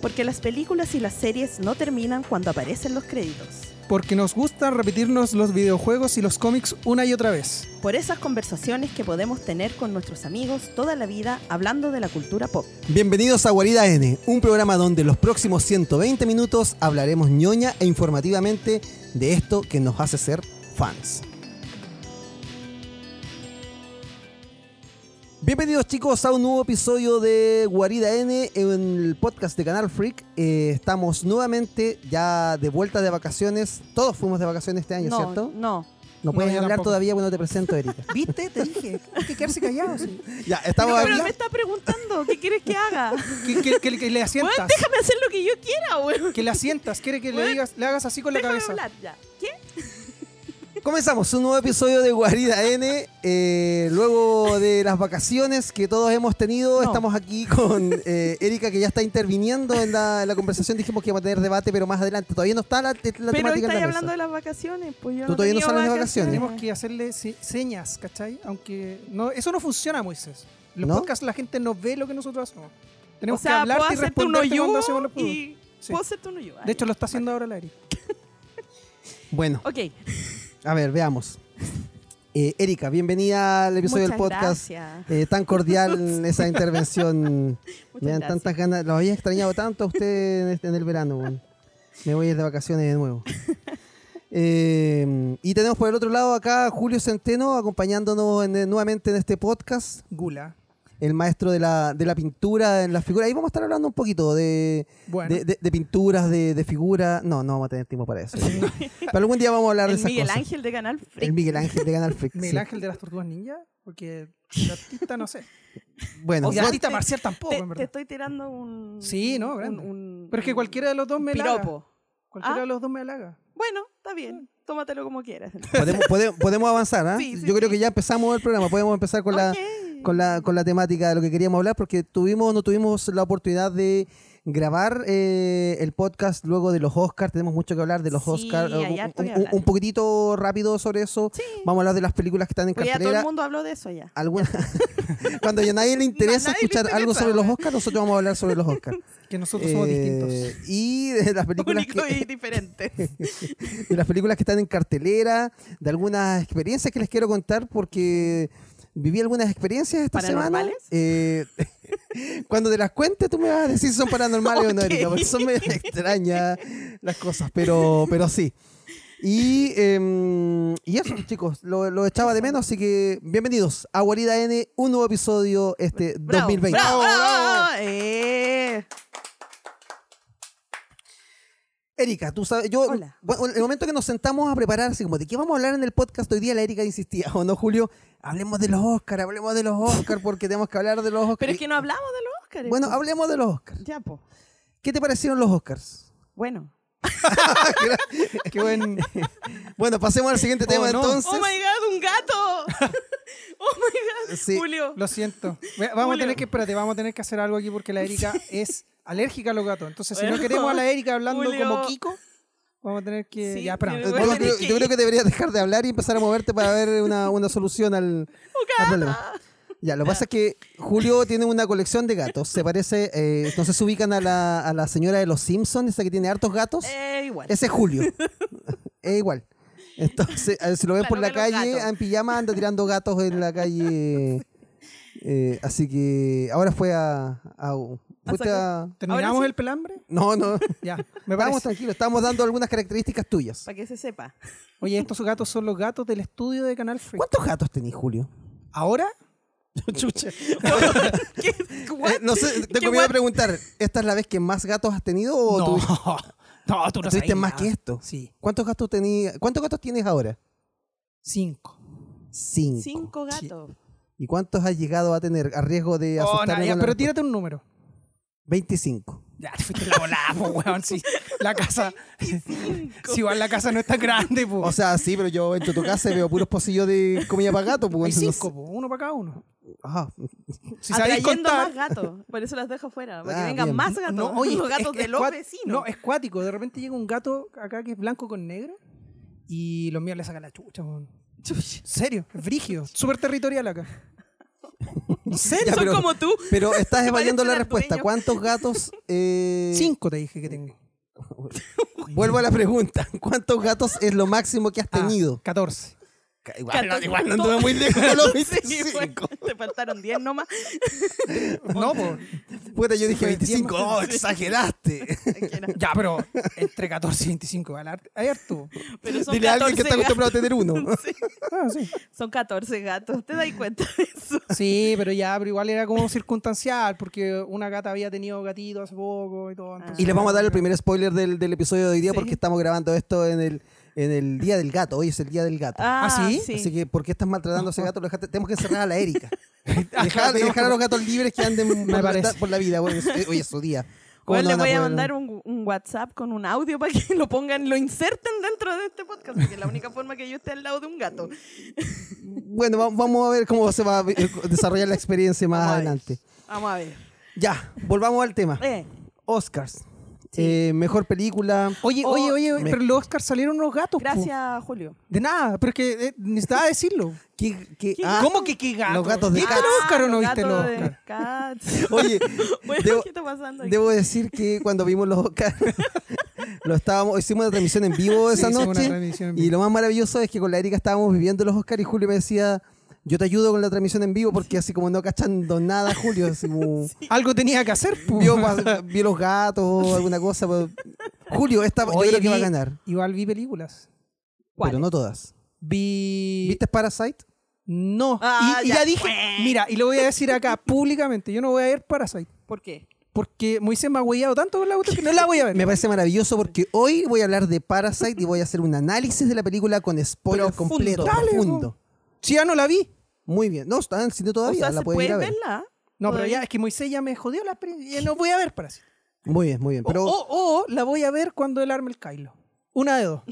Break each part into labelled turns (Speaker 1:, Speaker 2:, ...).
Speaker 1: Porque las películas y las series no terminan cuando aparecen los créditos.
Speaker 2: Porque nos gusta repetirnos los videojuegos y los cómics una y otra vez.
Speaker 1: Por esas conversaciones que podemos tener con nuestros amigos toda la vida hablando de la cultura pop.
Speaker 3: Bienvenidos a Guarida N, un programa donde los próximos 120 minutos hablaremos ñoña e informativamente de esto que nos hace ser fans. Bienvenidos chicos a un nuevo episodio de Guarida N en el podcast de Canal Freak. Eh, estamos nuevamente ya de vuelta de vacaciones. Todos fuimos de vacaciones este año,
Speaker 1: no,
Speaker 3: ¿cierto?
Speaker 1: no.
Speaker 3: No puedes
Speaker 2: yo
Speaker 3: hablar
Speaker 2: tampoco.
Speaker 3: todavía cuando te presento, Erika.
Speaker 2: ¿Viste? Te dije. Hay que quedarse callado. sí.
Speaker 3: ya, estamos
Speaker 1: pero
Speaker 3: hablando.
Speaker 1: me está preguntando, ¿qué quieres que haga?
Speaker 2: Que, que- que- que le asientas.
Speaker 1: Weón, déjame hacer lo que yo quiera, weón.
Speaker 2: Que le asientas. Quiere que le,
Speaker 1: Weón,
Speaker 2: digas, le hagas así con la
Speaker 1: Déjame
Speaker 2: cabeza.
Speaker 1: hablar ya. ¿Qué?
Speaker 3: Comenzamos un nuevo episodio de Guarida N. eh, luego de las vacaciones que todos hemos tenido,
Speaker 1: No.
Speaker 3: estamos aquí con eh, Erika que ya está interviniendo en la, en la conversación. Dijimos que iba a tener debate, pero más adelante. Todavía no está la, la
Speaker 1: pero
Speaker 3: temática en
Speaker 1: estáis
Speaker 3: la
Speaker 1: hablando
Speaker 3: mesa.
Speaker 1: de las vacaciones, pues yo
Speaker 3: Tú
Speaker 1: no
Speaker 3: todavía no
Speaker 1: tenía
Speaker 3: sales de
Speaker 2: Tenemos que hacerle se- señas, ¿cachai? Aunque no, eso no funciona, Moisés. Los
Speaker 3: ¿No?
Speaker 2: podcasts la gente no ve lo que nosotros hacemos. Tenemos
Speaker 1: o sea,
Speaker 2: que hablarte y
Speaker 1: puedo hacerte un
Speaker 3: este
Speaker 2: responderte cuando hacemos
Speaker 1: hoyo
Speaker 2: los productos.
Speaker 1: y...
Speaker 2: Sí.
Speaker 1: Puedo hacerte un hoyo.
Speaker 2: De hecho, lo está haciendo ahora la Eri.
Speaker 3: Bueno,
Speaker 1: Ok,
Speaker 3: a ver, veamos. Eh, Erika, bienvenida al episodio
Speaker 1: muchas
Speaker 3: del podcast.
Speaker 1: gracias.
Speaker 3: Eh, tan cordial esa intervención.
Speaker 1: Muchas
Speaker 3: Me dan
Speaker 1: gracias.
Speaker 3: tantas ganas. Lo había extrañado tanto a usted en, este- en el verano. weón. Me voy a ir de vacaciones de nuevo. Eh, y tenemos por el otro lado acá a Julio Centeno acompañándonos en- nuevamente en este podcast.
Speaker 2: Gula.
Speaker 3: El maestro de la, de la pintura en las figuras. Ahí vamos a estar hablando un poquito de,
Speaker 2: Bueno.
Speaker 3: de- de- de pinturas, de, de figuras. No, no vamos a tener tiempo para eso. Pero algún día vamos a hablar de
Speaker 1: El
Speaker 3: esas
Speaker 1: Miguel
Speaker 3: cosas.
Speaker 1: Ángel de Canal Freak.
Speaker 3: El Miguel Ángel de Canal Freak. sí.
Speaker 2: Miguel Ángel de las Tortugas Ninja. Porque el artista, no sé.
Speaker 3: Bueno,
Speaker 2: O
Speaker 1: sea,
Speaker 2: el artista
Speaker 1: te-
Speaker 2: marcial tampoco,
Speaker 1: Te,
Speaker 2: en
Speaker 1: te
Speaker 2: verdad.
Speaker 1: estoy tirando un.
Speaker 2: Sí, no,
Speaker 1: un-
Speaker 2: grande.
Speaker 1: un-
Speaker 2: Pero es que cualquiera de los dos
Speaker 1: un
Speaker 2: me halaga.
Speaker 1: piropo.
Speaker 2: Cualquiera
Speaker 1: Ah.
Speaker 2: de los dos me halaga.
Speaker 1: Bueno, está bien. Tómatelo como quieras.
Speaker 3: podemos, podemos, podemos avanzar. ¿ah?
Speaker 1: Sí, sí,
Speaker 3: Yo creo
Speaker 1: sí.
Speaker 3: que ya empezamos el programa. Podemos empezar con la.
Speaker 1: Ok.
Speaker 3: con la, con la temática de lo que queríamos hablar, porque tuvimos, no tuvimos la oportunidad de grabar eh, el podcast luego de los Oscars. Tenemos mucho que hablar de los
Speaker 1: Sí,
Speaker 3: Oscars. eh,
Speaker 1: hay
Speaker 3: Un-
Speaker 1: harto
Speaker 3: un,
Speaker 1: que
Speaker 3: un-
Speaker 1: hablar.
Speaker 3: un poquitito rápido sobre eso.
Speaker 1: Sí.
Speaker 3: Vamos a hablar de las películas que están en
Speaker 1: Porque ya todo el
Speaker 3: cartelera.
Speaker 1: mundo habló de eso ya.
Speaker 3: Alguna- Cuando ya a nadie le interesa
Speaker 1: A nadie le
Speaker 3: escuchar algo
Speaker 1: interesa, ¿eh?
Speaker 3: sobre los
Speaker 1: güey.
Speaker 3: Oscars, nosotros vamos a hablar sobre los Oscars.
Speaker 2: Que nosotros somos
Speaker 3: Eh,
Speaker 2: distintos.
Speaker 3: Y de las películas
Speaker 1: Único
Speaker 3: que,
Speaker 1: y diferente.
Speaker 3: de las películas que están en cartelera, de algunas experiencias que les quiero contar porque viví algunas experiencias esta semana.
Speaker 1: ¿Paranormales?
Speaker 3: Eh, cuando te las cuente tú me vas a decir si son paranormales o no,
Speaker 1: Ok.
Speaker 3: Erika, porque son medio extrañas las cosas, pero, pero sí. Y, eh, y eso, chicos, lo, lo echaba de menos, así que bienvenidos a Guarida N, un nuevo episodio este
Speaker 1: Bravo,
Speaker 3: 2020.
Speaker 1: Bravo, bravo. Eh.
Speaker 3: Erika, tú sabes, yo,
Speaker 1: Hola.
Speaker 3: bueno, el momento que nos sentamos a preparar, así como, ¿de qué vamos a hablar en el podcast hoy día? La Erika insistía, ¿o no, Julio? Hablemos de los Oscars, hablemos de los Oscars, porque tenemos que hablar de los Oscars.
Speaker 1: Pero es que no hablamos de los Óscares.
Speaker 3: Bueno,
Speaker 1: pues.
Speaker 3: hablemos de los Oscars.
Speaker 1: Ya, po.
Speaker 3: ¿Qué te parecieron los Oscars?
Speaker 1: Bueno.
Speaker 2: Qué buen.
Speaker 3: Bueno, pasemos al siguiente
Speaker 2: Oh,
Speaker 3: tema
Speaker 2: no.
Speaker 3: entonces.
Speaker 1: ¡Oh, my God! ¡Un gato! ¡Oh, my God!
Speaker 3: Sí.
Speaker 1: Julio.
Speaker 2: Lo siento. Ve- Vamos a
Speaker 1: Julio.
Speaker 2: tener que, espérate, vamos a tener que hacer algo aquí porque la Erika es alérgica a los gatos. Entonces, si no
Speaker 1: Bueno,
Speaker 2: queremos a la Erika hablando
Speaker 1: Julio.
Speaker 2: como Kiko, vamos a tener que.
Speaker 1: Sí,
Speaker 2: ya, espera.
Speaker 1: pero
Speaker 3: Yo
Speaker 1: Bueno,
Speaker 3: creo-
Speaker 1: tenés que
Speaker 3: yo creo
Speaker 1: ir.
Speaker 3: que deberías dejar de hablar y empezar a moverte para ver una, una solución al, al problema. Ya, lo que pasa es que Julio tiene una colección de gatos. Se parece, eh, entonces se ubican a la, a la señora de los Simpsons, esa que tiene hartos gatos.
Speaker 1: Eh, igual.
Speaker 3: Ese es Julio. es igual. Entonces, a ver, si lo ves
Speaker 1: Claro,
Speaker 3: por la
Speaker 1: ve los
Speaker 3: calle,
Speaker 1: gatos.
Speaker 3: en pijama anda tirando gatos en la calle. Eh, así que ahora fue a. a- fuiste
Speaker 1: sacar-
Speaker 3: a-
Speaker 2: ¿Terminamos
Speaker 1: Ahora sí.
Speaker 2: el pelambre?
Speaker 3: No, no.
Speaker 2: Ya, me
Speaker 3: Estábamos
Speaker 2: parece.
Speaker 3: tranquilos, estábamos dando algunas características tuyas.
Speaker 1: Para que se sepa.
Speaker 2: Oye, estos gatos son los gatos del estudio de Canal Freak.
Speaker 3: ¿Cuántos gatos tenés, Julio?
Speaker 2: ¿Ahora?
Speaker 1: ¿Qué?
Speaker 3: Eh, no sé,
Speaker 1: ¿Qué
Speaker 3: tengo miedo de
Speaker 1: what?
Speaker 3: preguntar. ¿Esta es la vez que más gatos has tenido o
Speaker 2: no.
Speaker 3: tuviste-
Speaker 2: no, tú no
Speaker 3: Oh, tuviste
Speaker 2: sabes
Speaker 3: más
Speaker 2: nada.
Speaker 3: que esto?
Speaker 2: Sí.
Speaker 3: ¿Cuántos gatos tenías? ¿Cuántos gatos tienes ahora?
Speaker 2: Cinco.
Speaker 3: Cinco.
Speaker 1: Cinco gatos.
Speaker 3: ¿Y cuántos has llegado a tener a riesgo de
Speaker 2: Oh,
Speaker 3: asustarme
Speaker 2: nada,
Speaker 3: con
Speaker 2: ya,
Speaker 3: la
Speaker 2: pero
Speaker 3: respuesta?
Speaker 2: tírate un número.
Speaker 3: 25.
Speaker 2: Ya, te fuiste la volada, po, weón. Sí, la casa.
Speaker 1: Cinco.
Speaker 2: Si igual la casa no es tan grande, po.
Speaker 3: O sea, sí, pero yo entro a tu casa y veo puros pocillos de comida para gato.
Speaker 2: Hay
Speaker 3: Pues,
Speaker 2: cinco,
Speaker 3: entonces-
Speaker 2: po, uno para cada uno.
Speaker 3: Ah,
Speaker 2: Si sabéis
Speaker 1: Atrayendo
Speaker 2: contar.
Speaker 1: más gatos. Por eso las dejo fuera. Para que
Speaker 3: Ah,
Speaker 1: vengan
Speaker 3: bien.
Speaker 1: más gatos.
Speaker 2: No, oye,
Speaker 1: los gatos
Speaker 2: es- es
Speaker 1: de los
Speaker 2: cuat-
Speaker 1: vecinos.
Speaker 2: No, es cuático. De repente llega un gato acá que es blanco con negro y los míos le sacan la chucha, weón.
Speaker 1: Chuch.
Speaker 2: ¿En serio? Es brígido. Súper territorial acá. No sé.
Speaker 3: Ya,
Speaker 2: son-
Speaker 3: pero-
Speaker 1: Son como tú.
Speaker 3: Pero estás
Speaker 1: Se
Speaker 3: evadiendo
Speaker 1: parece
Speaker 3: la
Speaker 1: un
Speaker 3: respuesta.
Speaker 1: ardueño.
Speaker 3: ¿Cuántos gatos? eh,
Speaker 2: Cinco te dije que tengo.
Speaker 3: Vuelvo a la pregunta. ¿Cuántos gatos es lo máximo que has
Speaker 2: Ah.
Speaker 3: tenido?
Speaker 2: Catorce.
Speaker 3: Ca-
Speaker 1: Catorce.
Speaker 3: muy lejos de los
Speaker 1: Sí, bueno, te faltaron 10 nomás.
Speaker 2: No, pues.
Speaker 3: Puta, yo dije
Speaker 2: Fue
Speaker 3: 25.
Speaker 2: diez
Speaker 3: ¡Oh, exageraste!
Speaker 2: Ya, pero entre 14 y 25, ¿vale? Hay harto.
Speaker 1: Pero son
Speaker 3: Dile a alguien que
Speaker 1: 14
Speaker 3: está acostumbrado a tener uno.
Speaker 1: gatos. Sí,
Speaker 2: Ah, sí.
Speaker 1: son 14 gatos. ¿Te das cuenta de eso?
Speaker 2: Sí, pero ya, pero igual era como circunstancial, porque una gata había tenido gatito hace poco y
Speaker 1: Ah.
Speaker 2: todo. entonces-
Speaker 3: Y les vamos a dar el primer spoiler del, del episodio de hoy día
Speaker 1: Sí.
Speaker 3: porque estamos grabando esto en el, en el Día del Gato. Hoy es el Día del Gato.
Speaker 2: ¿Ah, sí?
Speaker 3: Así que, ¿por qué estás maltratando a ese gato? Lo dejaste- tenemos que encerrar a la Erika.
Speaker 2: Ah, tenemos
Speaker 3: Dejar, dejar a
Speaker 2: que-
Speaker 3: los gatos libres que anden por, la,
Speaker 2: parece.
Speaker 3: por la vida. Bueno, es- eh, hoy es su día. ¿Cómo
Speaker 1: Bueno,
Speaker 3: no
Speaker 1: le
Speaker 3: van
Speaker 1: voy a
Speaker 3: poder-
Speaker 1: mandar un, un WhatsApp con un audio para que lo pongan, lo inserten dentro de este podcast, porque es la única forma que yo esté al lado de un gato.
Speaker 3: Bueno, va- vamos a ver cómo se va a eh, desarrollar la experiencia más
Speaker 1: Vamos a ver.
Speaker 3: adelante.
Speaker 1: Vamos a ver.
Speaker 3: Ya, volvamos al tema.
Speaker 1: Eh,
Speaker 3: Oscars. Eh, mejor película.
Speaker 2: Oye,
Speaker 1: O-
Speaker 2: oye, oye,
Speaker 3: Me-
Speaker 2: pero los Oscar salieron unos gatos. po.
Speaker 1: gracias, Julio.
Speaker 2: De nada, pero es que eh, necesitaba decirlo.
Speaker 3: ¿Qué- qué-
Speaker 1: ¿Qué-
Speaker 3: ah,
Speaker 2: ¿Cómo que qué gato?
Speaker 3: Los gatos de
Speaker 2: ¿Viste
Speaker 3: Cats.
Speaker 2: el Oscar o no
Speaker 1: Ah, los
Speaker 2: viste el
Speaker 1: gatos de
Speaker 2: Oscar?
Speaker 1: Cats.
Speaker 3: Oye,
Speaker 1: Bueno,
Speaker 3: debo-
Speaker 1: ¿qué está pasando aquí?
Speaker 3: Debo decir que cuando vimos los Oscars, lo estábamos, hicimos una transmisión en vivo
Speaker 2: Sí,
Speaker 3: esa
Speaker 2: hicimos una
Speaker 3: noche.
Speaker 2: transmisión en
Speaker 3: Y
Speaker 2: vivo.
Speaker 3: lo más maravilloso es que con la Erika estábamos viviendo los Oscars y Julio me decía, yo te ayudo con la transmisión en vivo porque así como no cachando nada, Julio, así como
Speaker 2: Algo tenía que hacer. po.
Speaker 3: vio, pa- vio los gatos o alguna cosa. pero- Julio, esta yo
Speaker 2: Oye,
Speaker 3: creo que va a
Speaker 2: vi-
Speaker 3: ganar.
Speaker 2: Igual vi películas.
Speaker 3: Pero no todas.
Speaker 2: Vi.
Speaker 3: ¿Viste Parasite?
Speaker 2: No.
Speaker 1: Ah,
Speaker 2: y, y
Speaker 1: ya.
Speaker 2: ya. dije, mira, y lo voy a decir acá públicamente: yo no voy a ver Parasite.
Speaker 1: ¿Por qué?
Speaker 2: Porque Moisés me ha huellado tanto con la cuestión que no la voy a ver.
Speaker 3: Me parece maravilloso porque hoy voy a hablar de Parasite y voy a hacer un análisis de la película con spoiler
Speaker 1: Profundo.
Speaker 3: completo,
Speaker 2: Dale,
Speaker 3: profundo.
Speaker 2: Si ya no la vi.
Speaker 3: Muy bien. No, está en cine todavía,
Speaker 1: o sea,
Speaker 3: la
Speaker 1: ¿se
Speaker 3: pueden
Speaker 1: puede
Speaker 3: ir a ver.
Speaker 1: verla?
Speaker 2: No, pero
Speaker 1: Todavía.
Speaker 2: ya, es que Moisés ya me jodió la experiencia. Ya no voy a ver Parasite.
Speaker 3: Muy bien, muy bien.
Speaker 2: O-
Speaker 3: Pero
Speaker 2: O,
Speaker 1: Oh,
Speaker 2: o la voy a ver cuando él arme el Kylo. Una de dos.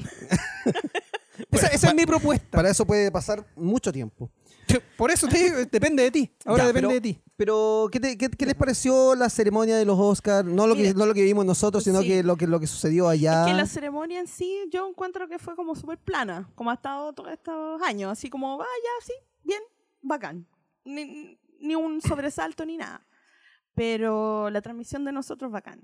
Speaker 2: esa esa es mi
Speaker 1: oh.
Speaker 2: propuesta.
Speaker 3: para eso puede pasar mucho tiempo.
Speaker 2: Por eso te digo, depende de ti. Ahora
Speaker 3: Ya,
Speaker 2: depende
Speaker 3: pero-
Speaker 2: de ti.
Speaker 3: Pero, ¿qué, te- qué- qué les pareció la ceremonia de los Oscars? No lo que,
Speaker 1: Mira,
Speaker 3: no lo que vimos nosotros, sino
Speaker 1: sí.
Speaker 3: que lo que lo que sucedió allá.
Speaker 1: Es que la ceremonia en sí yo encuentro que fue como súper plana, como ha estado todos estos años, así como, vaya, sí, bien, bacán. Ni, ni un sobresalto ni nada. Pero la transmisión de nosotros bacán.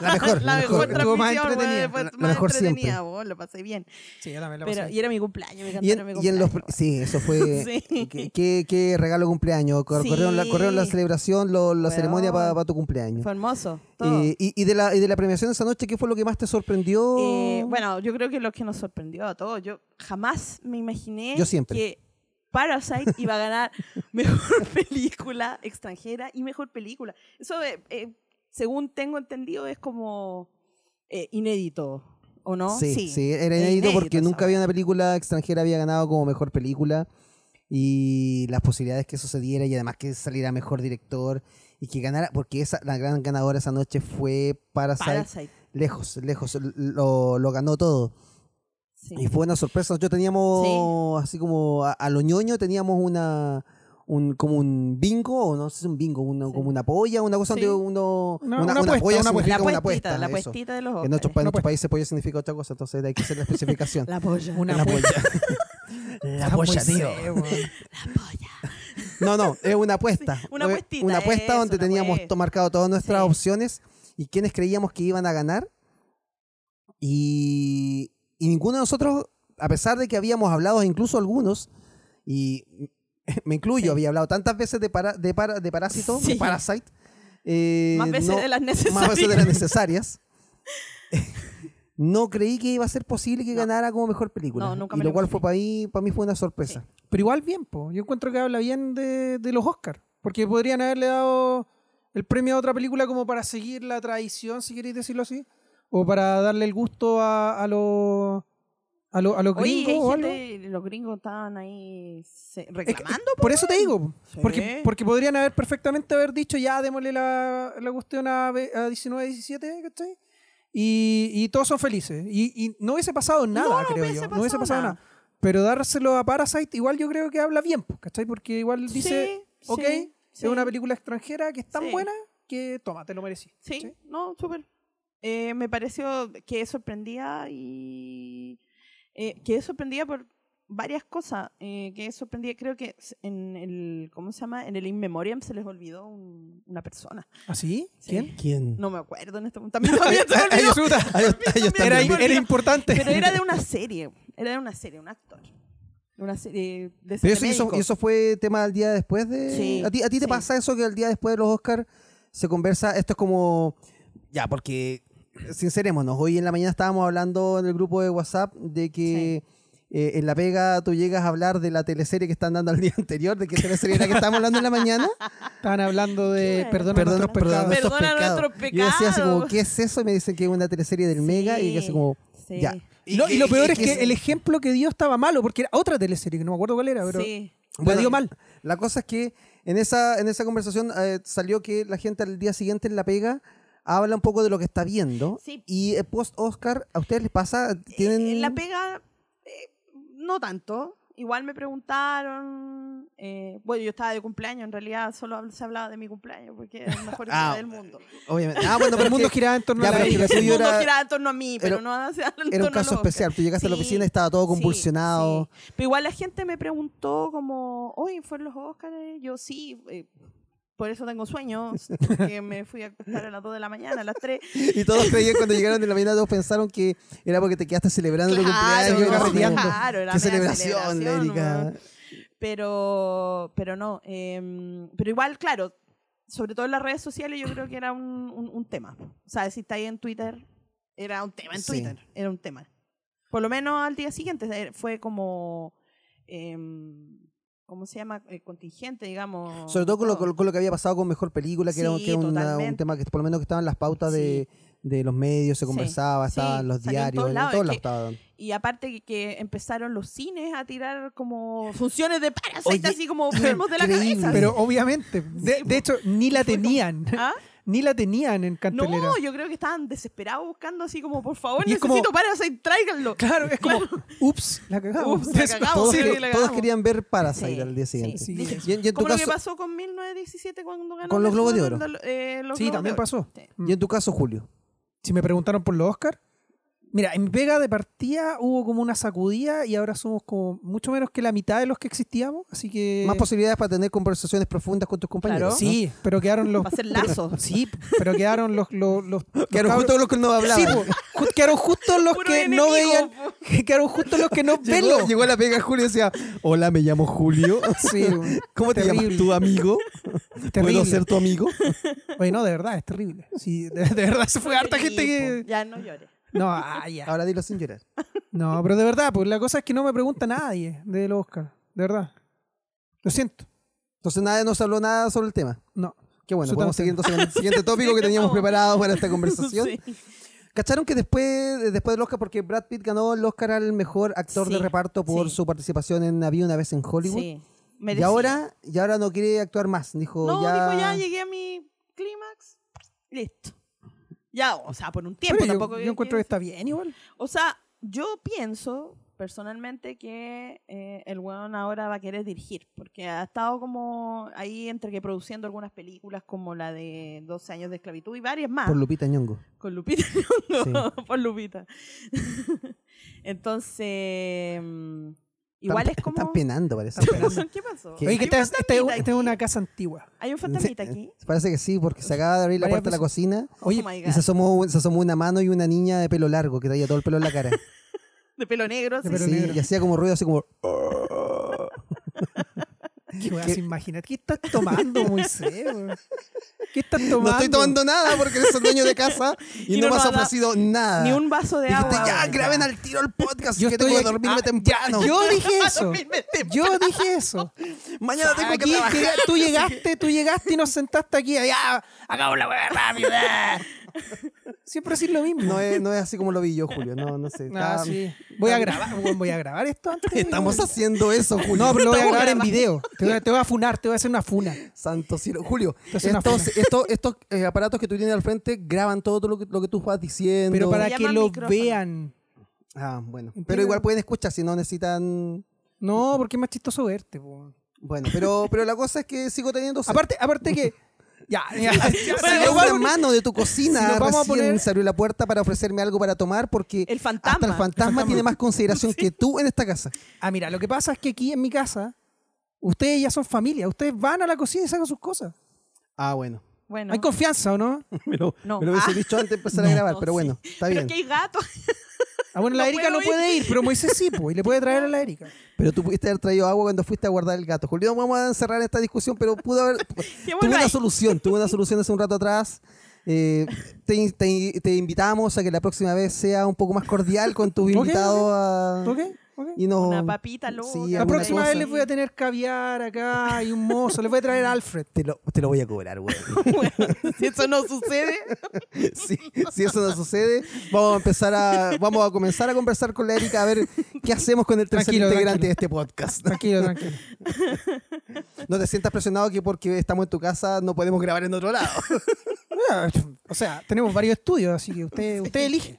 Speaker 3: La mejor,
Speaker 1: la
Speaker 3: la
Speaker 1: mejor,
Speaker 3: mejor,
Speaker 2: estuvo más
Speaker 1: transmisión, weón,
Speaker 2: entretenida,
Speaker 1: fue
Speaker 3: la- la
Speaker 1: más
Speaker 3: mejor
Speaker 1: entretenida,
Speaker 3: siempre.
Speaker 1: weón, lo pasé bien.
Speaker 2: Sí, ya la, la
Speaker 1: Pero, y era mi cumpleaños, me
Speaker 3: Y
Speaker 1: cantaron mi
Speaker 3: en, y en
Speaker 1: cumpleaños.
Speaker 3: los sí, eso fue
Speaker 1: Sí.
Speaker 3: qué, qué- qué regalo de cumpleaños. Cor-
Speaker 1: Sí.
Speaker 3: Corrieron, la, corrieron la celebración, lo- la
Speaker 1: Weón.
Speaker 3: ceremonia para tu
Speaker 1: weón.
Speaker 3: cumpleaños.
Speaker 1: Fue hermoso. Todo.
Speaker 3: Eh, y, y de la y de la premiación de esa noche, ¿qué fue lo que más te sorprendió?
Speaker 1: Eh, bueno, yo creo que lo que nos sorprendió a todos, yo jamás me imaginé
Speaker 3: Yo siempre.
Speaker 1: que Parasite iba a ganar mejor película extranjera y mejor película. Eso, eh, eh, según tengo entendido, es como eh, inédito, ¿o no? Eh,
Speaker 3: Sí, sí, era
Speaker 1: es
Speaker 3: inédito porque
Speaker 1: esa
Speaker 3: nunca había una película extranjera había ganado como mejor película y las posibilidades que sucediera y además que saliera mejor director y que ganara, porque esa, la gran ganadora esa noche fue Parasite,
Speaker 1: Parasite.
Speaker 3: lejos, lejos, lo, lo ganó todo.
Speaker 1: sí.
Speaker 3: Y fue una sorpresa, nosotros teníamos así como a, a lo ñoño, teníamos una... Un, como un bingo, o no sé si es un bingo, una-
Speaker 1: Sí.
Speaker 3: como una polla, una cosa
Speaker 1: Sí.
Speaker 3: donde uno.
Speaker 2: Una- una apuesta,
Speaker 3: polla
Speaker 2: una apuesta. eh,
Speaker 3: significa
Speaker 1: La puestita,
Speaker 3: una apuesta,
Speaker 1: la
Speaker 3: eso.
Speaker 1: puestita de los
Speaker 3: En nuestros
Speaker 1: Óscares.
Speaker 3: pa- en nuestros
Speaker 2: apuesta.
Speaker 3: países pollo significa otra cosa, entonces hay que hacer la especificación.
Speaker 1: La polla.
Speaker 2: Una
Speaker 3: La
Speaker 2: polla.
Speaker 3: La polla, tío.
Speaker 1: La polla.
Speaker 3: No, no, es una apuesta.
Speaker 1: Sí, una
Speaker 3: Fue
Speaker 1: apuestita,
Speaker 3: Una apuesta
Speaker 1: eso,
Speaker 3: donde
Speaker 1: una
Speaker 3: teníamos
Speaker 1: apuesta.
Speaker 3: to- marcado todas nuestras
Speaker 1: Sí.
Speaker 3: opciones y quienes creíamos que iban a ganar. Y, y ninguno de nosotros, a pesar de que habíamos hablado, incluso algunos, y me incluyo, había hablado tantas veces de, para- de, para- de Parásito, de
Speaker 1: Sí.
Speaker 3: Parasite. eh,
Speaker 1: Más veces
Speaker 3: no-
Speaker 1: de las necesarias.
Speaker 3: más veces de las necesarias. no creí que iba a ser posible que
Speaker 1: No.
Speaker 3: ganara como mejor película.
Speaker 1: No, nunca
Speaker 3: y
Speaker 1: me
Speaker 3: lo
Speaker 1: lo
Speaker 3: cual fue para mí, para mí fue una sorpresa.
Speaker 2: Pero igual bien, po. yo encuentro que habla bien de, de los Oscars. Porque podrían haberle dado el premio a otra película como para seguir la tradición, si queréis decirlo así. O para darle el gusto a, a los a los- a los
Speaker 1: Oye,
Speaker 2: gringos
Speaker 1: hay
Speaker 2: o algo.
Speaker 1: gente, los gringos estaban ahí se-
Speaker 2: Es que-
Speaker 1: reclamando.
Speaker 2: por eso te digo.
Speaker 1: Sí.
Speaker 2: Porque, porque podrían haber perfectamente haber dicho ya, démosle la, la cuestión a, ve- a 19, 17, ¿cachai? Y, y todos son felices. Y, y no hubiese pasado nada,
Speaker 1: No, no
Speaker 2: creo
Speaker 1: hubiese
Speaker 2: yo. No hubiese
Speaker 1: pasado
Speaker 2: pasado
Speaker 1: nada.
Speaker 2: nada. Pero dárselo a Parasite, igual yo creo que habla bien, pues, ¿cachai? Porque igual dice,
Speaker 1: Sí,
Speaker 2: ok,
Speaker 1: sí, sí.
Speaker 2: es una película extranjera que es tan
Speaker 1: Sí.
Speaker 2: buena que toma, te lo merecí.
Speaker 1: Sí,
Speaker 2: ¿cachai?
Speaker 1: no, súper. Eh, me pareció que sorprendía y. eh, que sorprendía por, varias cosas eh, que sorprendía. Creo que s- en el, ¿cómo se llama? En el In Memoriam se les olvidó un- una persona.
Speaker 2: ¿Ah, sí?
Speaker 1: Sí.
Speaker 2: ¿Quién?
Speaker 3: ¿Quién?
Speaker 1: No me acuerdo en este momento. También, también se me
Speaker 2: Ay,
Speaker 1: olvidó.
Speaker 2: chuta.
Speaker 3: Ahí está, ahí está.
Speaker 2: Era,
Speaker 1: también.
Speaker 2: era importante.
Speaker 1: Pero era de una serie. Era de una serie, un actor. De una serie de serie
Speaker 3: Pero eso, y eso,
Speaker 1: médico.
Speaker 3: y eso fue tema del día después de.
Speaker 1: Sí,
Speaker 3: ¿A ti, a ti te
Speaker 1: sí.
Speaker 3: pasa eso que el día después de los Oscars se conversa? Esto es como. Ya, porque. Sincerémonos, hoy en la mañana estábamos hablando en el grupo de WhatsApp de que. eh, en La Pega tú llegas a hablar de la teleserie que están dando el día anterior, de qué teleserie era que estábamos hablando en la mañana.
Speaker 2: Estaban hablando de
Speaker 1: Qué bueno.
Speaker 2: perdón,
Speaker 3: Perdón,
Speaker 2: nuestros
Speaker 3: perdón,
Speaker 2: pecados.
Speaker 3: nuestros
Speaker 1: Perdona
Speaker 3: pecados.
Speaker 1: nuestros
Speaker 3: Yo decía así como,
Speaker 1: pecados.
Speaker 3: ¿qué es eso? Y me dicen que es una teleserie del Mega y que así como,
Speaker 1: Sí.
Speaker 3: ya.
Speaker 2: No, y lo peor es
Speaker 3: que-
Speaker 2: que el ejemplo que dio estaba malo, porque era otra teleserie, que no me acuerdo cuál era, pero
Speaker 1: Sí.
Speaker 2: la dio mal.
Speaker 3: La cosa es que en esa, en esa conversación eh, salió que la gente al día siguiente en la pega habla un poco de lo que está viendo.
Speaker 1: Sí.
Speaker 3: Y eh, post Oscar, ¿a ustedes les pasa? ¿Tienen...
Speaker 1: Eh, la pega, eh, no tanto. Igual me preguntaron. eh, bueno, yo estaba de cumpleaños, en realidad solo habl- se hablaba de mi cumpleaños porque era el mejor día
Speaker 3: Ah,
Speaker 1: del mundo.
Speaker 3: Obviamente. Ah, bueno, pero
Speaker 2: el mundo
Speaker 3: es que
Speaker 2: giraba en torno
Speaker 3: Ya,
Speaker 2: a la
Speaker 3: pero es que
Speaker 2: vida.
Speaker 3: la-
Speaker 1: el
Speaker 3: tuyo
Speaker 1: mundo
Speaker 3: era-
Speaker 1: giraba en torno a mí, pero
Speaker 3: era-
Speaker 1: no hacia en
Speaker 3: era
Speaker 1: torno
Speaker 3: un
Speaker 1: a los
Speaker 3: caso
Speaker 1: Oscar.
Speaker 3: especial. Tú llegaste a la
Speaker 1: Sí,
Speaker 3: oficina y estaba todo
Speaker 1: sí,
Speaker 3: convulsionado.
Speaker 1: sí. Pero igual la gente me preguntó como, oye, ¿fueron los Óscares? Yo sí, eh, por eso tengo sueños, porque me fui a acostar a las 2 de la mañana, a las 3.
Speaker 3: Y todos creían cuando llegaron de la mañana, todos pensaron que era porque te quedaste celebrando tu cumpleaños.
Speaker 2: no,
Speaker 3: carreteando.
Speaker 1: claro, era
Speaker 3: Qué
Speaker 1: media
Speaker 3: celebración,
Speaker 1: celebración,
Speaker 3: Erika.
Speaker 1: weón. pero pero no em, pero igual claro sobre todo en las redes sociales yo creo que era un, un- un tema o sea si está ahí en Twitter era un tema en
Speaker 3: Sí.
Speaker 1: Twitter era un tema por lo menos al día siguiente eh, fue como em, cómo se llama Eh, contingente digamos
Speaker 3: Sobre todo con lo,
Speaker 1: todo.
Speaker 3: con lo que había pasado con Mejor Película, que era,
Speaker 1: Sí,
Speaker 3: que era una- un
Speaker 1: totalmente.
Speaker 3: tema que por lo menos que estaban las pautas de, de los medios, se
Speaker 1: Sí,
Speaker 3: conversaba,
Speaker 1: sí,
Speaker 3: estaban los
Speaker 1: salió en todos
Speaker 3: diarios, en
Speaker 1: lados,
Speaker 3: todos
Speaker 1: es
Speaker 3: lados
Speaker 1: que-
Speaker 3: estaban.
Speaker 1: y aparte que, que empezaron los cines a tirar como funciones de Parasite
Speaker 3: Oye,
Speaker 1: así como enfermos de la
Speaker 3: increíble.
Speaker 1: cabeza
Speaker 2: Pero obviamente, de, de hecho, ni la tenían.
Speaker 1: ¿Ah?
Speaker 2: Ni la tenían en cartelera.
Speaker 1: No, yo creo que estaban desesperados buscando así como, por favor,
Speaker 2: Y es como-
Speaker 1: necesito Parasite, tráiganlo.
Speaker 2: Claro, es como, ups, la cagamos.
Speaker 1: Ups, la cagamos.
Speaker 3: Todos,
Speaker 1: sí,
Speaker 3: que-
Speaker 1: le ganamos.
Speaker 3: todos querían ver Parasite
Speaker 1: Sí,
Speaker 3: al día siguiente.
Speaker 2: sí. Sí.
Speaker 3: Y, en- y en tu
Speaker 1: Como lo que
Speaker 3: caso,
Speaker 1: pasó con 1917 cuando ganó.
Speaker 3: Con los
Speaker 1: el
Speaker 3: Globos de
Speaker 1: Oscar,
Speaker 3: Oro.
Speaker 1: eh, los
Speaker 2: Sí,
Speaker 1: Globos
Speaker 2: también
Speaker 1: de Oro.
Speaker 2: pasó.
Speaker 1: Sí.
Speaker 3: y en tu caso, Julio.
Speaker 2: Si me preguntaron por los Oscar, mira, en Vega de partida hubo como una sacudida y ahora somos como mucho menos que la mitad de los que existíamos, así que
Speaker 1: Mm.
Speaker 3: Más posibilidades para tener conversaciones profundas con tus compañeros. ¿no?
Speaker 2: Sí, pero quedaron los
Speaker 1: Va a ser lazo.
Speaker 2: Sí, pero quedaron los los, los, los
Speaker 3: Quedaron
Speaker 2: cabros-
Speaker 3: justo con los que no hablaban.
Speaker 2: Sí, po, ju- quedaron justo los
Speaker 1: Puro
Speaker 2: que no
Speaker 1: enemigo,
Speaker 2: veían, quedaron justo los que no ven
Speaker 3: Llegó,
Speaker 2: los-
Speaker 3: llegó a la pega Julio y decía, hola, me llamo Julio.
Speaker 2: Sí, bueno,
Speaker 3: ¿Cómo te
Speaker 2: Terrible.
Speaker 3: llamas tu amigo? ¿Puedo
Speaker 2: terrible.
Speaker 3: ser tu amigo?
Speaker 2: Oye, no, de verdad, es terrible. Sí, de, de verdad se fue harta gente
Speaker 1: Sí,
Speaker 2: que
Speaker 1: po. Ya no llores.
Speaker 2: No, ah, ya.
Speaker 3: Ahora dilo sin llorar.
Speaker 2: No, pero de verdad, pues la cosa es que no me pregunta nadie del Oscar, de verdad. Lo siento.
Speaker 3: Entonces nadie nos habló nada sobre el tema.
Speaker 2: No.
Speaker 3: Qué bueno,
Speaker 2: Eso
Speaker 3: podemos seguir
Speaker 2: estamos
Speaker 3: entonces con el siguiente tópico que teníamos
Speaker 1: vamos.
Speaker 3: preparado para esta conversación.
Speaker 1: Sí.
Speaker 3: ¿Cacharon que después, después del Oscar, porque Brad Pitt ganó el Oscar al mejor actor
Speaker 1: Sí,
Speaker 3: de reparto por
Speaker 1: sí.
Speaker 3: su participación en Había una vez en Hollywood?
Speaker 1: Sí.
Speaker 3: Y
Speaker 1: Merecido.
Speaker 3: ahora, y ahora no quiere actuar más. Dijo,
Speaker 1: No,
Speaker 3: ya...
Speaker 1: dijo ya, llegué a mi clímax. Listo. Ya, o sea, por un tiempo
Speaker 2: Pero yo-
Speaker 1: tampoco.
Speaker 2: yo, encuentro que está bien igual.
Speaker 1: O sea, yo pienso personalmente que eh, el weón ahora va a querer dirigir, porque ha estado como ahí entre que produciendo algunas películas como la de 12 años de esclavitud y varias más.
Speaker 3: Por Lupita Ñongo.
Speaker 1: Con Lupita. No, por Lupita. Entonces, mm, igual
Speaker 3: Están-
Speaker 1: es como...
Speaker 3: Están penando, parece.
Speaker 1: ¿Qué pasó?
Speaker 3: ¿Qué?
Speaker 2: Oye,
Speaker 1: Hay
Speaker 2: que esta,
Speaker 1: un
Speaker 2: es- esta es-
Speaker 1: fantasmita
Speaker 2: esta es
Speaker 1: aquí.
Speaker 2: una casa antigua.
Speaker 1: Hay un fantasmita
Speaker 3: eh,
Speaker 1: aquí.
Speaker 3: Parece que sí, porque se acaba de abrir la
Speaker 2: Varias
Speaker 3: puerta de la cocina
Speaker 2: Oye,
Speaker 1: oh my God.
Speaker 3: y se asomó, se asomó una mano y una niña de pelo largo que traía todo el pelo en la cara.
Speaker 1: De pelo negro.
Speaker 2: De
Speaker 1: sí.
Speaker 2: pelo
Speaker 3: Sí,
Speaker 2: negro.
Speaker 3: y hacía como ruido, así como...
Speaker 2: ¿Qué weá se imagina? ¿Qué estás tomando, Moisés? weón? ¿Qué estás tomando?
Speaker 3: No estoy tomando nada porque eres el dueño de casa y,
Speaker 1: Y
Speaker 3: no,
Speaker 1: no
Speaker 3: me has
Speaker 1: nos da
Speaker 3: ofrecido nada.
Speaker 1: Ni un vaso de
Speaker 3: Dijiste,
Speaker 1: agua.
Speaker 3: ya,
Speaker 1: weón.
Speaker 3: graben al tiro el podcast.
Speaker 2: Yo
Speaker 3: que
Speaker 2: estoy
Speaker 3: tengo que
Speaker 2: aquí-
Speaker 3: dormirme
Speaker 2: ah,
Speaker 3: temprano.
Speaker 2: Yo dije eso.
Speaker 1: Dormirme
Speaker 2: Yo dije eso.
Speaker 3: Mañana tengo que
Speaker 2: Aquí
Speaker 3: trabajar.
Speaker 2: llega- tú llegaste, tú llegaste y nos sentaste aquí. Allá, hagamos la weá rápido. ah. Siempre decir lo mismo.
Speaker 3: No es, no es así como lo vi yo, Julio. No, no sé.
Speaker 2: Ah,
Speaker 3: Está-
Speaker 2: sí. Voy a grabar, weón, voy a grabar esto antes.
Speaker 3: Estamos haciendo eso, Julio.
Speaker 2: No, pero lo voy a
Speaker 1: Estamos
Speaker 2: grabar en
Speaker 1: grabando.
Speaker 2: video. Te voy, a, te voy a funar, te voy a hacer una funa.
Speaker 3: Santo cielo. Julio,
Speaker 2: Esto es una
Speaker 3: estos, estos, estos, eh, aparatos que tú tienes al frente graban todo lo que, lo que tú vas diciendo.
Speaker 2: Pero para
Speaker 1: Se
Speaker 2: que
Speaker 1: llama
Speaker 2: lo
Speaker 1: micrófono.
Speaker 2: vean.
Speaker 3: Ah, bueno. Pero
Speaker 2: Entiendo.
Speaker 3: igual pueden escuchar si no necesitan...
Speaker 2: No, porque es más chistoso verte, po.
Speaker 3: Bueno, pero, pero la cosa es que sigo teniendo... sed.
Speaker 2: Aparte, aparte que Ya, ya. ya,
Speaker 3: Salió
Speaker 2: igual-
Speaker 3: una mano de tu cocina,
Speaker 2: Si nos vamos a
Speaker 3: recién
Speaker 2: poner-
Speaker 3: salió la puerta para ofrecerme algo para tomar porque
Speaker 1: El fantasma.
Speaker 3: hasta el fantasma tiene más consideración que tú en esta casa.
Speaker 2: Ah, mira, lo que pasa es que aquí en mi casa, ustedes ya son familia. Ustedes van a la cocina y sacan sus cosas.
Speaker 3: Ah, bueno.
Speaker 1: Bueno.
Speaker 2: ¿Hay confianza o no?
Speaker 3: Me lo,
Speaker 1: No.
Speaker 3: me lo hubiese
Speaker 1: Ah.
Speaker 3: dicho antes de empezar a
Speaker 2: No.
Speaker 3: grabar,
Speaker 1: No,
Speaker 3: pero
Speaker 1: sí.
Speaker 3: bueno, está
Speaker 1: Pero
Speaker 3: bien.
Speaker 1: que hay gatos.
Speaker 2: Ah, bueno, la
Speaker 1: No
Speaker 2: Erika no
Speaker 1: puedo ir.
Speaker 2: puede ir, pero Moisés sí, pues, y le puede traer a la Erika.
Speaker 3: Pero tú pudiste haber traído agua cuando fuiste a guardar el gato. Julio, vamos a encerrar esta discusión, pero pudo haber. tuvo
Speaker 1: ahí.
Speaker 3: una solución, tuvo una solución hace un rato atrás. Eh, te, te- te invitamos a que la próxima vez sea un poco más cordial con tus
Speaker 2: Ok,
Speaker 3: invitados a-
Speaker 2: ¿Ok? ¿Ok?
Speaker 3: Y no,
Speaker 1: Una papita loca.
Speaker 3: Sí,
Speaker 1: La
Speaker 2: La
Speaker 3: alguna
Speaker 2: próxima
Speaker 3: cosa.
Speaker 2: vez les voy a tener caviar acá y un mozo. Les voy a traer a Alfred.
Speaker 3: Te lo, te lo voy a cobrar, güey.
Speaker 1: Bueno, si eso no sucede,
Speaker 3: si, si eso no sucede, vamos a empezar a vamos a comenzar a conversar con la Erika a ver qué hacemos con el tercer
Speaker 2: Tranquilo, tranquilo.
Speaker 3: integrante de este podcast.
Speaker 2: Tranquilo, tranquilo.
Speaker 3: No te sientas presionado que porque estamos en tu casa no podemos grabar en otro lado.
Speaker 2: Ah, O sea, tenemos varios estudios, así que usted, usted elige.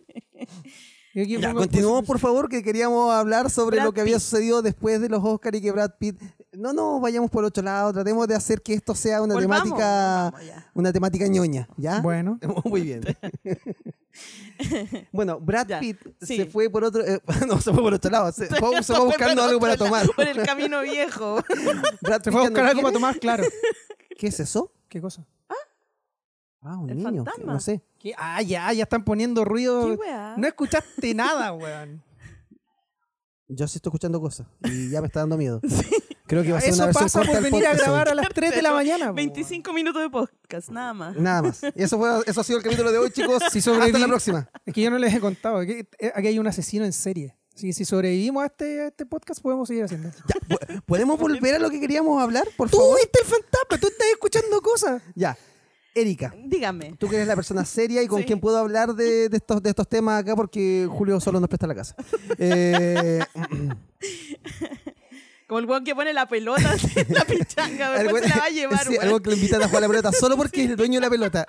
Speaker 2: Yo aquí
Speaker 3: Ya,
Speaker 2: pongo-
Speaker 3: continuamos por favor que queríamos hablar sobre
Speaker 1: Brad
Speaker 3: lo que había
Speaker 1: Pitt.
Speaker 3: sucedido después de los Oscars y que Brad Pitt no no vayamos por otro lado, tratemos de hacer que esto sea una
Speaker 1: Volvamos,
Speaker 3: temática
Speaker 1: volvamos ya.
Speaker 3: una temática ñoña, ¿ya?
Speaker 2: Bueno.
Speaker 3: Muy bien. bueno, Brad
Speaker 1: Ya,
Speaker 3: Pitt
Speaker 1: sí.
Speaker 3: se fue por otro eh, no, se fue por otro lado, se fue, se fue buscando algo para tomar.
Speaker 1: por el camino viejo.
Speaker 3: Brad
Speaker 2: Se
Speaker 3: Pitt
Speaker 2: fue a
Speaker 3: ya no
Speaker 2: buscar algo para
Speaker 3: quiere.
Speaker 2: tomar, claro.
Speaker 3: ¿Qué es eso?
Speaker 2: ¿Qué cosa?
Speaker 3: Ah, un
Speaker 1: El
Speaker 3: niño, que-
Speaker 1: fantasma.
Speaker 3: no sé.
Speaker 2: ¿Qué? Ah, ya, ya están poniendo ruido.
Speaker 1: ¿Qué weá?
Speaker 2: No escuchaste nada, weón.
Speaker 3: Yo sí estoy escuchando cosas y ya me está dando miedo. Creo que va a ser una
Speaker 2: Eso
Speaker 3: versión
Speaker 2: pasa
Speaker 3: corta
Speaker 2: por
Speaker 3: del
Speaker 2: venir a
Speaker 3: podcast hoy.
Speaker 2: grabar a las 3 de la mañana. po.
Speaker 1: 25 minutos de podcast, nada más.
Speaker 3: Nada más. Eso, fue, eso ha sido el capítulo de hoy, chicos.
Speaker 2: Si
Speaker 3: Hasta
Speaker 2: sobreviví-
Speaker 3: la próxima.
Speaker 2: Es que yo no les he contado. Aquí, eh, aquí hay un asesino en serie. Así que si sobrevivimos a este, a este podcast, podemos seguir haciendo.
Speaker 3: ¿Po- ¿Podemos volver a lo que queríamos hablar, por
Speaker 2: Tú
Speaker 3: favor?
Speaker 2: viste el fantasma, tú estás escuchando cosas.
Speaker 3: Ya. Erika,
Speaker 1: Dígame.
Speaker 3: tú que eres la persona seria y con
Speaker 1: Sí.
Speaker 3: quien puedo hablar de, de estos, de estos temas acá porque Julio solo nos presta la casa. Eh,
Speaker 1: Como el weón que pone la pelota en la pichanga, después se la va a llevar,
Speaker 3: sí,
Speaker 1: weón.
Speaker 3: algo que lo invitan a jugar a la pelota solo porque es el dueño de la pelota.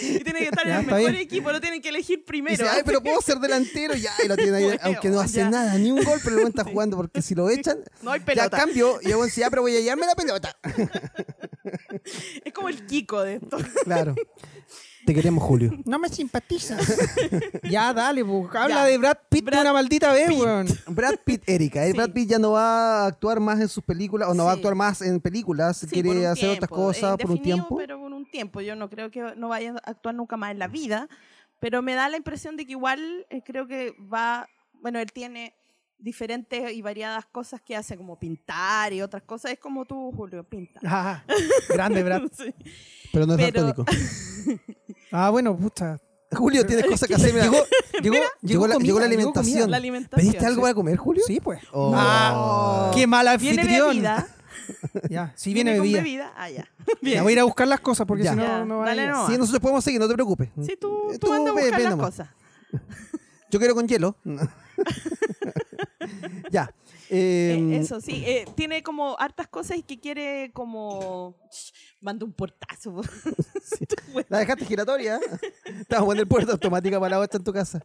Speaker 1: Y tiene que estar
Speaker 2: Ya,
Speaker 1: en el
Speaker 2: está
Speaker 1: mejor
Speaker 2: bien.
Speaker 1: equipo, lo tienen que elegir
Speaker 3: Y dice,
Speaker 1: primero.
Speaker 3: ay, pero puedo ser delantero. Ya, y lo tiene ahí,
Speaker 1: Bueno,
Speaker 3: aunque no hace
Speaker 1: ya.
Speaker 3: nada, ni un gol, pero el buen está jugando porque si lo echan,
Speaker 1: No hay
Speaker 3: ya
Speaker 1: pelota.
Speaker 3: cambio. Y el buen dice, ya, pero voy a llevarme la pelota.
Speaker 1: Es como el Kiko de esto.
Speaker 3: Claro. Te queremos, Julio.
Speaker 2: No me simpatizas. ya, dale, po. habla
Speaker 1: Ya.
Speaker 2: de Brad Pitt de una maldita vez, weón.
Speaker 3: Brad Pitt, Erika. eh,
Speaker 1: Sí.
Speaker 3: Brad Pitt ya no va a actuar más en sus películas o no va a
Speaker 1: Sí.
Speaker 3: actuar más en películas.
Speaker 1: Sí, por
Speaker 3: quiere
Speaker 1: un
Speaker 3: hacer otras
Speaker 1: tiempo,
Speaker 3: cosas por un
Speaker 1: indefinido,
Speaker 3: tiempo.
Speaker 1: Pero por un tiempo. Yo no creo que no vaya a actuar nunca más en la vida. Pero me da la impresión de que igual eh, creo que va. Bueno, él tiene diferentes y variadas cosas que hace, como pintar y otras cosas. Es como tú, Julio, pinta.
Speaker 2: Ah, grande, Brad.
Speaker 1: Sí.
Speaker 3: Pero no es
Speaker 1: pero-
Speaker 3: daltónico.
Speaker 2: Ah, bueno, puta.
Speaker 3: Julio, tienes cosas que hacer. mira. Llegó,
Speaker 2: Llegó,
Speaker 3: llegó la,
Speaker 2: comida, llegó
Speaker 3: llegó la
Speaker 2: comida.
Speaker 3: alimentación.
Speaker 1: La alimentación,
Speaker 3: ¿Pediste algo
Speaker 1: sí.
Speaker 3: para comer, Julio?
Speaker 2: Sí, pues.
Speaker 3: Oh.
Speaker 2: Ah, qué mal
Speaker 1: Viene
Speaker 2: anfitrión.
Speaker 1: bebida.
Speaker 2: Ya, si
Speaker 1: Viene
Speaker 2: viene
Speaker 1: con
Speaker 2: bebida.
Speaker 1: bebida. Ah, ya.
Speaker 2: Ya
Speaker 1: Bien.
Speaker 2: voy a ir a buscar las cosas porque
Speaker 3: Ya.
Speaker 2: si
Speaker 1: Ya,
Speaker 2: no, no va a
Speaker 1: dale
Speaker 2: llegar.
Speaker 1: nomás.
Speaker 3: Sí, nosotros podemos seguir, no te preocupes.
Speaker 1: Sí, tú,
Speaker 3: Eh,
Speaker 1: tú andas a
Speaker 3: ve-
Speaker 1: buscar
Speaker 3: ve
Speaker 1: las
Speaker 3: nomás.
Speaker 1: cosas.
Speaker 3: Yo quiero con hielo. ya. eh,
Speaker 1: Eh, eso sí, eh, tiene como hartas cosas y que quiere como... Manda un portazo.
Speaker 3: La dejaste giratoria. Estamos poniendo el puerto automática para la otra en tu casa.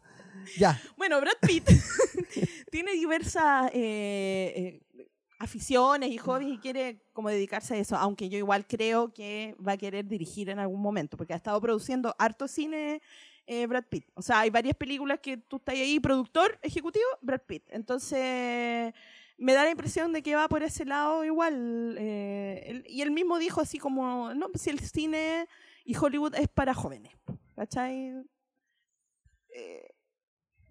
Speaker 3: Ya.
Speaker 1: Bueno, Brad Pitt tiene diversas eh, eh, aficiones y hobbies y quiere como dedicarse a eso, aunque yo igual creo que va a querer dirigir en algún momento, porque ha estado produciendo harto cine eh, Brad Pitt. O sea, hay varias películas que tú estás ahí, productor, ejecutivo, Brad Pitt. Entonces, me da la impresión de que va por ese lado igual. eh, él- y él mismo dijo así como, no, pues si el cine y Hollywood es para jóvenes. ¿Cachai? Eh,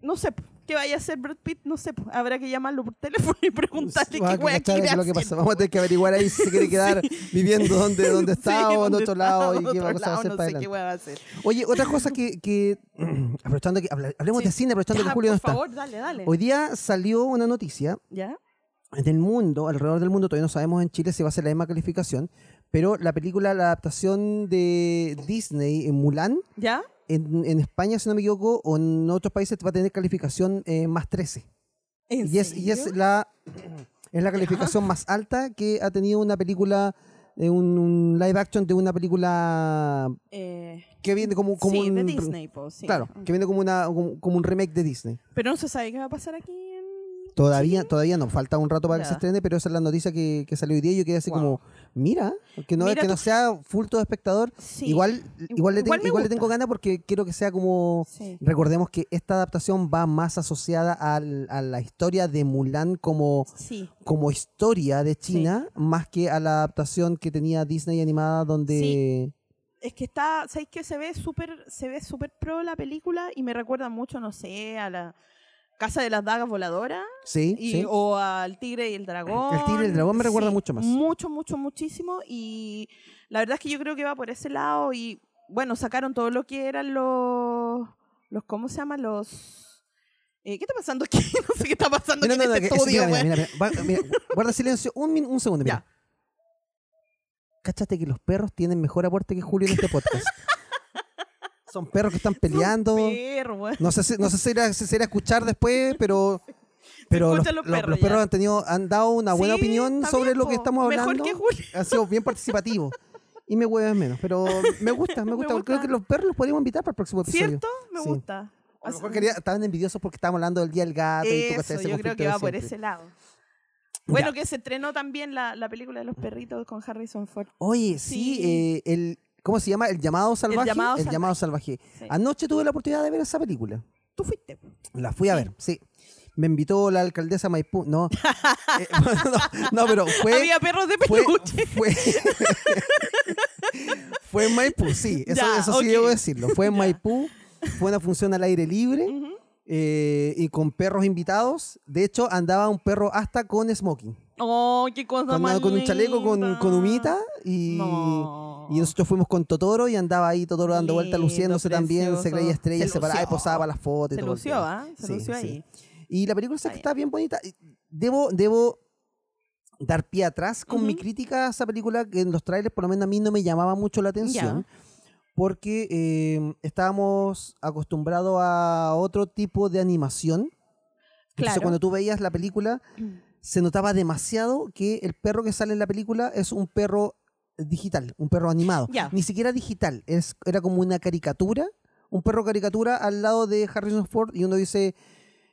Speaker 1: no sé, po, ¿qué vaya a hacer Brad Pitt? No sé, po. habrá que llamarlo por teléfono y preguntarle
Speaker 3: Vamos Pues, a
Speaker 1: qué wea
Speaker 3: cachar
Speaker 1: quiere
Speaker 3: qué es lo que
Speaker 1: hacer,
Speaker 3: pasa.
Speaker 1: po.
Speaker 3: Vamos a tener que averiguar ahí si se quiere quedar viviendo donde, donde está
Speaker 1: Sí,
Speaker 3: o en
Speaker 1: ¿dónde
Speaker 3: otro
Speaker 1: está?
Speaker 3: lado y
Speaker 1: Otro
Speaker 3: qué va a pasar
Speaker 1: lado,
Speaker 3: hacer
Speaker 1: no
Speaker 3: para
Speaker 1: sé qué
Speaker 3: adelante.
Speaker 1: wea va a hacer.
Speaker 3: Oye, otra cosa que, que aprovechando que habla- hablemos
Speaker 1: Sí.
Speaker 3: de cine, aprovechando
Speaker 1: Ya,
Speaker 3: que Julio
Speaker 1: por
Speaker 3: no está.
Speaker 1: favor, dale, dale.
Speaker 3: Hoy día salió una noticia
Speaker 1: ¿Ya?
Speaker 3: en el mundo, alrededor del mundo, todavía no sabemos en Chile si va a ser la misma calificación, pero la película, la adaptación de Disney en Mulan,
Speaker 1: ¿Ya?
Speaker 3: en, en España, si no me equivoco, o en otros países va a tener calificación eh, más 13.
Speaker 1: ¿En
Speaker 3: Y es, y es
Speaker 1: serio?
Speaker 3: la, es la calificación más alta que ha tenido una película, eh, un, un live action de una película
Speaker 1: Eh,
Speaker 3: que viene como, como
Speaker 1: sí,
Speaker 3: un...
Speaker 1: de Disney, po, sí.
Speaker 3: Claro, que viene como, una, como, como un remake de Disney.
Speaker 1: Pero no se sabe qué va a pasar aquí en
Speaker 3: Todavía, todavía no, falta un rato para que se
Speaker 1: Ya.
Speaker 3: estrene, pero esa es la noticia que, que salió hoy día y yo quedé así
Speaker 1: Wow.
Speaker 3: como, mira, que no,
Speaker 1: Mira
Speaker 3: que no
Speaker 1: tú.
Speaker 3: sea full todo espectador,
Speaker 1: Sí.
Speaker 3: igual, igual, le,
Speaker 1: Igual
Speaker 3: tengo-
Speaker 1: me
Speaker 3: igual
Speaker 1: gusta.
Speaker 3: le tengo ganas porque quiero que sea como,
Speaker 1: Sí.
Speaker 3: recordemos que esta adaptación va más asociada al- a la historia de Mulan como,
Speaker 1: Sí.
Speaker 3: como historia de China, más que a la adaptación que tenía Disney animada donde...
Speaker 1: Es que está, ¿sabéis que se ve súper, se ve súper pro la película y me recuerda mucho, no sé, a la Casa de las Dagas Voladoras
Speaker 3: Sí,
Speaker 1: y-
Speaker 3: sí.
Speaker 1: o al Tigre y el Dragón.
Speaker 3: El Tigre y el Dragón me recuerda mucho más.
Speaker 1: Mucho, mucho, muchísimo y la verdad es que yo creo que va por ese lado y bueno, sacaron todo lo que eran los, los ¿cómo se llaman? Los... eh, ¿Qué está pasando aquí? No sé qué está pasando
Speaker 3: Mira,
Speaker 1: aquí
Speaker 3: no,
Speaker 1: en
Speaker 3: no, que-
Speaker 1: este
Speaker 3: es-
Speaker 1: estudio,
Speaker 3: mira, mira,
Speaker 1: güey.
Speaker 3: mira, va- mira, guarda silencio un, min- un segundo, mira. ¿Cachaste que los perros tienen mejor aporte que Julio en este podcast? Son perros que están peleando.
Speaker 1: Perro, güey.
Speaker 3: No sé, si, no sé si era, si se irá a escuchar después, pero, pero los,
Speaker 1: escuchan los
Speaker 3: los-
Speaker 1: perros
Speaker 3: los perros,
Speaker 1: ya.
Speaker 3: han tenido, han dado una buena
Speaker 1: Sí,
Speaker 3: opinión
Speaker 1: está
Speaker 3: sobre
Speaker 1: bien,
Speaker 3: lo que
Speaker 1: po.
Speaker 3: estamos hablando.
Speaker 1: Mejor que Julio.
Speaker 3: Han sido bien participativos. Y me hueven menos, pero me gusta, me gusta. Creo
Speaker 1: gusta.
Speaker 3: que los perros los podríamos invitar para el próximo episodio.
Speaker 1: ¿Cierto? Me
Speaker 3: Sí.
Speaker 1: gusta.
Speaker 3: A lo mejor quería- estaban envidiosos porque estábamos hablando del día del gato y tú
Speaker 1: Eso,
Speaker 3: ¿cachai? Ese
Speaker 1: yo creo
Speaker 3: conflicto
Speaker 1: que
Speaker 3: de
Speaker 1: va por
Speaker 3: siempre.
Speaker 1: ese lado. Bueno, que se estrenó también la, la película de los perritos con Harrison Ford.
Speaker 3: Oye, sí,
Speaker 1: Sí.
Speaker 3: eh, el, ¿cómo se llama? El llamado salvaje. El llamado,
Speaker 1: llamado salvaje.
Speaker 3: salvaje.
Speaker 1: Sí.
Speaker 3: Anoche tuve la oportunidad de ver esa película.
Speaker 1: Tú fuiste.
Speaker 3: La fui a ver, sí. Me invitó la alcaldesa Maipú. No, Eh, no, no, pero fue,
Speaker 1: Había perros de
Speaker 3: fue,
Speaker 1: peluche.
Speaker 3: fue, fue en Maipú, sí. Eso,
Speaker 1: Ya,
Speaker 3: eso sí
Speaker 1: ok.
Speaker 3: debo decirlo. Fue en
Speaker 1: Ya.
Speaker 3: Maipú, fue una función al aire libre
Speaker 1: Ujú.
Speaker 3: eh, y con perros invitados. De hecho, andaba un perro hasta con smoking.
Speaker 1: Oh, qué cosa
Speaker 3: Con,
Speaker 1: más
Speaker 3: con un chaleco con,
Speaker 1: linda.
Speaker 3: con humita y...
Speaker 1: No.
Speaker 3: Y nosotros fuimos con Totoro y andaba ahí Totoro dando vueltas,
Speaker 1: Lindo,
Speaker 3: luciéndose también, se
Speaker 1: precioso.
Speaker 3: creía estrella,
Speaker 1: Se
Speaker 3: se paraba y
Speaker 1: lució.
Speaker 3: posaba para las fotos. y
Speaker 1: Se
Speaker 3: todo el
Speaker 1: lució,
Speaker 3: tema.
Speaker 1: ¿ah? Se
Speaker 3: Sí,
Speaker 1: lució
Speaker 3: sí.
Speaker 1: ahí.
Speaker 3: Y la película está,
Speaker 1: Está bien.
Speaker 3: está bien bonita. Y Debo, debo dar pie atrás con mi
Speaker 1: Ujú.
Speaker 3: crítica a esa película, que en los trailers por lo menos a mí no me llamaba mucho la atención, porque eh, estábamos acostumbrados a otro tipo de animación. Entonces,
Speaker 1: Claro.
Speaker 3: cuando tú veías la película, se notaba demasiado que el perro que sale en la película es un perro digital, un perro animado.
Speaker 1: Ya.
Speaker 3: Ni siquiera digital, es, era como una caricatura, un perro caricatura al lado de Harrison Ford y uno dice...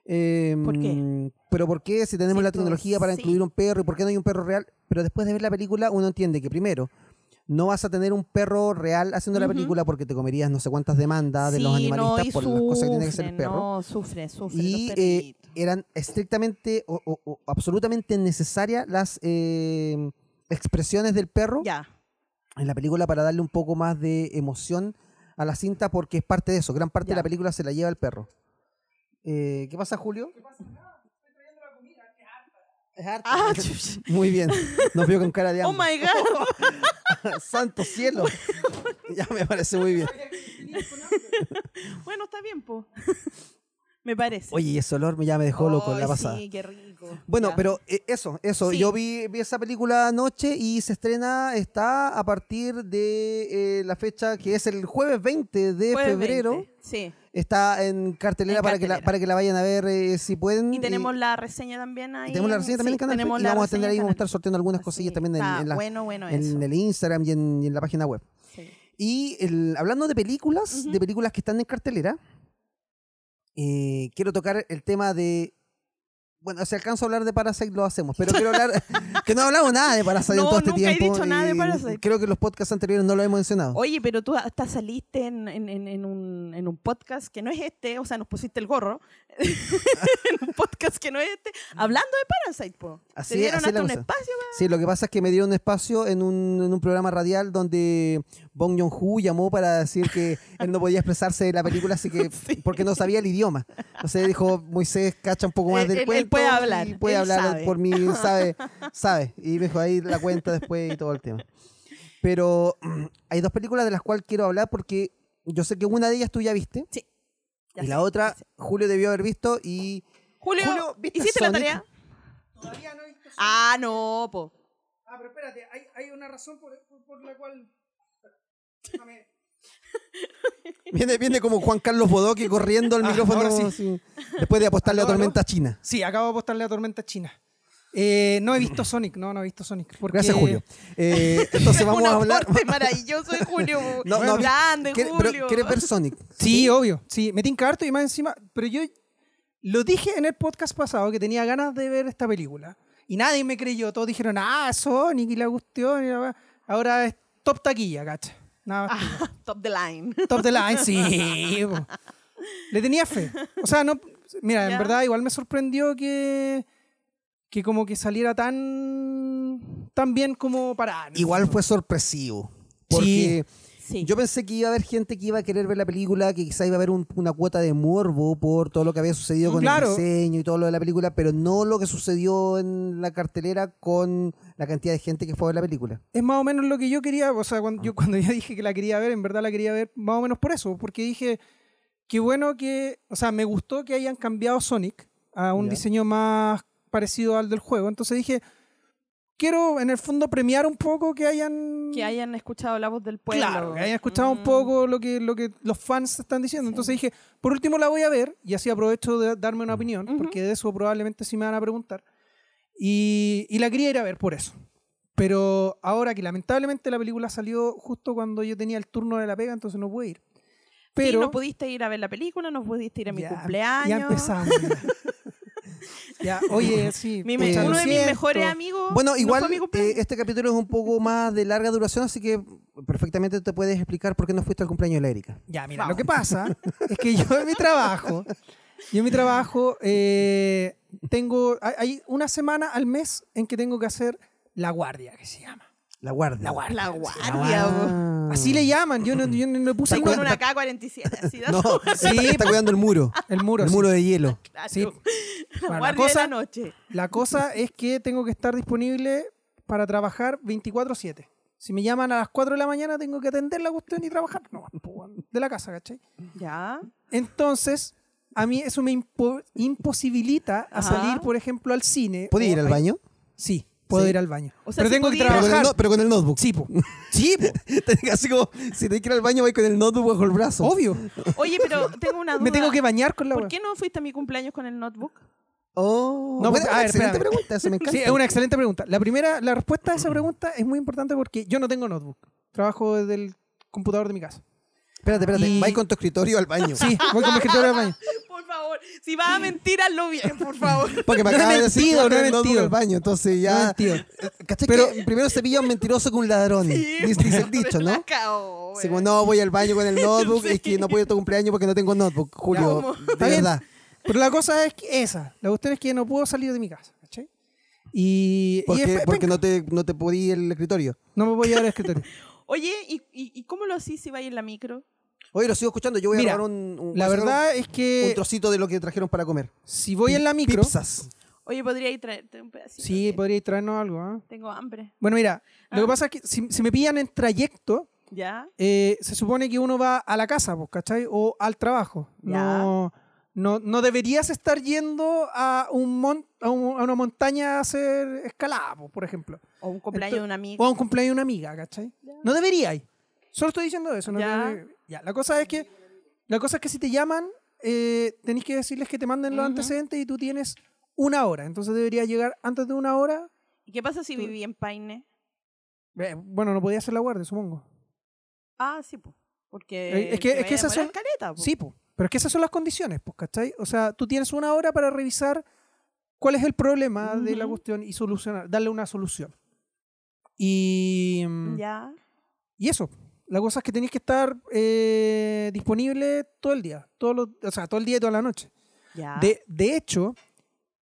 Speaker 3: eh,
Speaker 1: ¿Por qué?
Speaker 3: ¿Pero por qué? Si tenemos la
Speaker 1: Cierto,
Speaker 3: tecnología para
Speaker 1: sí.
Speaker 3: incluir un perro y por qué no hay un perro real. Pero después de ver la película uno entiende que primero, no vas a tener un perro real haciendo la
Speaker 1: Ujú.
Speaker 3: película porque te comerías no sé cuántas demandas de los
Speaker 1: Sí, no,
Speaker 3: animalistas
Speaker 1: y
Speaker 3: por las cosas que tiene que ser el
Speaker 1: sufren,
Speaker 3: perro
Speaker 1: No, sufre, sufre.
Speaker 3: y
Speaker 1: los
Speaker 3: eh,
Speaker 1: perritos.
Speaker 3: eran estrictamente o, o- o absolutamente necesarias las eh, expresiones del perro
Speaker 1: ya.
Speaker 3: en la película para darle un poco más de emoción a la cinta porque es parte de eso, gran parte de
Speaker 1: Ya.
Speaker 3: la película se la lleva el perro. Eh, ¿Qué pasa, Julio? Es harta.
Speaker 1: Ah, chuch.
Speaker 3: Muy bien. Nos vio con cara de
Speaker 1: oh
Speaker 3: hambre.
Speaker 1: my god.
Speaker 3: Santo cielo. ya me parece muy bien.
Speaker 1: bueno, está bien, po. me parece.
Speaker 3: Oye, y ese olor me- ya me dejó loco en la
Speaker 1: Ay,
Speaker 3: pasada.
Speaker 1: Sí, qué rico.
Speaker 3: Bueno,
Speaker 1: Ya.
Speaker 3: pero eh, eso, eso.
Speaker 1: Sí.
Speaker 3: Yo vi, vi esa película anoche y se estrena, está a partir de eh, la fecha que es el jueves 20 de
Speaker 1: Jueves
Speaker 3: febrero.
Speaker 1: 20, Sí.
Speaker 3: Está en cartelera,
Speaker 1: En
Speaker 3: para, que la,
Speaker 1: cartelera.
Speaker 3: para que la vayan a ver eh, si pueden.
Speaker 1: Y tenemos la reseña también ahí.
Speaker 3: y tenemos la reseña también
Speaker 1: sí,
Speaker 3: en Canal
Speaker 1: tenemos
Speaker 3: Fe, y
Speaker 1: la
Speaker 3: vamos a
Speaker 1: reseña
Speaker 3: tener ahí,
Speaker 1: en
Speaker 3: vamos a estar
Speaker 1: Canal
Speaker 3: sorteando algunas
Speaker 1: Fe.
Speaker 3: cosillas
Speaker 1: Sí,
Speaker 3: también en,
Speaker 1: está
Speaker 3: en la-
Speaker 1: bueno, bueno
Speaker 3: en
Speaker 1: eso.
Speaker 3: el Instagram y en, y en la página web.
Speaker 1: Sí.
Speaker 3: Y el- hablando de películas, de
Speaker 1: Ujú.
Speaker 3: películas que están en cartelera, eh, quiero tocar el tema de. Bueno, si alcanzo a hablar de Parasite, lo hacemos, pero quiero hablar. que no hablamos nada de Parasite en
Speaker 1: No,
Speaker 3: todo este
Speaker 1: nunca he
Speaker 3: tiempo.
Speaker 1: dicho nada de
Speaker 3: y
Speaker 1: Parasite.
Speaker 3: Creo que los podcasts anteriores no lo hemos mencionado.
Speaker 1: Oye, pero tú hasta saliste en, en- en- en un, en un podcast que no es este, o sea, nos pusiste el gorro en un podcast que no es este, hablando de Parasite, po.
Speaker 3: Mm. Así-
Speaker 1: Te dieron
Speaker 3: así es la
Speaker 1: hasta un
Speaker 3: cosa.
Speaker 1: espacio, weón.
Speaker 3: Sí, lo que pasa es que me dieron un espacio en un, en un programa radial donde Bong Joon-ho llamó para decir que él no podía expresarse de la película, así que porque no sabía el idioma. Entonces dijo, Moisés, cacha un poco
Speaker 1: Eh,
Speaker 3: más
Speaker 1: Él-
Speaker 3: del
Speaker 1: él- él
Speaker 3: cuento.
Speaker 1: puede
Speaker 3: y
Speaker 1: hablar,
Speaker 3: puede
Speaker 1: él
Speaker 3: hablar
Speaker 1: sabe.
Speaker 3: por mí, sabe, sabe. Y me dijo ahí la cuenta después y todo el tema. Pero mm, hay dos películas de las cuales quiero hablar porque yo sé que una de ellas tú ya viste.
Speaker 1: Sí. Ya
Speaker 3: Y
Speaker 1: sé,
Speaker 3: la otra,
Speaker 1: ya sé.
Speaker 3: Julio debió haber visto y...
Speaker 1: Julio,
Speaker 3: Julio, ¿viste
Speaker 1: ¿hiciste la
Speaker 3: Sonic?
Speaker 1: tarea?
Speaker 2: Todavía no he visto.
Speaker 1: Ah, no, po.
Speaker 2: Ah, pero espérate, hay, hay una razón por, por- por la cual. Déjame-
Speaker 3: Viene, viene como Juan Carlos Bodoque corriendo al
Speaker 2: Ah,
Speaker 3: micrófono
Speaker 2: ahora sí.
Speaker 3: así, después de apostarle a
Speaker 2: Aló, aló.
Speaker 3: Tormenta China.
Speaker 2: Sí, acabo de apostarle a Tormenta China. Eh, no he visto Sonic, no, no he visto Sonic. porque-
Speaker 3: Gracias, Julio. Eh, entonces vamos
Speaker 1: Un
Speaker 3: a hablar.
Speaker 1: aporte maravilloso de Julio. po.
Speaker 3: No, no,
Speaker 1: Grande,
Speaker 3: ¿Quiere- pero
Speaker 1: Julio.
Speaker 3: ¿Quieres ver Sonic?
Speaker 2: Sí, obvio. Sí, me tinca harto y más encima. Pero yo Lo dije en el podcast pasado que tenía ganas de ver esta película. Y nadie me creyó. Todos dijeron, ah, Sonic y la cuestión. y la wea". Ahora es top taquilla, cacha. Nada más que eso.
Speaker 1: Ah, Top the line.
Speaker 2: Top de line, sí. po. Le tenía fe. O sea, no. Mira,
Speaker 1: Ya.
Speaker 2: en verdad igual me sorprendió que. que como que saliera tan. tan bien como para.
Speaker 3: Igual fue sorpresivo. Porque
Speaker 1: Sí.
Speaker 3: yo pensé que iba a haber gente que iba a querer ver la película, que quizá iba a haber un- una cuota de morbo por todo lo que había sucedido con
Speaker 2: Mm, Claro.
Speaker 3: el diseño y todo lo de la película, pero no lo que sucedió en la cartelera con la cantidad de gente que fue a ver la película.
Speaker 2: es más o menos lo que yo quería, o sea, cuando yo cuando ya dije que la quería ver, en verdad la quería ver más o menos por eso, porque dije, qué bueno que, o sea, me gustó que hayan cambiado Sonic a un
Speaker 3: Ya.
Speaker 2: diseño más parecido al del juego, entonces dije, quiero en el fondo premiar un poco que hayan...
Speaker 1: Que hayan escuchado la voz del pueblo.
Speaker 2: Claro, que hayan escuchado un
Speaker 1: Mm.
Speaker 2: poco lo que, lo que los fans están diciendo. Entonces dije, por último la voy a ver y así aprovecho de darme una opinión,
Speaker 1: Mm. Ujú.
Speaker 2: porque de eso probablemente sí me van a preguntar. Y, y la quería ir a ver por eso. Pero ahora que lamentablemente la película salió justo cuando yo tenía el turno de la pega, entonces no pude ir. Pero
Speaker 1: Sí, no pudiste ir a ver la película, no pudiste ir a mi
Speaker 2: ya,
Speaker 1: cumpleaños.
Speaker 2: Ya empezamos. ya, oye, sí.
Speaker 1: Mi me-
Speaker 2: pucha, lo
Speaker 1: uno de mis
Speaker 2: siento.
Speaker 1: mejores amigos.
Speaker 3: Eh, Bueno,
Speaker 1: no
Speaker 3: igual
Speaker 1: fue a mi
Speaker 3: eh,
Speaker 1: cumpleaños.
Speaker 3: este capítulo es un poco más de larga duración, así que perfectamente te puedes explicar por qué no fuiste al cumpleaños de la Erika.
Speaker 2: Ya, mira, lo que pasa es que yo en mi trabajo, yo en mi trabajo eh, tengo, hay- hay una semana al mes en que tengo que hacer la guardia, que se llama.
Speaker 3: La guardia.
Speaker 2: La guardia.
Speaker 1: la
Speaker 2: sí.
Speaker 1: guardia. bo.
Speaker 2: Así le llaman, yo no, yo no le puse
Speaker 1: Sí,
Speaker 2: nombre.
Speaker 1: Ah. con una K-47. Así,
Speaker 3: No,
Speaker 2: Sí,
Speaker 3: está, está cuidando el muro.
Speaker 2: el muro.
Speaker 3: El
Speaker 2: sí.
Speaker 3: muro de hielo.
Speaker 1: claro.
Speaker 2: Sí. Bueno,
Speaker 1: la
Speaker 2: la,
Speaker 1: guardia de la
Speaker 2: cosa,
Speaker 1: noche.
Speaker 2: la cosa es que tengo que estar disponible para trabajar 24-7. Si me llaman a las 4 de la mañana, tengo que atender la cuestión y trabajar. No, pues, bueno, de la casa, ¿cachai?
Speaker 1: Ya.
Speaker 2: Entonces, a mí eso me impo- imposibilita a
Speaker 1: Ajá.
Speaker 2: salir, por ejemplo, al cine.
Speaker 3: ¿Puedes
Speaker 2: o
Speaker 3: ir al
Speaker 2: a-
Speaker 3: baño?
Speaker 2: Sí, puedo
Speaker 3: Sí.
Speaker 2: ir al baño.
Speaker 1: O sea,
Speaker 2: pero
Speaker 1: si
Speaker 2: tengo que
Speaker 1: pudiera-
Speaker 3: Pero con, el
Speaker 2: trabajar.
Speaker 3: no- pero con el notebook.
Speaker 2: Sí, po. Sí, po.
Speaker 3: Así como, si te que ir al baño, vais con el notebook bajo el brazo.
Speaker 2: obvio.
Speaker 1: Oye, pero tengo una duda.
Speaker 2: Me tengo que bañar con la
Speaker 1: Ah, ¿Por
Speaker 2: wea.
Speaker 1: qué no fuiste a mi cumpleaños con el notebook?
Speaker 3: Oh,
Speaker 2: No,
Speaker 3: no,
Speaker 2: pues, a ver,
Speaker 3: excelente
Speaker 2: espérame.
Speaker 3: pregunta, eso me encanta.
Speaker 2: Sí, es una excelente pregunta. La primera, la respuesta a esa pregunta es muy importante porque yo no tengo notebook. Trabajo desde el computador de mi casa.
Speaker 3: Espérate, espérate.
Speaker 2: Y-
Speaker 3: Vais con tu escritorio al baño.
Speaker 2: Sí, voy con mi escritorio al baño.
Speaker 1: Por favor, si vas a mentir, hazlo bien, por favor.
Speaker 3: Porque me
Speaker 2: No he
Speaker 3: acabas de decir que
Speaker 2: mentido,
Speaker 3: voy
Speaker 2: no he
Speaker 3: con el notebook
Speaker 2: mentido.
Speaker 3: al baño, entonces
Speaker 2: No he
Speaker 3: ya...
Speaker 2: mentido.
Speaker 3: ¿Cachai
Speaker 2: Pero-
Speaker 3: que primero se pilla un mentiroso con un ladrón. Dice dice el dicho,
Speaker 1: La
Speaker 3: ¿no?
Speaker 1: cagó,
Speaker 3: Según
Speaker 1: weón.
Speaker 3: no, voy al baño con el notebook, es que no puedo ir a tu cumpleaños porque no tengo notebook, Julio.
Speaker 1: ¿Cómo?
Speaker 3: De
Speaker 2: Está bien.
Speaker 3: verdad.
Speaker 2: Pero la cosa es que esa. La cuestión es que no puedo salir de mi casa. ¿cachai? Y, y es
Speaker 3: Porque,
Speaker 2: pe-
Speaker 3: porque
Speaker 2: penca.
Speaker 3: no te, no te podí el escritorio.
Speaker 2: no me voy a llevar al escritorio.
Speaker 1: Oye, ¿y, y, y cómo lo hacís si vais en la micro?
Speaker 3: Oye, lo sigo escuchando, yo voy
Speaker 2: Mira,
Speaker 3: a robar un, un-
Speaker 2: La
Speaker 3: voy a sacar
Speaker 2: verdad es
Speaker 3: un, un
Speaker 2: que
Speaker 3: trocito de lo que trajeron para comer.
Speaker 2: si voy en la micro,
Speaker 3: Pizzas.
Speaker 1: Oye, podría ir traerte un pedacito.
Speaker 2: sí,
Speaker 1: Que
Speaker 2: podríais traernos algo. ¿ah?
Speaker 1: Tengo hambre.
Speaker 2: Bueno, mira, lo que
Speaker 1: Ah.
Speaker 2: pasa es que si, si me pillan en trayecto,
Speaker 1: ¿Ya?
Speaker 2: eh, se supone que uno va a la casa, pues, ¿cachai? O al trabajo. No, no, no deberías estar yendo a, un mon- a, un- a una montaña a hacer escalada, pues, por ejemplo.
Speaker 1: O un cumpleaños de un amigo.
Speaker 2: O a un cumpleaños de una amiga, ¿cachai? No debería ir. Solo estoy diciendo eso. No
Speaker 1: Ya.
Speaker 2: debería- ya, La cosa es que la cosa es que si te llaman, eh, tenéis que decirles que te manden los
Speaker 1: Ujú.
Speaker 2: antecedentes y tú tienes una hora. Entonces debería llegar antes de una hora.
Speaker 1: ¿Y qué pasa si
Speaker 2: Tú-
Speaker 1: viví en Paine?
Speaker 2: Eh, Bueno, no podía hacer la guardia, supongo.
Speaker 1: Ah, sí, pues. Porque.
Speaker 2: Eh, es que-
Speaker 1: te
Speaker 2: es
Speaker 1: vaya
Speaker 2: que
Speaker 1: a
Speaker 2: esas
Speaker 1: demorar
Speaker 2: son-
Speaker 1: caleta, po.
Speaker 2: Sí, po. pero es que esas son las condiciones, pues, ¿cachai? O sea, tú tienes una hora para revisar cuál es el problema de la
Speaker 1: Ujú.
Speaker 2: cuestión y solucionar, darle una solución. Y, mm,
Speaker 1: Ya.
Speaker 2: y eso, la cosa es que tenéis que estar eh, disponible todo el día, todos los- o sea, todo el día y toda la noche.
Speaker 1: Ya.
Speaker 2: De, de hecho,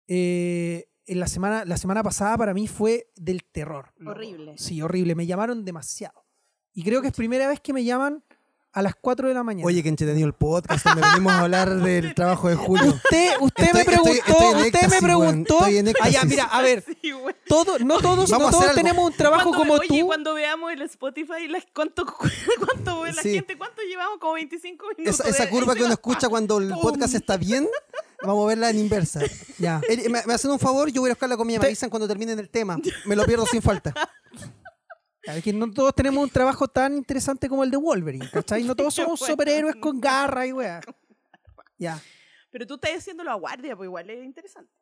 Speaker 2: eh, en la, semana, la semana pasada para mí fue del terror. loco.
Speaker 1: Horrible.
Speaker 2: Sí, horrible, me llamaron demasiado. Y creo que es primera vez que me llaman a las 4 de la mañana.
Speaker 3: Oye, que entretenido el podcast donde venimos a hablar del trabajo de Julio.
Speaker 2: Usted, usted
Speaker 3: Estoy-
Speaker 2: me preguntó,
Speaker 3: estoy- estoy en
Speaker 2: usted
Speaker 3: éxtasis,
Speaker 2: me preguntó.
Speaker 3: weón, estoy en
Speaker 2: Ah, ya,
Speaker 3: éxtasis.
Speaker 2: mira, a ver,
Speaker 1: Sí, güey.
Speaker 2: todo, no todos, no
Speaker 3: Vamos a hacer
Speaker 2: todos
Speaker 3: algo.
Speaker 2: tenemos un trabajo
Speaker 1: Cuando
Speaker 2: como
Speaker 1: ve-
Speaker 2: tú.
Speaker 1: Oye, cuando veamos el Spotify, las- ¿cuánto, cuánto ve la
Speaker 3: Sí.
Speaker 1: gente? ¿Cuánto llevamos? Como 25 minutos.
Speaker 3: Esa, esa
Speaker 1: de-
Speaker 3: curva
Speaker 1: ahí
Speaker 3: que
Speaker 1: se
Speaker 3: uno
Speaker 1: va.
Speaker 3: escucha cuando el
Speaker 1: ¡Pum!
Speaker 3: podcast está bien, vamos a verla en inversa.
Speaker 2: Ya.
Speaker 3: Eri, Me, me hacen un favor, yo voy a buscar la comida, me
Speaker 2: Te-
Speaker 3: avisan cuando terminen el tema. Me lo pierdo sin falta.
Speaker 2: Ya, es que no todos tenemos un trabajo tan interesante como el de Wolverine, ¿cachai? No todos somos
Speaker 1: Bueno,
Speaker 2: superhéroes con
Speaker 1: no.
Speaker 2: garra y weá. Ya.
Speaker 1: Ah, Pero tú estás haciéndolo a guardia, pues igual es interesante.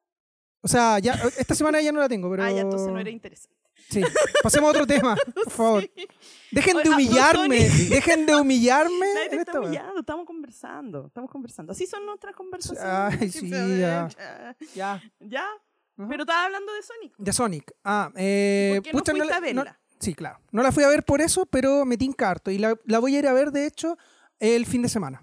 Speaker 2: O sea, ya, esta semana ya no la tengo, pero.
Speaker 1: Ah, ya, Ah, entonces no era interesante.
Speaker 2: Sí. Pasemos a otro tema, por favor. Dejen de
Speaker 1: Oiga,
Speaker 2: humillarme.
Speaker 1: Brutoni.
Speaker 2: Dejen de humillarme.
Speaker 1: ah, Nadie te está
Speaker 2: en esta wea.
Speaker 1: humillando, estamos conversando, estamos conversando. Así son nuestras conversaciones.
Speaker 2: Ay, sí, ya. Ya.
Speaker 1: Ya,
Speaker 2: Ajá.
Speaker 1: pero estaba hablando de Sonic.
Speaker 2: De Sonic. Ah, eh.
Speaker 1: ¿Por qué no fuiste
Speaker 2: la-
Speaker 1: a verla?
Speaker 2: sí, claro. No la fui a ver por eso, pero me tincarto. Y la, la voy a ir a ver, de hecho, el fin de semana.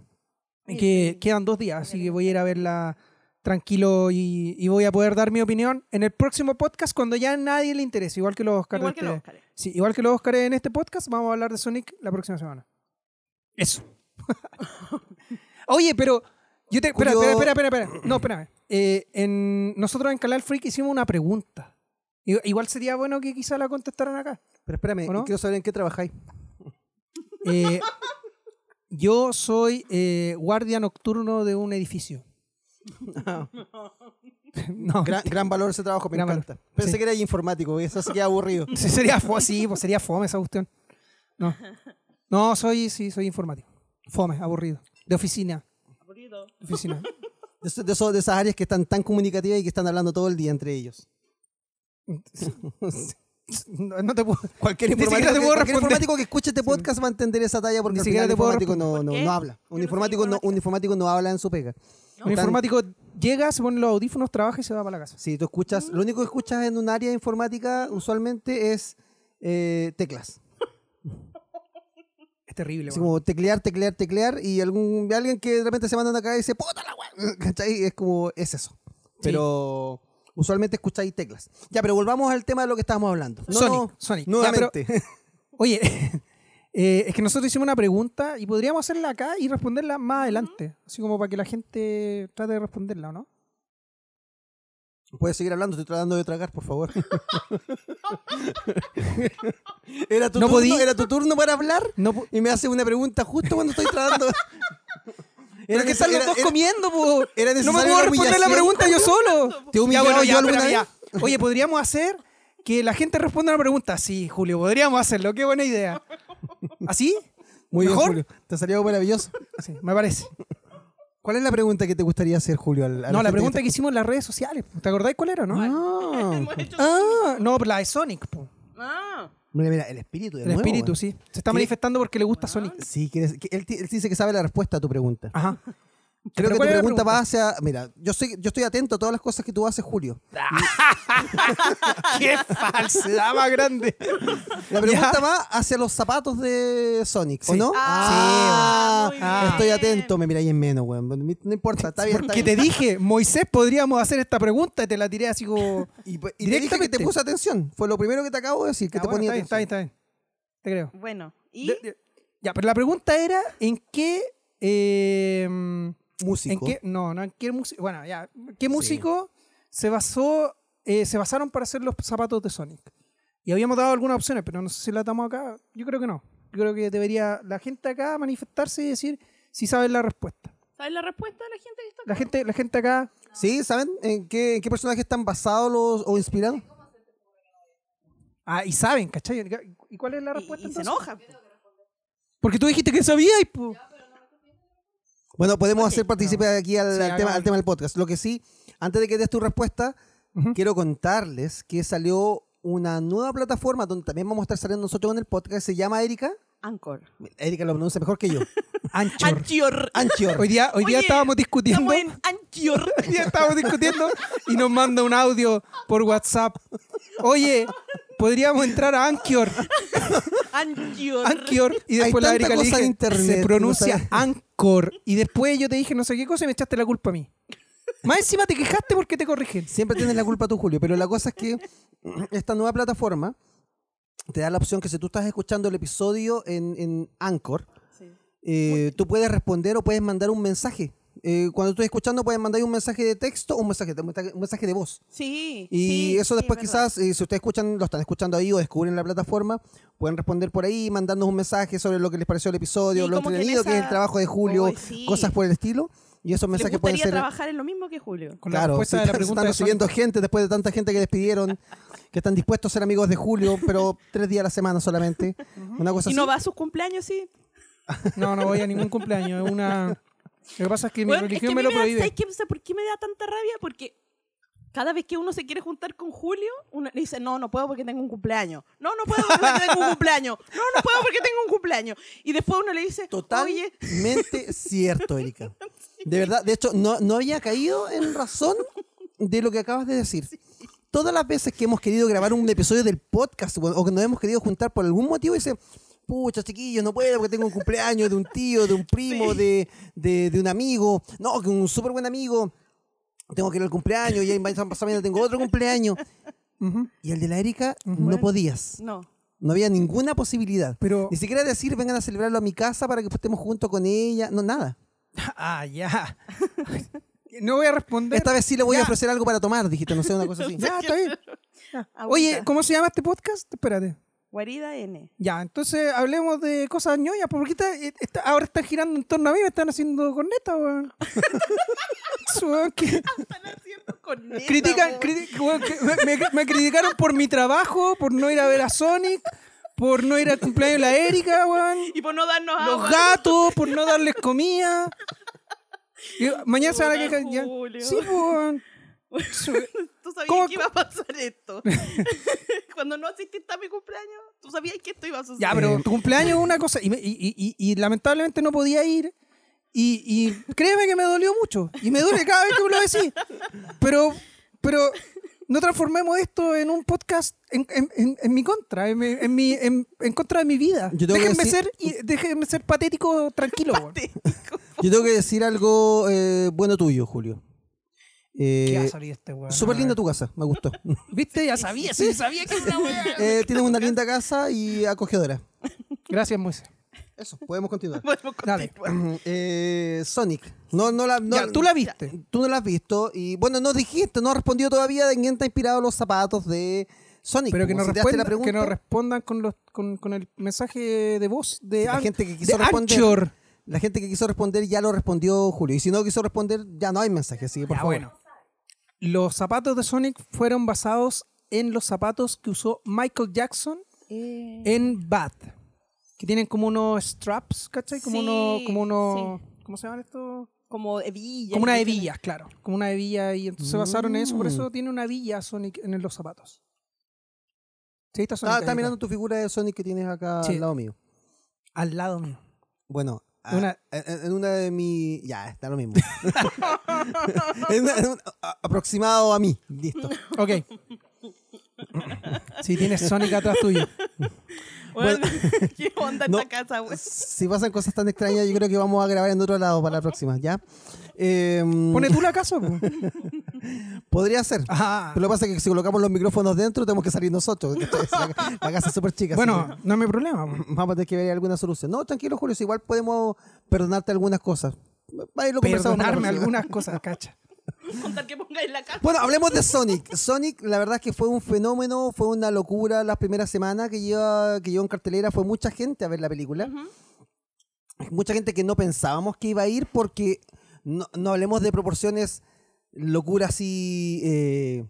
Speaker 1: Bien.
Speaker 2: Que quedan dos días, así que voy a ir a verla tranquilo y, y voy a poder dar mi opinión en el próximo podcast cuando ya a nadie le interese, igual que los Oscars.
Speaker 1: Igual
Speaker 2: de
Speaker 1: que los
Speaker 2: este-
Speaker 1: Óscares.
Speaker 2: Sí, igual que los Oscars en este podcast, vamos a hablar de Sonic la próxima semana. Eso. Oye, pero. Yo te, espera,
Speaker 3: Julio-
Speaker 2: espera, espera, espera, espera. No, espérame. Eh, en, nosotros en Canal Freak hicimos una pregunta. I- Igual sería bueno que quizá la contestaran acá.
Speaker 3: Pero espérame,
Speaker 2: ¿O no?
Speaker 3: quiero saber en qué trabajáis.
Speaker 2: Eh, yo soy eh, guardia nocturno de un edificio. no,
Speaker 3: Gran, gran valor ese trabajo, me
Speaker 2: Gran
Speaker 3: encanta.
Speaker 2: valor,
Speaker 3: Pensé
Speaker 2: sí.
Speaker 3: que era informático, eso se queda aburrido.
Speaker 2: Sí, sería fome, sí, pues sería fome esa cuestión. No. No, soy, sí, soy informático. Fome, aburrido. De oficina.
Speaker 1: Aburrido.
Speaker 2: de oficina.
Speaker 3: De, eso- de eso- de esas áreas que están tan comunicativas y que están hablando todo el día entre ellos.
Speaker 2: No, no te puedo.
Speaker 3: Cualquier
Speaker 2: Ni siquiera
Speaker 3: informático,
Speaker 2: te puedo
Speaker 3: que, cualquier
Speaker 2: responder.
Speaker 3: informático que escuche este podcast va a entender esa talla porque
Speaker 2: Ni
Speaker 3: al
Speaker 2: siquiera
Speaker 3: final
Speaker 2: te puedo
Speaker 3: el informático no,
Speaker 1: responder.
Speaker 3: no,
Speaker 1: ¿Por
Speaker 3: no
Speaker 1: qué?
Speaker 3: habla.
Speaker 1: Yo no
Speaker 3: Un
Speaker 1: soy
Speaker 3: informático, no, un informático no habla en su pega.
Speaker 2: Un informático llega, se pone los audífonos, trabaja y se va para la casa.
Speaker 3: Si tú
Speaker 2: Mm.
Speaker 3: escuchas, lo único que escuchas en un área de informática usualmente es eh, teclas.
Speaker 2: Es terrible.
Speaker 3: Así
Speaker 2: weón.
Speaker 3: como teclear, teclear, teclear y algún alguien que de repente se manda una cagada y dice, puta la weá, ¿cachai? Es como, es eso. Pero usualmente escucháis teclas. Ya, pero volvamos al tema de lo que estábamos hablando. No,
Speaker 2: Sonic,
Speaker 3: no,
Speaker 2: Sonic. Ya,
Speaker 3: Nuevamente.
Speaker 2: pero- oye, eh, es que nosotros hicimos una pregunta y podríamos hacerla acá y responderla más adelante. Así como para que la gente trate de responderla, ¿o ¿no?
Speaker 3: Puedes seguir hablando, estoy tratando de tragar, por favor. era, tu
Speaker 2: No
Speaker 3: turno,
Speaker 2: podí.
Speaker 3: era tu turno para hablar
Speaker 2: No, pu-
Speaker 3: y me haces una pregunta justo cuando estoy tratando.
Speaker 2: pero
Speaker 3: Era
Speaker 2: es que
Speaker 3: nece-
Speaker 2: están los
Speaker 3: era-
Speaker 2: dos
Speaker 3: era-
Speaker 2: comiendo, po.
Speaker 3: era
Speaker 2: No me
Speaker 3: necesaria
Speaker 2: puedo
Speaker 3: la
Speaker 2: responder la
Speaker 3: humillación.
Speaker 2: pregunta yo solo.
Speaker 3: Te he humillado
Speaker 2: bueno,
Speaker 3: yo alguna
Speaker 2: espérame,
Speaker 3: vez.
Speaker 2: ya. Oye, podríamos hacer que la gente responda la pregunta. Sí, Julio, podríamos hacerlo. Qué buena idea. ¿Así?
Speaker 3: Muy
Speaker 2: ¿Mejor?
Speaker 3: bien, Julio. Te salió maravilloso.
Speaker 2: Sí, me parece.
Speaker 3: ¿Cuál es la pregunta que te gustaría hacer, Julio? al- a
Speaker 2: No, la
Speaker 3: gente
Speaker 2: pregunta
Speaker 3: está-
Speaker 2: que hicimos en las redes sociales. ¿Te acordáis cuál era, no?
Speaker 3: Ah,
Speaker 1: Hemos hecho-
Speaker 2: Ah, no, la de Sonic, po.
Speaker 1: Ah,
Speaker 3: mira, mira, el espíritu. de
Speaker 2: El
Speaker 3: nuevo, Ah.
Speaker 2: espíritu,
Speaker 3: weón.
Speaker 2: sí. Se está manifestando porque le gusta Sonic.
Speaker 3: Sí, que eres- que él, ti- él dice que sabe la respuesta a tu pregunta.
Speaker 2: Ajá. Ah, ¿Pero
Speaker 3: Creo que tu
Speaker 2: cuál era la
Speaker 3: pregunta, va hacia. Mira, yo, soy, yo estoy atento a todas las cosas que tú haces, Julio.
Speaker 2: ¡Qué falsedad más grande!
Speaker 3: La pregunta va hacia los zapatos de Sonic, ¿o
Speaker 2: Sí.
Speaker 3: no?
Speaker 1: Ah,
Speaker 3: Sí,
Speaker 1: muy
Speaker 3: weón.
Speaker 2: bien.
Speaker 3: Estoy atento, me miráis en menos, weón. No importa, está bien. Está
Speaker 2: Porque
Speaker 3: bien.
Speaker 2: te dije, Moisés, podríamos hacer esta pregunta y te la tiré así como.
Speaker 3: Y, y te dije que te
Speaker 2: Directamente.
Speaker 3: puse atención. Fue lo primero que te acabo de decir, que
Speaker 2: Ah,
Speaker 3: te
Speaker 2: bueno,
Speaker 3: ponía
Speaker 2: está bien, está bien,
Speaker 3: atención.
Speaker 2: está bien. Te creo.
Speaker 1: bueno. ¿Y?
Speaker 2: De- de- ya, pero la pregunta era: ¿en qué. eh, ¿En
Speaker 3: Músico.
Speaker 2: qué. No, no, en qué músico. Bueno, ya. ¿Qué músico se basó. eh, se basaron para hacer los zapatos de Sonic? Y habíamos dado algunas opciones, pero no sé si las damos acá. Yo creo que no. Yo creo que debería la gente acá manifestarse y decir si saben la respuesta.
Speaker 1: ¿Sabes la respuesta de la gente que está
Speaker 2: La gente, la gente acá.
Speaker 3: ¿Sí? ¿Saben en qué, en qué personaje están basados los, o inspirados?
Speaker 2: Ah, y saben, ¿cachai? ¿Y cuál es la
Speaker 1: Y-
Speaker 2: respuesta?
Speaker 1: y, se
Speaker 2: entonces?
Speaker 1: enoja.
Speaker 2: Porque tú dijiste que sabías y pu-
Speaker 3: Bueno, podemos hacer partícipe aquí al,
Speaker 2: Sí,
Speaker 3: al tema,
Speaker 2: hagamos-
Speaker 3: al tema del podcast. Lo que sí, antes de que des tu respuesta,
Speaker 2: Ujú.
Speaker 3: quiero contarles que salió una nueva plataforma donde también vamos a estar saliendo nosotros en el podcast. Se llama Erika.
Speaker 1: Anchor.
Speaker 3: Erika lo pronuncia mejor que yo.
Speaker 2: Anchor.
Speaker 1: Anchor.
Speaker 3: Anchior.
Speaker 2: Hoy día, hoy día
Speaker 1: Oye,
Speaker 2: estábamos discutiendo.
Speaker 1: Estamos en Anchor.
Speaker 2: Hoy día estábamos discutiendo y nos manda un audio por WhatsApp. Oye, podríamos entrar a Anchor,
Speaker 1: Anchor.
Speaker 2: Anchor y después la
Speaker 3: tanta
Speaker 2: Erika le
Speaker 3: cosa
Speaker 2: dije,
Speaker 3: en internet,
Speaker 2: se
Speaker 3: no
Speaker 2: pronuncia
Speaker 3: sabes.
Speaker 2: Anchor y después yo te dije no sé qué cosa y me echaste la culpa a mí. Más encima te quejaste porque te corrigen.
Speaker 3: Siempre tienes la culpa tú, Julio. Pero la cosa es que esta nueva plataforma te da la opción que si tú estás escuchando el episodio en, en Anchor,
Speaker 1: Sí.
Speaker 3: eh, tú puedes responder o puedes mandar un mensaje. Eh, cuando estoy escuchando, puedes mandar un mensaje de texto o un mensaje, un mensaje de voz.
Speaker 1: Sí.
Speaker 3: Y
Speaker 1: sí,
Speaker 3: eso
Speaker 1: sí,
Speaker 3: después
Speaker 1: verdad.
Speaker 3: quizás, eh, si ustedes escuchan, lo están escuchando ahí o descubren la plataforma, pueden responder por ahí, mandarnos un mensaje sobre lo que les pareció el episodio,
Speaker 1: Sí,
Speaker 3: lo
Speaker 1: como que en
Speaker 3: entretenido que, es el
Speaker 1: esa-
Speaker 3: trabajo de Julio,
Speaker 1: Ay, sí.
Speaker 3: cosas por el estilo. Y esos
Speaker 1: Le
Speaker 3: mensajes pueden
Speaker 1: gustaría
Speaker 3: ser...
Speaker 1: trabajar en lo mismo que Julio.
Speaker 2: Con la
Speaker 3: Claro,
Speaker 2: respuesta de
Speaker 3: si
Speaker 2: la
Speaker 3: están,
Speaker 2: pregunta
Speaker 3: están
Speaker 2: de Sonic.
Speaker 3: recibiendo gente después de tanta gente que despidieron, que están dispuestos a ser amigos de Julio, pero tres días a la semana solamente. Una cosa
Speaker 1: Y
Speaker 3: así.
Speaker 1: no va a sus cumpleaños, sí.
Speaker 2: No, no voy a ningún cumpleaños. Es una... Lo que pasa es que mi
Speaker 1: Bueno, es que
Speaker 2: religión
Speaker 1: a
Speaker 2: me
Speaker 1: mí
Speaker 2: lo
Speaker 1: da-
Speaker 2: prohíbe.
Speaker 1: ¿sabes qué? ¿Sabes por qué me da tanta rabia? Porque Cada vez que uno se quiere juntar con Julio, uno le dice, no, no puedo porque tengo un cumpleaños. No, no puedo porque tengo un cumpleaños. No, no puedo porque tengo un cumpleaños. Y después uno le dice, oye,
Speaker 3: Totalmente cierto, Erika. De verdad, de hecho, no, no había caído en razón de lo que acabas de decir. Todas las veces que hemos querido grabar un episodio del podcast bueno, o que nos hemos querido juntar por algún motivo, dice, pucha, chiquillos, no puedo porque tengo un cumpleaños de un tío, de un primo, de, de- de un amigo, no, que un súper buen amigo, tengo que ir al cumpleaños y ahí mañana pasado mañana tengo otro cumpleaños.
Speaker 2: Ujú.
Speaker 3: Y el de la Erika, no
Speaker 1: Bueno.
Speaker 3: podías.
Speaker 1: no.
Speaker 3: No había ninguna posibilidad.
Speaker 2: Pero-
Speaker 3: Ni siquiera decir, vengan a celebrarlo a mi casa para que estemos juntos con ella. No, nada.
Speaker 2: Ah, ya. No voy a responder.
Speaker 3: Esta vez sí le voy a
Speaker 2: Ya.
Speaker 3: ofrecer algo para tomar, dijiste, no sé, una cosa así.
Speaker 2: Ya, está bien. Ya.
Speaker 1: Agüita.
Speaker 2: Oye, ¿cómo se llama este podcast? Espérate.
Speaker 1: Guarida N.
Speaker 2: Ya, entonces hablemos de cosas ñoñas, pues, porque está- está- ahora están girando en torno a mí, me están haciendo corneta, weón. Su- weón, que-
Speaker 1: Están haciendo con neta,
Speaker 2: critican,
Speaker 1: po.
Speaker 2: criti- weón, que me, me- me criticaron por mi trabajo, por no ir a ver a Sonic, por no ir al cumpleaños de la Erika, weón.
Speaker 1: Y por no darnos
Speaker 2: Los
Speaker 1: agua.
Speaker 2: gatos, por no darles comida. Y mañana se van a
Speaker 1: Puta,
Speaker 2: quejar. ya.
Speaker 1: Julio.
Speaker 2: Sí, po, weón. Su-
Speaker 1: Tú sabías
Speaker 2: ¿Cómo-
Speaker 1: que iba a pasar esto. Cuando no asististe a mi cumpleaños, tú sabías que esto iba a suceder.
Speaker 2: Ya, pero tu cumpleaños es una cosa. Y, me- y- y- y- y lamentablemente no podía ir. Y, y créeme que me dolió mucho. Y me duele cada vez que me lo decís. Pero, pero no transformemos esto en un podcast en, en- en- en mi contra, en, mi- en mi, en, en contra de mi vida.
Speaker 3: Yo tengo que
Speaker 2: Déjenme,
Speaker 3: decir-
Speaker 2: ser, y- déjenme ser patético tranquilo. weón.
Speaker 3: Yo tengo que decir algo eh, bueno tuyo, Julio.
Speaker 2: ¿Qué va a
Speaker 3: Eh,
Speaker 2: salir este weón?
Speaker 3: Súper linda tu casa, me gustó.
Speaker 2: ¿Viste? Ya sabía, sí, sabía que era una weá.
Speaker 3: Eh, tienes una linda casa y acogedora.
Speaker 2: Gracias, Moisés.
Speaker 3: Eso, podemos continuar.
Speaker 1: Podemos
Speaker 2: Dale.
Speaker 1: continuar.
Speaker 3: Eh, Sonic. No, no la, no-
Speaker 2: Ya, tú la viste.
Speaker 3: Tú no la has visto y bueno, no dijiste, no has respondido todavía de en quién te ha inspirado los zapatos de Sonic.
Speaker 2: Pero que
Speaker 3: Como
Speaker 2: nos,
Speaker 3: si te haces la
Speaker 2: respondan, que nos
Speaker 3: pregunta,
Speaker 2: respondan con, los, con, con el mensaje de voz de
Speaker 3: la
Speaker 2: An-
Speaker 3: gente que quiso
Speaker 2: de
Speaker 3: responder.
Speaker 2: Anchor.
Speaker 3: La gente que quiso responder ya lo respondió Julio. Y si no quiso responder, ya no hay mensaje, así que por
Speaker 2: Ya,
Speaker 3: favor.
Speaker 2: bueno. Los zapatos de Sonic fueron basados en los zapatos que usó Michael Jackson
Speaker 1: Eh,
Speaker 2: en Bath. Que tienen como unos straps, ¿cachai? Como
Speaker 1: Sí,
Speaker 2: unos. Como unos ¿Cómo se llaman estos?
Speaker 1: Como hebilla.
Speaker 2: Como una
Speaker 1: y cuestiones.
Speaker 2: hebilla, claro. Como una hebilla. Y entonces se basaron en eso. Por
Speaker 3: Mm.
Speaker 2: eso tiene una hebilla Sonic en los zapatos. Sí, está Sonic
Speaker 3: Estaba, estaba
Speaker 2: ahí,
Speaker 3: mirando tu figura de Sonic que tienes acá
Speaker 2: Sí.
Speaker 3: al lado mío.
Speaker 2: Al lado mío.
Speaker 3: Bueno, a-
Speaker 2: Una-
Speaker 3: en, en una de mis. Ya, está lo mismo. En una- en un- a- aproximado a mí. Listo.
Speaker 2: Ok. sí, tienes Sonic atrás tuyo.
Speaker 1: Bueno, ¿Qué onda
Speaker 3: no.
Speaker 1: esta casa, güey?
Speaker 3: Si pasan cosas tan extrañas, yo creo que vamos a grabar en otro lado para la próxima, ¿ya? Eh,
Speaker 2: ¿Pone tú la casa? po?
Speaker 3: podría ser.
Speaker 2: Ajá.
Speaker 3: Pero lo que pasa es que si colocamos los micrófonos dentro, tenemos que salir nosotros. Entonces, La, la casa es súper chica. así que-
Speaker 2: Bueno, no es mi problema. po.
Speaker 3: vamos a tener que ver alguna solución. No, tranquilo, Julio, si igual podemos perdonarte algunas cosas. Ahí lo conversamos para la
Speaker 2: Perdonarme
Speaker 3: próxima.
Speaker 2: algunas cosas, cacha.
Speaker 1: Contar que pongáis la
Speaker 2: Pues,
Speaker 1: casa.
Speaker 3: Bueno, hablemos de Sonic. Sonic, la verdad es que fue un fenómeno, fue una locura las primeras semanas que lleva, que llevó en cartelera, fue mucha gente a ver la película. Mucha gente que no pensábamos que iba a ir porque no, no hablemos de proporciones locura así eh,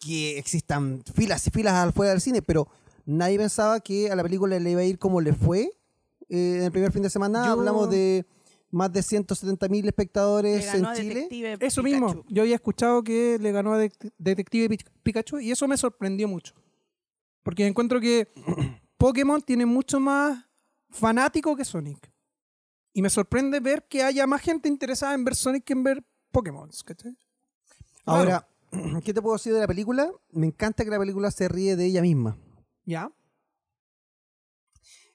Speaker 3: que existan filas y filas afuera del cine, pero nadie pensaba que a la película le iba a ir como le fue. Eh, en el primer fin de semana
Speaker 2: Yo-
Speaker 3: hablamos de más de 170 mil espectadores en Chile.
Speaker 2: Eso mismo. Yo había escuchado que le ganó a Detec- Detective Pich- Pikachu y eso me sorprendió mucho. Porque encuentro que Pokémon tiene mucho más fanático que Sonic. Y me sorprende ver que haya más gente interesada en ver Sonic que en ver Pokémon. ¿cachai? Claro.
Speaker 3: Ahora, ¿qué te puedo decir de la película? Me encanta que la película se ríe de ella misma.
Speaker 2: ¿Ya?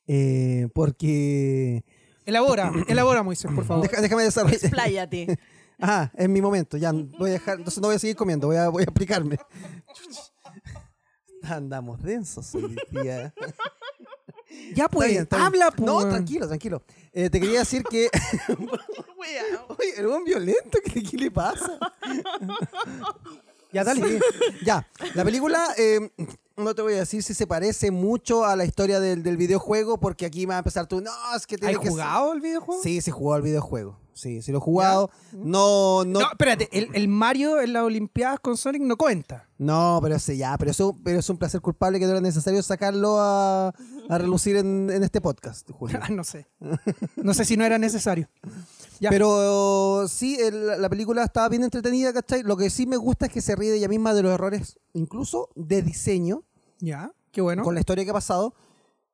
Speaker 3: Eh, porque.
Speaker 2: Elabora, elabora, Moisés, por favor.
Speaker 3: Deja- déjame desarrollar.
Speaker 1: Expláyate.
Speaker 3: Ah, es mi momento. Ya voy a dejar. Entonces no voy a seguir comiendo, voy a, voy a explicarme. Andamos densos hoy día.
Speaker 2: Ya pues,
Speaker 3: Está bien, está bien.
Speaker 2: habla, pues.
Speaker 3: No, tranquilo, tranquilo. Eh, te quería decir que.
Speaker 1: Wea.
Speaker 3: Oye, el buen violento, ¿qué, qué le pasa?
Speaker 2: Ya dale.
Speaker 3: Sí. Ya, la película, eh, no te voy a decir si se parece mucho a la historia del, del videojuego, porque aquí va a empezar tú, no, es que
Speaker 2: ¿Has
Speaker 3: tienes que...
Speaker 2: jugado el videojuego?
Speaker 3: Sí, sí jugó al videojuego. Sí, sí lo he jugado. No,
Speaker 2: No,
Speaker 3: no, no,
Speaker 2: espérate, el, el Mario en las Olimpiadas con Sonic no cuenta.
Speaker 3: pero sí, ya, pero eso, pero es un placer culpable que no era necesario sacarlo a, a relucir en, en este podcast, Julio.
Speaker 2: Ah, no sé. No sé si no era necesario. Ya.
Speaker 3: Pero sí, el- la película estaba bien entretenida, ¿cachai? Lo que sí me gusta es que se ríe de ella misma de los errores, incluso de diseño,
Speaker 2: Ya, qué bueno.
Speaker 3: con la historia que ha pasado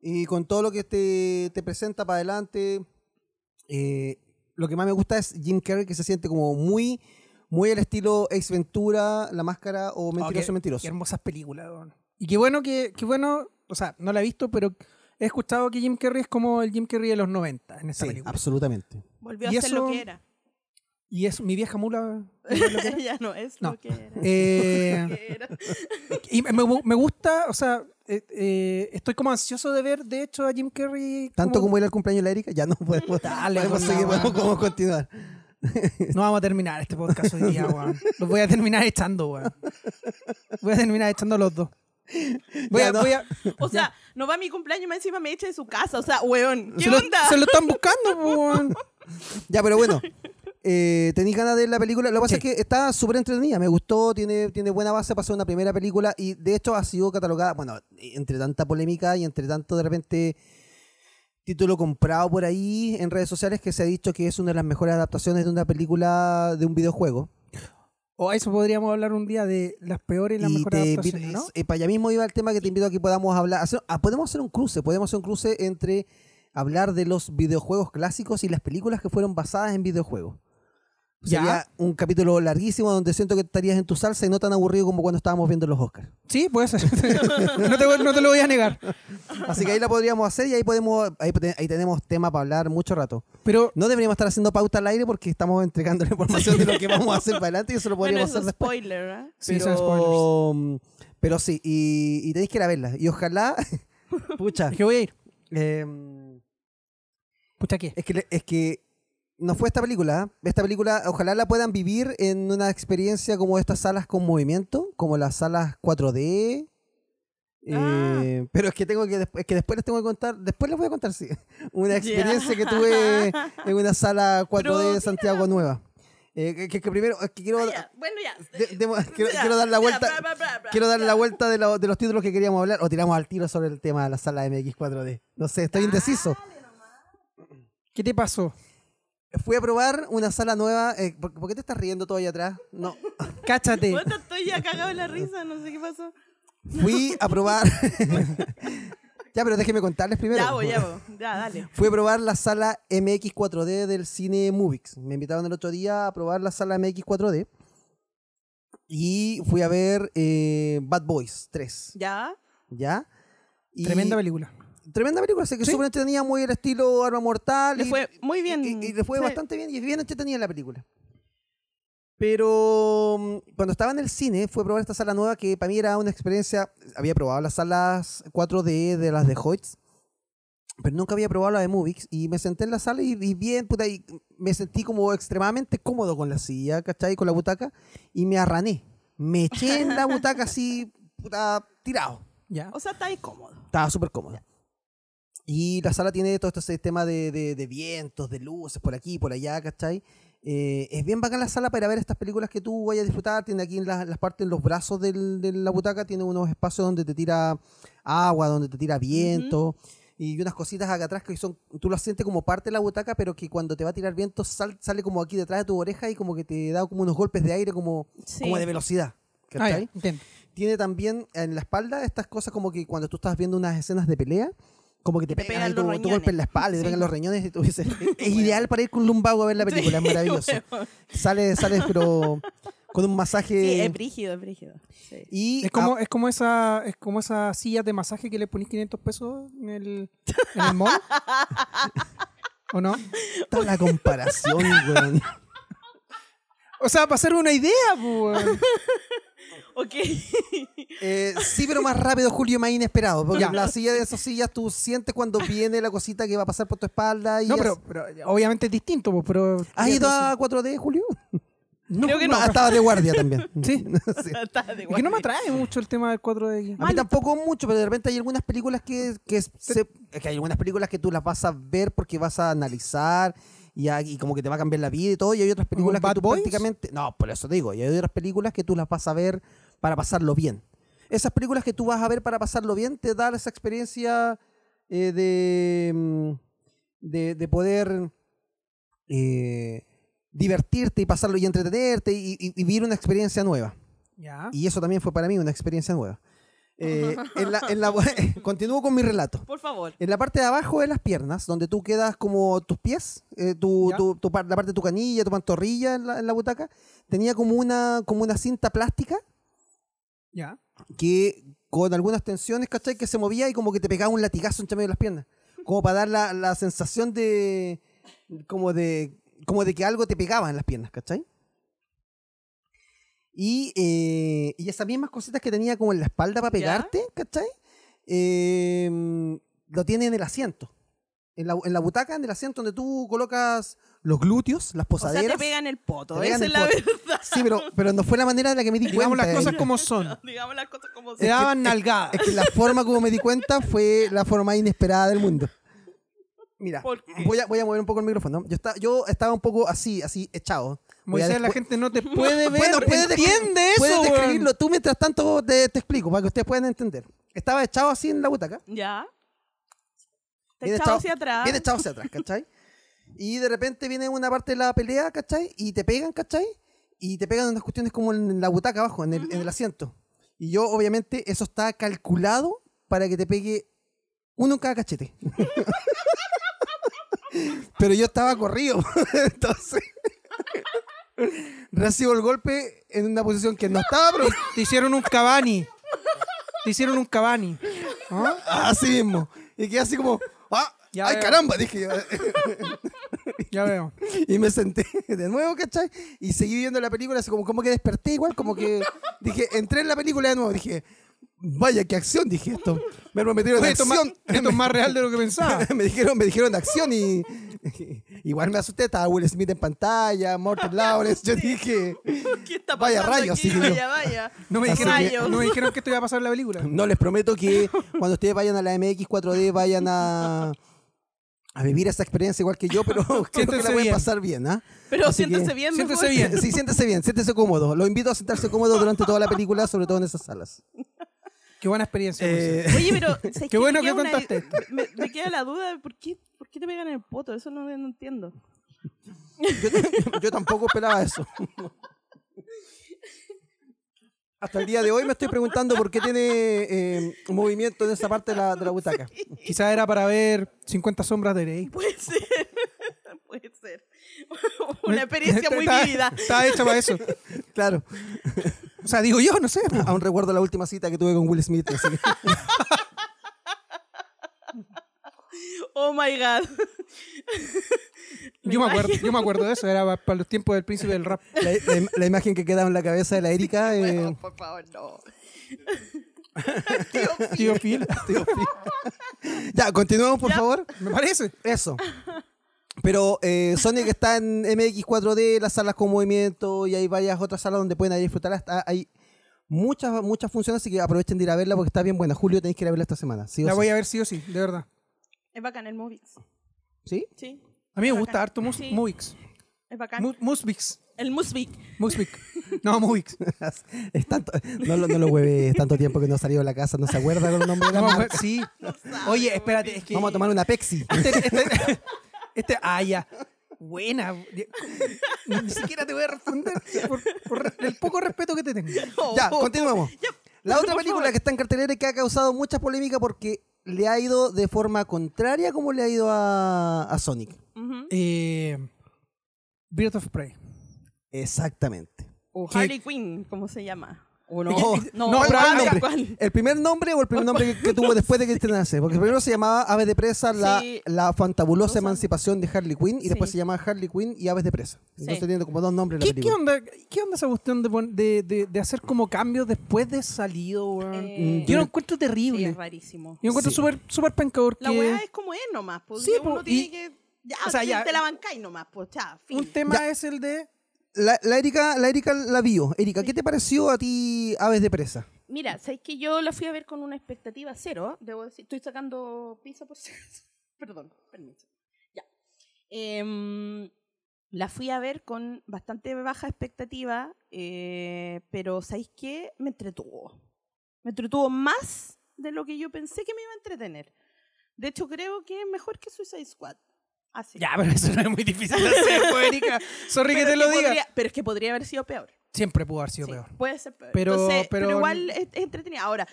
Speaker 3: y con todo lo que te, te presenta para adelante. Eh, lo que más me gusta es Jim Carrey, que se siente como muy, muy el estilo Ace Ventura, La Máscara o Mentiroso
Speaker 2: Oh, qué-
Speaker 3: Mentiroso.
Speaker 2: Qué hermosas películas, weón. Y qué bueno que, qué bueno, o sea, no la he visto, pero he escuchado que Jim Carrey es como el Jim Carrey de los 90 en esta
Speaker 3: Sí,
Speaker 2: película.
Speaker 3: absolutamente.
Speaker 1: Volvió a
Speaker 2: Y
Speaker 1: ser lo
Speaker 2: eso-
Speaker 1: que era.
Speaker 2: Y es mi vieja mula.
Speaker 1: ya no es
Speaker 2: No.
Speaker 1: lo que era.
Speaker 2: Eh,
Speaker 1: que era.
Speaker 2: y me, me gusta, o sea, eh, eh, estoy como ansioso de ver, de hecho, a Jim Carrey.
Speaker 3: Tanto como era el cumpleaños de la Erika, ya no podemos, podemos
Speaker 2: con la
Speaker 3: seguir,
Speaker 2: weá.
Speaker 3: podemos como continuar.
Speaker 2: No vamos a terminar este podcast hoy día, weón. Los voy a terminar echando, weón. Voy a terminar echando a los dos. Voy
Speaker 3: Ya,
Speaker 2: a,
Speaker 3: no.
Speaker 2: voy a-
Speaker 1: O sea, no va a mi cumpleaños y más encima me echa de su casa. O sea, weón, ¿qué
Speaker 2: se, lo,
Speaker 1: onda?
Speaker 2: se lo están buscando, po, weón.
Speaker 3: Ya, pero bueno. Eh, tenéis ganas de ver la película. Lo que pasa
Speaker 2: Sí.
Speaker 3: es que está súper entretenida. Me gustó, tiene, tiene buena base para ser una primera película. Y de hecho ha sido catalogada, bueno, entre tanta polémica y entre tanto de repente título comprado por ahí en redes sociales que se ha dicho que es una de las mejores adaptaciones de una película de un videojuego.
Speaker 2: O a eso podríamos hablar un día de las peores y las mejores
Speaker 3: te
Speaker 2: adaptaciones,
Speaker 3: invito-
Speaker 2: ¿no?
Speaker 3: eh, para allá mismo iba el tema que te invito a que podamos hablar. hacer- ah, podemos hacer un cruce, podemos hacer un cruce entre hablar de los videojuegos clásicos y las películas que fueron basadas en videojuegos.
Speaker 2: Ya.
Speaker 3: Sería un capítulo larguísimo donde siento que estarías en tu salsa y no tan aburrido como cuando estábamos viendo los Oscars.
Speaker 2: Sí, puede ser. no, te, voy- no te lo voy a negar.
Speaker 3: Así que ahí la podríamos hacer y ahí podemos, ahí, te- ahí tenemos tema para hablar mucho rato.
Speaker 2: Pero
Speaker 3: No deberíamos estar haciendo pauta al aire porque estamos entregando la información de lo que vamos a hacer para adelante y eso lo
Speaker 1: bueno,
Speaker 3: podríamos
Speaker 1: eso es
Speaker 3: hacer después.
Speaker 1: spoiler, ¿ah?
Speaker 2: Sí, son spoilers.
Speaker 3: pero, pero sí, y, y tenéis que ir a verla. Y ojalá, pucha,
Speaker 2: Es que voy a ir.
Speaker 3: Eh,
Speaker 2: Pucha, ¿qué?
Speaker 3: es, que, le- es que no fue esta película. ¿eh? Esta película, ojalá la puedan vivir en una experiencia como estas salas con movimiento, como las salas 4D.
Speaker 2: Ah.
Speaker 3: Eh, pero es que tengo que, desp- es que después les tengo que contar, después les voy a contar, sí, una experiencia que tuve en una sala 4D de
Speaker 1: Pero,
Speaker 3: Santiago Nueva. Eh, que- que, que primero, es que quiero,
Speaker 1: Ah, ya, Bueno, ya.
Speaker 3: de- de- quiero,
Speaker 1: Ya,
Speaker 3: quiero dar la
Speaker 1: ya,
Speaker 3: vuelta,
Speaker 1: bla, bla, bla, bla,
Speaker 3: quiero dar
Speaker 1: ya.
Speaker 3: la vuelta de, lo- de los títulos que queríamos hablar, o tiramos al tiro sobre el tema de la sala MX4D. No sé, estoy indeciso.
Speaker 2: ¿Qué te pasó?
Speaker 3: Fui a probar una sala nueva. eh, ¿por, por qué te estás riendo todo allá atrás? No.
Speaker 2: Cáchate.
Speaker 1: Puta, estoy ya cagado en la risa, no sé qué pasó.
Speaker 3: Fui a probar. ya, pero déjenme contarles primero.
Speaker 1: ya voy, ya voy. Ya, dale.
Speaker 3: Fui a probar la sala MX4D del cine Movix. Me invitaron el otro día a probar la sala MX4D. Y fui a ver eh, Bad Boys 3.
Speaker 1: Ya.
Speaker 3: ¿Ya? Y-
Speaker 2: Tremenda película.
Speaker 3: Tremenda película, así que
Speaker 2: Sí.
Speaker 3: súper entretenida, muy el estilo Arma Mortal.
Speaker 1: Le
Speaker 3: y-
Speaker 1: fue muy bien.
Speaker 3: Y, y- y le fue
Speaker 1: Sí.
Speaker 3: bastante bien y es bien entretenida la película. Pero mm, cuando estaba en el cine, fue a probar esta sala nueva que para mí era una experiencia. Había probado las salas 4D de las de Hoyts, pero nunca había probado la de Movix. Y me senté en la sala y, y bien, puta, y me sentí como extremadamente cómodo con la silla, ¿cachai? Con la butaca. Y me arrané. Me eché en la butaca así, puta, tirado.
Speaker 2: Ya.
Speaker 1: O sea, está incómodo.
Speaker 3: Estaba súper cómoda. Y la sala tiene todo este sistema de, de- de vientos, de luces, por aquí, por allá, ¿cachai? Eh, es bien bacán la sala para ir a ver estas películas que tú vayas a disfrutar. Tiene aquí en las, las partes, en los brazos del- de la butaca, tiene unos espacios donde te tira agua, donde te tira viento. Y unas cositas acá atrás que son, tú las sientes como parte de la butaca, pero que cuando te va a tirar viento sal- sale como aquí detrás de tu oreja y como que te da como unos golpes de aire como,
Speaker 1: Sí.
Speaker 3: como de
Speaker 2: Ah,
Speaker 3: velocidad.
Speaker 2: ya,
Speaker 3: ¿Cachai?
Speaker 2: entiendo.
Speaker 3: tiene también en la espalda estas cosas como que cuando tú estás viendo unas escenas de pelea, como que te,
Speaker 1: Te
Speaker 3: pegan,
Speaker 1: pegan
Speaker 3: ahí,
Speaker 1: los
Speaker 3: tu, tu
Speaker 1: riñones.
Speaker 3: golpe en la espalda, y te
Speaker 1: Sí.
Speaker 3: pegan los riñones y tú dices, es ideal para ir con un lumbago a ver la película, es maravilloso.
Speaker 1: huevón.
Speaker 3: Sale, sale, pero con un
Speaker 1: Sí,
Speaker 3: masaje
Speaker 1: es brígido, es brígido. Sí.
Speaker 3: y ah
Speaker 2: Es como, es como esa, es como esa silla de masaje que le ponís 500 pesos en el, en el mall. ¿O no?
Speaker 3: apta la comparación, weón.
Speaker 2: O sea, para hacerme una idea, po, weón.
Speaker 1: Ok.
Speaker 3: Eh, sí, pero más rápido, Julio, más inesperado. Porque
Speaker 2: Ya.
Speaker 3: la silla de esas sillas tú sientes cuando viene la cosita que va a pasar por tu espalda. Y
Speaker 2: No,
Speaker 3: ya-
Speaker 2: pero, pero obviamente es distinto, po, pero.
Speaker 3: ¿Has ido a 4D, Julio?
Speaker 2: No,
Speaker 1: Creo que
Speaker 3: Ah,
Speaker 1: no.
Speaker 3: estabas de guardia también.
Speaker 2: Sí.
Speaker 3: sí.
Speaker 1: Está de
Speaker 2: Es que no me
Speaker 1: guardia.
Speaker 2: atrae mucho el tema del 4D.
Speaker 3: A mí tampoco mucho, pero de repente hay algunas películas que, que se- es que hay algunas películas que tú las vas a ver porque vas a analizar y, a- y como que te va a cambiar la vida y todo, y hay otras películas que
Speaker 2: Bad
Speaker 3: tú
Speaker 2: Boys?
Speaker 3: prácticamente, no, por eso te digo, y hay otras películas que tú las vas a ver para pasarlo bien. Esas películas que tú vas a ver para pasarlo bien te dan esa experiencia eh, de, mm, de de poder eh, divertirte y pasarlo y entretenerte y, y- y vivir una experiencia nueva.
Speaker 2: Ya.
Speaker 3: Y eso también fue para mí una experiencia nueva. Eh, en la- en la- continúo con mi relato.
Speaker 1: Por favor.
Speaker 3: En la parte de abajo de las piernas, donde tú quedas como tus pies, eh, tu,
Speaker 2: Ya.
Speaker 3: tu- tu par- la parte de tu canilla, tu pantorrilla en la, en la butaca, tenía como una, como una cinta plástica
Speaker 2: Ya.
Speaker 3: que con algunas tensiones, ¿cachai? Que se movía y como que te pegaba un latigazo entre medio de las piernas. Como para dar la, la sensación de como, de. como de que algo te pegaba en las piernas, ¿cachai? Y, eh, y esas mismas cositas que tenía como en la espalda para pegarte, ¿cachai? Eh, lo tiene en el asiento. En la, en la butaca, en el asiento donde tú colocas los glúteos, las
Speaker 1: O sea, te
Speaker 3: posaderas.
Speaker 1: pegan el poto.
Speaker 3: Te pegan
Speaker 1: Esa es
Speaker 3: el
Speaker 1: la
Speaker 3: poto.
Speaker 1: verdad.
Speaker 3: sí, pero, pero no fue la manera en la que me di
Speaker 2: Digamos
Speaker 3: cuenta.
Speaker 2: las cosas
Speaker 3: eh.
Speaker 2: como son.
Speaker 1: Digamos las cosas como
Speaker 2: Te
Speaker 1: son.
Speaker 2: daban nalgadas.
Speaker 3: Es que la forma como me di cuenta fue la forma más inesperada del mundo. Mira,
Speaker 1: ¿Por qué?
Speaker 3: voy a, voy a mover un poco el micrófono. Yo, esta- yo estaba un poco así, así echado. Voy a
Speaker 2: Moisés, la
Speaker 3: despu-
Speaker 2: gente no te puede ver.
Speaker 3: Bueno, puedes descri-
Speaker 2: entiende eso,
Speaker 3: puedes
Speaker 2: weón?
Speaker 3: describirlo tú mientras tanto te, te explico para que ustedes puedan entender. Estaba echado así en la butaca.
Speaker 1: Ya. Te
Speaker 3: Bien
Speaker 1: echado hacia atrás.
Speaker 3: Bien echado hacia atrás, ¿cachai? Y de repente viene una parte de la pelea, ¿cachai? Y te pegan, ¿cachai? Y te pegan unas cuestiones como en la butaca abajo, en el, en el asiento. Y yo, obviamente, eso está calculado para que te pegue uno en cada cachete. Pero yo estaba corrido, entonces. Recibo el golpe en una posición que no estaba, pero
Speaker 2: Te hicieron un cabani. Te hicieron un cabani. ¿Ah?
Speaker 3: así mismo. Y quedé así como, ¡ah!
Speaker 2: Ya
Speaker 3: ¡Ay,
Speaker 2: veo.
Speaker 3: caramba! Dije yo.
Speaker 2: Ya veo.
Speaker 3: Y me senté de nuevo, ¿cachai? Y seguí viendo la película, así como, como que desperté igual, como que dije, entré en la película de nuevo, dije, vaya, qué acción, dije esto. Me metieron en
Speaker 2: Oye, esto, es más-
Speaker 3: acción.
Speaker 2: esto es más real de lo que pensaba.
Speaker 3: me dijeron, me dijeron acción y igual me asusté, estaba Will Smith en pantalla, Morten Lawrence, yo dije,
Speaker 1: ¿Qué está
Speaker 3: Vaya
Speaker 1: pasando
Speaker 3: rayos,
Speaker 1: aquí?
Speaker 3: dije yo.
Speaker 1: Vaya, vaya.
Speaker 2: No me,
Speaker 3: Así
Speaker 2: dijeron,
Speaker 1: que-
Speaker 2: no me dijeron que esto iba a pasar en la película.
Speaker 3: no les prometo que cuando ustedes vayan a la MX 4D vayan a a vivir esa experiencia igual que yo, pero creo que
Speaker 2: Siéntense
Speaker 3: la pueden
Speaker 2: bien.
Speaker 3: pasar bien, ¿ah?
Speaker 1: Pero
Speaker 3: Así que-
Speaker 1: siéntese bien.
Speaker 2: siéntese
Speaker 1: mejor.
Speaker 2: bien.
Speaker 3: Sí, siéntese bien, siéntese cómodo. Lo invito a sentarse cómodo durante toda la película, sobre todo en esas salas.
Speaker 2: Qué buena experiencia. Moisés.
Speaker 3: Eh,
Speaker 1: Oye, pero. ¿sabes
Speaker 2: Qué bueno
Speaker 1: me
Speaker 2: que
Speaker 1: queda una-
Speaker 2: contaste esto.
Speaker 1: Me, me queda la duda de por qué, por qué te pegan el poto. Eso no, no entiendo.
Speaker 3: yo, yo tampoco esperaba eso. Hasta el día de hoy me estoy preguntando por qué tiene eh, movimiento en esa parte de la, de la butaca.
Speaker 2: Quizá era para ver 50 sombras de Grey.
Speaker 1: Puede ser. Puede ser. Una experiencia muy
Speaker 2: Estaba-
Speaker 1: vivida.
Speaker 2: Estaba hecha para eso.
Speaker 3: Claro,
Speaker 2: O sea, digo yo, no sé. po.
Speaker 3: pues. aún recuerdo la última cita que tuve con Will Smith. así que-
Speaker 1: Oh my god.
Speaker 2: Yo me acuerdo, yo me acuerdo de eso. Era pa- para los tiempos del príncipe del rap.
Speaker 3: la, la im- la imagen que quedaba en la cabeza de la Erika. eh,
Speaker 1: Bueno, por favor, no.
Speaker 2: Tío Phil.
Speaker 3: Dios mío. ya, continuamos, por favor.
Speaker 2: Me parece.
Speaker 3: Eso. Pero eh, Sonic está en MX4D, las salas con movimiento y hay varias otras salas donde pueden ir a disfrutar. Hasta- hay muchas, muchas funciones, así que aprovechen de ir a verla porque está bien buena. Julio, tenéis que ir a verla esta semana. ¿sí o
Speaker 2: La
Speaker 3: sí?
Speaker 2: voy a ver sí o sí, de verdad.
Speaker 1: Es bacán el Movix.
Speaker 3: ¿Sí?
Speaker 1: Sí,
Speaker 2: A mí me gusta harto Mus
Speaker 1: Sí.
Speaker 2: Movix.
Speaker 1: es bacán.
Speaker 2: Mu- Musvix.
Speaker 1: el Musvic.
Speaker 2: Musvix. No, Movix.
Speaker 3: Es tanto- no, lo- no lo hueve, es tanto tiempo que no ha salido de la casa, no se acuerda con el nombre de la
Speaker 2: No,
Speaker 3: marca.
Speaker 2: pues, sí. Oye, espérate, es que.
Speaker 3: Vamos a tomar una Pepsi.
Speaker 2: Este, este- este- ah, ya. Buena. Ni, ni siquiera te voy a responder por, por el poco respeto que te tengo.
Speaker 1: Oh,
Speaker 3: ya, continuamos. La otra
Speaker 1: por
Speaker 3: película
Speaker 1: favor.
Speaker 3: que está en cartelera y que ha causado mucha polémica porque le ha ido de forma contraria como le ha ido a, a Sonic.
Speaker 1: Ujú.
Speaker 2: Eh, Bird of Prey.
Speaker 3: Exactamente.
Speaker 2: O
Speaker 1: Harley Quinn, ¿cómo se llama? ¿O no?
Speaker 3: Oye,
Speaker 1: No,
Speaker 2: no,
Speaker 1: ¿cuál,
Speaker 2: pero
Speaker 1: cuál,
Speaker 2: el nombre.
Speaker 1: cuál?
Speaker 3: ¿El primer nombre o el primer nombre que, que tuvo después de que estrenase? Porque primero se llamaba Aves de Presa, la,
Speaker 1: Sí.
Speaker 3: la fantabulosa
Speaker 1: Fabulosa.
Speaker 3: emancipación de Harley Quinn, y después
Speaker 1: Sí.
Speaker 3: se llamaba Harley Quinn y Aves de Presa. Entonces teniendo como dos nombres la
Speaker 2: ¿Qué, qué
Speaker 3: película.
Speaker 2: onda, ¿Qué onda esa cuestión de, pon- de, de- de hacer como cambios después de salido, weón?
Speaker 1: Eh,
Speaker 2: Yo lo encuentro
Speaker 1: Sí,
Speaker 2: terrible.
Speaker 1: es
Speaker 2: Yo
Speaker 1: rarísimo.
Speaker 2: lo encuentro
Speaker 3: Sí.
Speaker 2: súper super penca porque
Speaker 1: La weá es como es nomás, pues.
Speaker 2: Sí,
Speaker 1: Sí,
Speaker 2: po,
Speaker 1: uno
Speaker 2: y-
Speaker 1: tiene que... Ya,
Speaker 2: o sea,
Speaker 1: te,
Speaker 2: ya-
Speaker 1: te la bancáis nomás, pues, ya, fin.
Speaker 2: un tema es el de...
Speaker 3: La, la Erika, la Erika la vio. Erika, ¿qué te pareció a ti Aves de Presa?
Speaker 1: Mira, sabéis que yo la fui a ver con una expectativa cero, debo decir, estoy sacando pizza por Perdón, permiso. Ya. Em, la fui a ver con bastante baja expectativa, eh, pero sabéis que me entretuvo. Me entretuvo más de lo que yo pensé que me iba a entretener. De hecho, creo que es mejor que Suicide Squad. Así.
Speaker 2: Ya, pero eso no es muy difícil de hacer, pues, Erika. Sorry que te lo diga.
Speaker 1: podría- pero es que podría haber sido peor.
Speaker 2: Siempre pudo haber sido
Speaker 1: Sí,
Speaker 2: peor.
Speaker 1: Puede ser peor.
Speaker 2: Pero-
Speaker 1: Entonces,
Speaker 2: pero-
Speaker 1: pero, igual es, es entretenida. Ahora,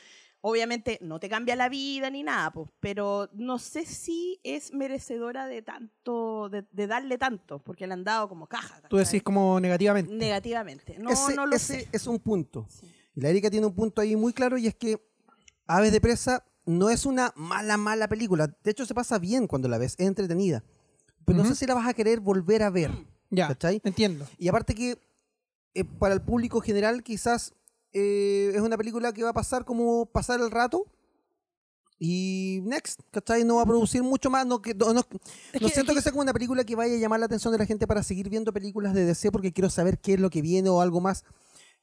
Speaker 1: obviamente no te cambia la vida ni nada, pues, pero no sé si es merecedora de tanto, de, de darle tanto, porque le han dado como caja.
Speaker 2: Tú
Speaker 1: ¿cachai?
Speaker 2: decís como negativamente.
Speaker 1: Negativamente. No,
Speaker 3: ese
Speaker 1: no lo
Speaker 3: ese
Speaker 1: sé.
Speaker 3: es un punto. Y la Erika tiene un punto ahí muy claro y es que Aves de Presa no es una mala, mala película. De hecho, se pasa bien cuando la ves, es entretenida. Pero no
Speaker 2: Ujú.
Speaker 3: sé si la vas a querer volver a ver.
Speaker 1: Mm.
Speaker 2: Ya,
Speaker 3: ¿Cachai?
Speaker 2: entiendo.
Speaker 3: Y aparte que eh, para el público general quizás eh, es una película que va a pasar como pasar el rato y next, ¿cachai? No va a producir mucho más, no, que, no, no- no siento que, sea como una película que vaya a llamar la atención de la gente para seguir viendo películas de DC porque quiero saber qué es lo que viene o algo más.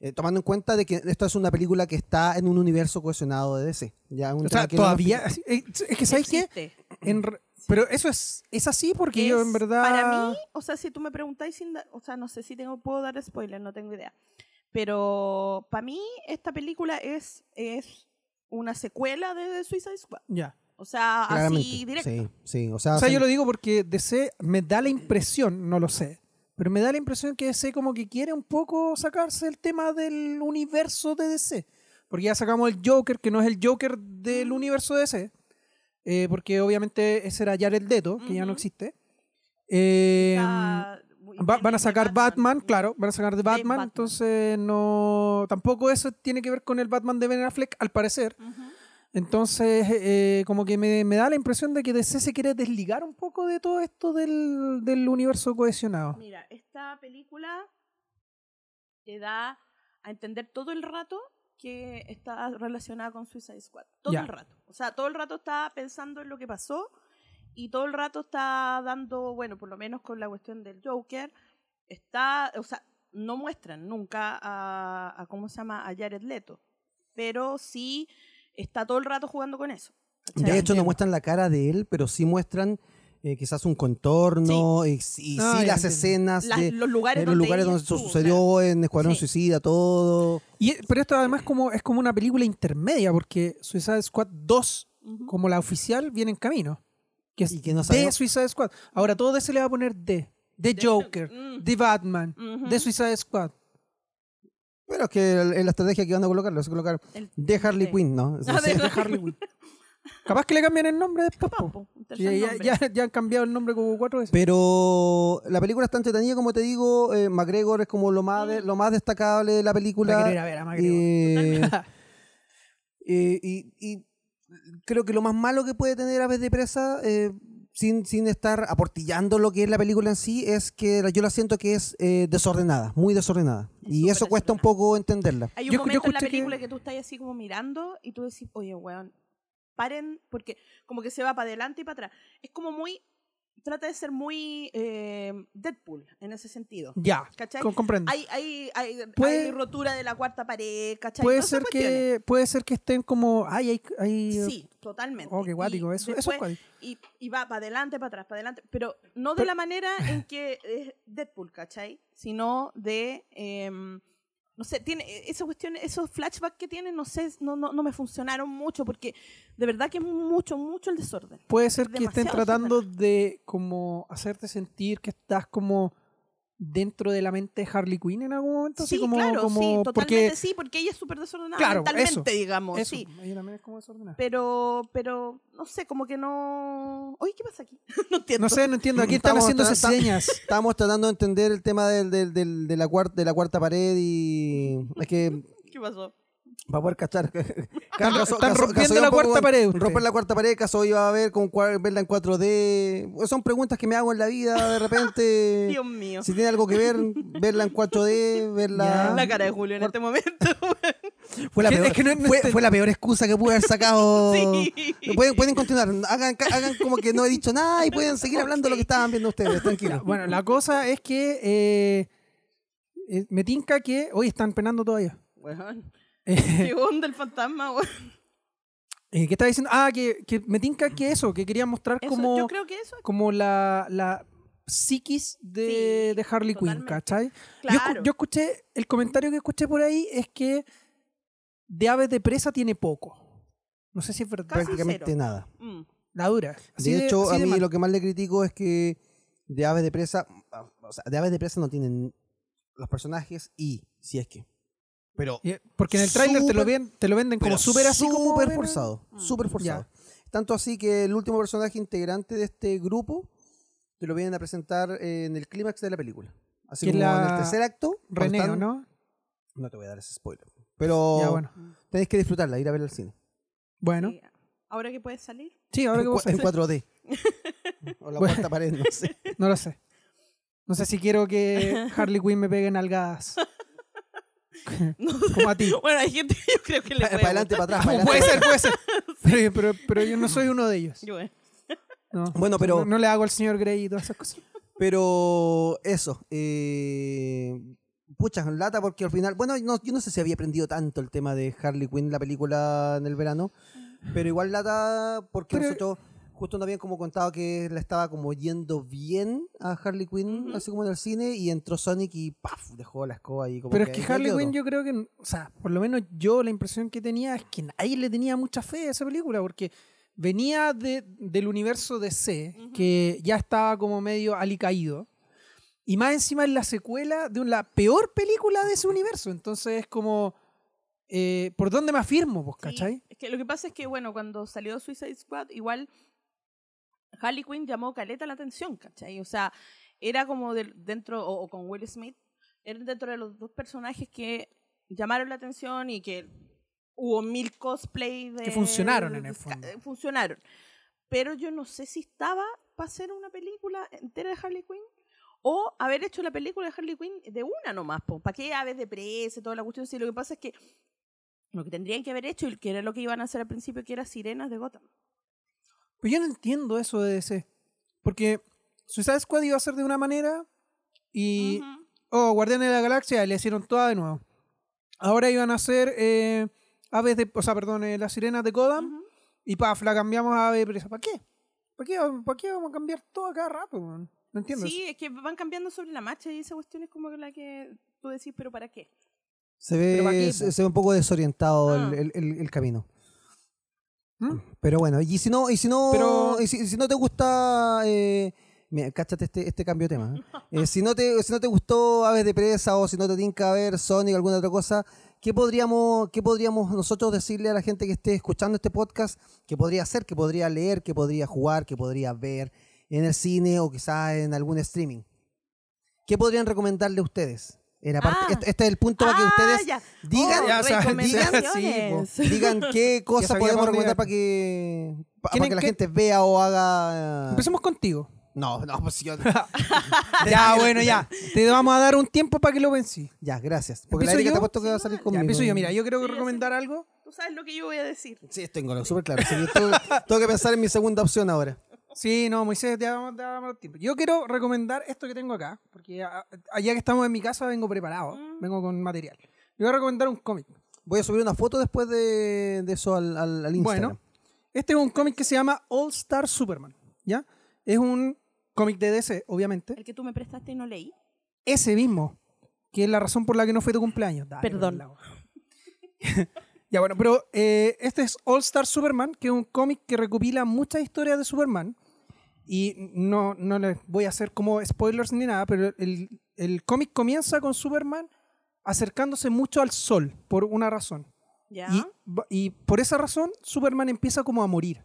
Speaker 3: eh, tomando en cuenta de que esta es una película que está en un universo cohesionado de DC. Ya, un
Speaker 2: O
Speaker 3: tema
Speaker 2: sea,
Speaker 3: que no-
Speaker 2: todavía. eh, Es que, ¿sabes qué?
Speaker 1: Existe.
Speaker 2: En re- Pero eso es, es así porque yo
Speaker 1: es,
Speaker 2: en verdad.
Speaker 1: Para mí, o sea, si tú me preguntáis, sin dar- o sea, no sé si tengo, puedo dar spoiler, no tengo idea. Pero para mí, esta película es, es una secuela de Suicide Squad.
Speaker 2: Ya.
Speaker 1: O sea, así
Speaker 3: claramente,
Speaker 1: directo.
Speaker 3: Sí, Ah, sí. O sea,
Speaker 2: O sea,
Speaker 3: se-
Speaker 2: yo lo digo porque DC me da la impresión, no lo sé, pero me da la impresión que DC como que quiere un poco sacarse el tema del universo de DC. Porque ya sacamos el Joker, que no es el Joker del universo de DC. eh, porque obviamente ese era Jared Leto, que ya no
Speaker 1: Ujú.
Speaker 2: existe. Eh,
Speaker 1: Está-
Speaker 2: va- van a sacar Batman, claro, van a sacar de Batman,
Speaker 1: Batman.
Speaker 2: entonces no... Tampoco eso tiene que ver con el Batman de Ben Affleck, al parecer.
Speaker 1: Ujú.
Speaker 2: Entonces, eh, como que me, me da la impresión de que DC se quiere desligar un poco de todo esto del, del universo cohesionado.
Speaker 1: Mira, esta película te da a entender todo el rato que está relacionada con Suicide Squad. Todo
Speaker 2: Ya.
Speaker 1: el rato. O sea, todo el rato está pensando en lo que pasó y todo el rato está dando, bueno, por lo menos con la cuestión del Joker, está, o sea, no muestran nunca a, a ¿cómo se llama? A Jared Leto, pero sí está todo el rato jugando con eso.
Speaker 3: De hecho, no muestran la cara de él, pero sí muestran eh, quizás un contorno y, s- y
Speaker 2: Ah,
Speaker 3: sí
Speaker 2: ya
Speaker 3: las
Speaker 2: entiendo.
Speaker 3: escenas,
Speaker 1: Las-
Speaker 3: de,
Speaker 1: los lugares
Speaker 3: eh, los
Speaker 1: donde
Speaker 3: lugares
Speaker 1: ella
Speaker 3: donde
Speaker 1: estuvo,
Speaker 3: sucedió
Speaker 1: claro.
Speaker 3: en Escuadrón
Speaker 1: Sí.
Speaker 3: Suicida, todo.
Speaker 2: Y, eh, pero esto además como, es como una película intermedia, porque Suicide Squad 2,
Speaker 1: Ujú.
Speaker 2: como la oficial, viene en camino. Que es
Speaker 3: Y que no
Speaker 2: de
Speaker 3: sabemos-
Speaker 2: Suicide Squad. Ahora todo DC le va a poner de. De Joker,
Speaker 1: Mm.
Speaker 2: de Batman,
Speaker 1: Ujú.
Speaker 2: de Suicide Squad.
Speaker 3: Pero es que el- es la estrategia que van a colocar, lo van a colocar
Speaker 1: El-
Speaker 3: de Harley
Speaker 1: sí.
Speaker 3: Quinn, ¿no? Sí,
Speaker 1: Ah,
Speaker 3: sí.
Speaker 1: de-
Speaker 2: Harley Quinn. Capaz que le cambian el nombre después.
Speaker 1: Capaz,
Speaker 2: po.
Speaker 1: po, un
Speaker 2: Ya,
Speaker 1: tercer
Speaker 2: ya,
Speaker 1: nombre.
Speaker 2: ya- ya han cambiado el nombre como cuatro veces.
Speaker 3: Pero la película está entretenida, como te digo. eh, McGregor es como lo más, de- lo más destacable de la película.
Speaker 2: Voy a querer ir a ver a McGregor.
Speaker 3: Eh, eh, y, y creo que lo más malo que puede tener Aves de Presa, eh, sin, sin estar aportillando lo que es la película en sí, es que la- yo la siento que es eh, desordenada, muy desordenada. y
Speaker 1: súper
Speaker 3: eso cuesta un
Speaker 1: desordenada.
Speaker 3: poco entenderla.
Speaker 1: Hay
Speaker 2: Yo
Speaker 1: un
Speaker 2: escu- yo
Speaker 1: momento en la
Speaker 2: escuché que-
Speaker 1: película que... tú estás así como mirando y tú decís, oye, weón, paren, porque como que se va para adelante y para atrás. Es como muy, trata de ser muy eh, Deadpool en ese sentido.
Speaker 2: Ya,
Speaker 1: ¿Cachai?
Speaker 2: co- comprendo.
Speaker 1: Hay, hay, hay,
Speaker 2: Puede-
Speaker 1: hay rotura de la cuarta pared, ¿cachai?
Speaker 2: puede
Speaker 1: Todas esas
Speaker 2: ser
Speaker 1: cuestiones.
Speaker 2: que puede ser que estén como ay hay, hay-
Speaker 1: Sí, totalmente.
Speaker 2: oh qué guático
Speaker 1: Y
Speaker 2: eso eso
Speaker 1: después-
Speaker 2: es cuático.
Speaker 1: y, y va para adelante, para atrás, para adelante, pero no de
Speaker 2: Pero-
Speaker 1: la manera en que es Deadpool, ¿cachai? Sino de, em, no sé, tiene eh, esa cuestión, esos flashbacks que tiene, no sé, no, no, no me funcionaron mucho porque de verdad que es mucho, mucho el desorden.
Speaker 2: puede ser que estén
Speaker 1: demasiado
Speaker 2: tratando de como hacerte sentir que estás como dentro de la mente de Harley Quinn en algún momento así
Speaker 1: sí,
Speaker 2: como
Speaker 1: claro,
Speaker 2: como
Speaker 1: sí, totalmente
Speaker 2: porque
Speaker 1: sí, porque ella es súper desordenada
Speaker 2: Claro,
Speaker 1: mentalmente,
Speaker 2: eso,
Speaker 1: digamos,
Speaker 2: eso
Speaker 1: sí.
Speaker 2: ella también es como desordenada.
Speaker 1: Pero, pero, no sé, como que no... Oye, ¿qué pasa aquí? no entiendo.
Speaker 2: no sé no entiendo aquí están
Speaker 3: Estamos-
Speaker 2: haciéndose
Speaker 3: estamos-
Speaker 2: señas
Speaker 3: Estábamos tratando de entender el tema del, del- del- de, la cuarta de la cuarta pared y es que
Speaker 1: ¿Qué pasó?
Speaker 3: para poder cachar.
Speaker 2: Están- están rompiendo la cuarta pared usted.
Speaker 3: Romper la cuarta pared, caso iba a ver con cua- verla en 4D. Son preguntas que me hago en la vida de
Speaker 2: Eh,
Speaker 3: repente.
Speaker 1: Dios mío.
Speaker 3: Si tiene algo que ver, verla en 4D, verla.
Speaker 2: Ya.
Speaker 1: La cara de Julio en este momento.
Speaker 3: Fue, la
Speaker 2: Es que- es
Speaker 3: peor,
Speaker 2: este- que no- no
Speaker 3: fue,
Speaker 2: estoy-
Speaker 3: fue la peor excusa que pude haber sacado.
Speaker 1: Sí.
Speaker 3: Pueden, pueden continuar, hagan, ca- hagan como que no he dicho nada y pueden seguir hablando de lo que estaban viendo ustedes, tranquilo.
Speaker 2: bueno la cosa es que eh, eh, me tinca que hoy están penando todavía
Speaker 1: Weón,
Speaker 2: Eh,
Speaker 1: ¿Qué onda el fantasma? weón?
Speaker 2: Eh, ¿Qué estaba diciendo? Ah, que, que me tinca que eso, que quería mostrar
Speaker 1: Eso,
Speaker 2: como,
Speaker 1: yo creo que eso es
Speaker 2: como la, la psiquis de,
Speaker 1: Sí,
Speaker 2: de Harley Quinn,
Speaker 1: totalmente.
Speaker 2: ¿cachai? Yo escu- Yo,
Speaker 1: claro.
Speaker 2: escuché, el comentario que escuché por ahí es que de aves de presa tiene poco. No sé si es verdad.
Speaker 1: Casi
Speaker 3: Prácticamente
Speaker 1: cero.
Speaker 3: nada.
Speaker 1: Mm.
Speaker 2: La dura. Así
Speaker 3: de hecho,
Speaker 2: así
Speaker 3: a mí
Speaker 2: mal.
Speaker 3: lo que más le critico es que de aves de presa. O sea, de aves de presa no tienen los personajes y, si es que. Pero
Speaker 2: Y- eh, Porque en el tráiler te, lo
Speaker 3: Súper-
Speaker 2: ven- te lo venden como
Speaker 3: pero
Speaker 2: súper así como...
Speaker 3: súper
Speaker 2: ven-
Speaker 3: forzado, súper forzado. Tanto así que el último personaje integrante de este grupo te lo vienen a presentar eh, en el clímax de la película. Así
Speaker 2: Que
Speaker 3: como
Speaker 2: la-
Speaker 3: en el tercer acto. cuando
Speaker 2: René, ¿o
Speaker 3: están-
Speaker 2: ¿no?
Speaker 3: No te voy a dar ese spoiler. Pero
Speaker 2: Ya, bueno.
Speaker 3: tenéis que disfrutarla, ir a verla al cine.
Speaker 2: Bueno,
Speaker 1: Y Ahora que puedes salir,
Speaker 2: sí, ahora
Speaker 3: en,
Speaker 2: que
Speaker 3: cua-
Speaker 2: vos
Speaker 3: en 4D. o la
Speaker 2: Bueno.
Speaker 3: cuarta pared, no sé.
Speaker 2: No lo sé. No sé si quiero que Harley Quinn me pegue en algadas. como a ti.
Speaker 1: Bueno, hay gente que yo creo que le
Speaker 3: para
Speaker 1: puede
Speaker 3: adelante, para atrás. pa'
Speaker 2: Como
Speaker 3: adelante.
Speaker 2: puede ser, puede ser. Pero, pero- pero yo no soy uno de ellos.
Speaker 1: gustar. Yo, eh,
Speaker 2: No.
Speaker 3: Bueno, pero-
Speaker 2: No, no le hago al señor Grey y todas esas cosas.
Speaker 3: Pero eso, eh, puchas lata porque al final, bueno, no- yo no sé si había aprendido tanto el tema de Harley Quinn, la película en el verano, pero igual lata porque
Speaker 2: Pero-
Speaker 3: nosotros justo nos habían como contado que le estaba como yendo bien a Harley Quinn,
Speaker 1: Ujú.
Speaker 3: así como en el cine, y entró Sonic y ¡paf! dejó la escoba ahí como
Speaker 2: Pero es
Speaker 3: ahí
Speaker 2: que Harley
Speaker 3: quedó.
Speaker 2: Quinn yo creo que, o sea, por lo menos yo la impresión que tenía es que nadie le tenía mucha fe a esa película porque venía de- del universo DC, que ya estaba como medio alicaído, y más encima es la secuela de la peor película de ese universo, entonces es como, eh, ¿por dónde me afirmo, vos,
Speaker 1: sí.
Speaker 2: cachai?
Speaker 1: Es que lo que pasa es que, bueno, cuando salió Suicide Squad, igual Harley Quinn llamó caleta la atención, ¿cachai? O sea, era como del- dentro, o, o con Will Smith, eran dentro de los dos personajes que llamaron la atención y que hubo mil cosplay de...
Speaker 2: Que funcionaron en el
Speaker 1: ca-
Speaker 2: fondo.
Speaker 1: eh, Funcionaron. Pero yo no sé si estaba para hacer una película entera de Harley Quinn o haber hecho la película de Harley Quinn de una nomás, ¿para qué aves de presa, toda la cuestión? Sí, lo que pasa es que lo que tendrían que haber hecho y que era lo que iban a hacer al principio, que era Sirenas de Gotham.
Speaker 2: Pues yo no entiendo eso de DC, porque Suicide Squad iba a ser de una manera y...
Speaker 1: Ujú.
Speaker 2: oh, Guardianes de la Galaxia, y le hicieron toda de nuevo. Ahora iban a hacer eh, aves de, o sea, perdón, eh, las sirenas de Kodam,
Speaker 1: Ujú.
Speaker 2: y paf, la cambiamos a ave de presa. ¿Para qué? ¿Para qué, para qué vamos a cambiar todo a cada rato? man? No entiendo.
Speaker 1: Sí, es que van cambiando sobre la marcha y esa cuestión es como la que tú decís, pero ¿para qué?
Speaker 3: Se
Speaker 2: Pero ¿pa' qué,
Speaker 3: ve, se,
Speaker 2: po?
Speaker 3: se ve un poco desorientado el-
Speaker 1: Ah.
Speaker 3: el, el- el camino.
Speaker 2: ¿Mm?
Speaker 3: Pero bueno, y si no, y si no,
Speaker 2: Pero-
Speaker 3: y si, y si no te gusta, eh, mira, cáchate este, este cambio de tema. ¿eh? Eh, si no te, si no te gustó Aves de Presa o si no te tinca ver Sonic o alguna otra cosa, ¿qué podríamos, qué podríamos nosotros decirle a la gente que esté escuchando este podcast que podría hacer, que podría leer, que podría jugar, que podría ver en el cine o quizás en algún streaming? ¿Qué podrían recomendarle ustedes? En la parte-
Speaker 1: Ah.
Speaker 3: este, este es el punto para que ustedes
Speaker 1: ya.
Speaker 3: digan-
Speaker 2: Ah, Ya, o sea,
Speaker 1: Oh, recomendaciones.
Speaker 3: digan qué cosas
Speaker 2: sabía
Speaker 3: podemos
Speaker 2: para dónde
Speaker 3: recomendar
Speaker 2: iba.
Speaker 3: para que, pa-
Speaker 2: ¿Quieren
Speaker 3: para que la
Speaker 2: que-
Speaker 3: gente vea o haga. eh,
Speaker 2: Empecemos contigo.
Speaker 3: No, no, pues yo.
Speaker 2: ya, bueno, ya. Te vamos a dar un tiempo para que lo pensé.
Speaker 3: ya, gracias. Porque la
Speaker 2: ¿Empiezo
Speaker 3: Erika te
Speaker 2: yo?
Speaker 3: ha puesto que va a salir
Speaker 1: dale.
Speaker 3: conmigo.
Speaker 2: Ya, empiezo yo. Mira, yo quiero
Speaker 1: Sí, ya
Speaker 2: recomendar algo.
Speaker 1: Tú sabes lo que yo voy a decir.
Speaker 3: Sí, estoy con lo súper claro. Sí, yo tengo, tengo que pensar en mi segunda opción ahora.
Speaker 2: Sí, no, Moisés, te vamos te vamos a dar tiempo. Yo quiero recomendar esto que tengo acá, porque a- allá que estamos en mi casa vengo preparado,
Speaker 1: Mm.
Speaker 2: vengo con material. Yo voy a recomendar un cómic.
Speaker 3: Voy a subir una foto después de, de eso al, al, al Instagram.
Speaker 2: Bueno, este es un cómic que se llama All Star Superman, ¿ya? Es un cómic de DC, obviamente.
Speaker 1: El que tú me prestaste y no leí.
Speaker 2: Ese mismo, que es la razón por la que no fue tu cumpleaños. Dale,
Speaker 1: Perdón.
Speaker 2: por la- ya, bueno, pero eh, este es All Star Superman, que es un cómic que recopila muchas historias de Superman. Y no, no les voy a hacer como spoilers ni nada, pero el, el cómic comienza con Superman acercándose mucho al sol, por una razón.
Speaker 1: Ya.
Speaker 2: Y, va- y por esa razón, Superman empieza como a morir.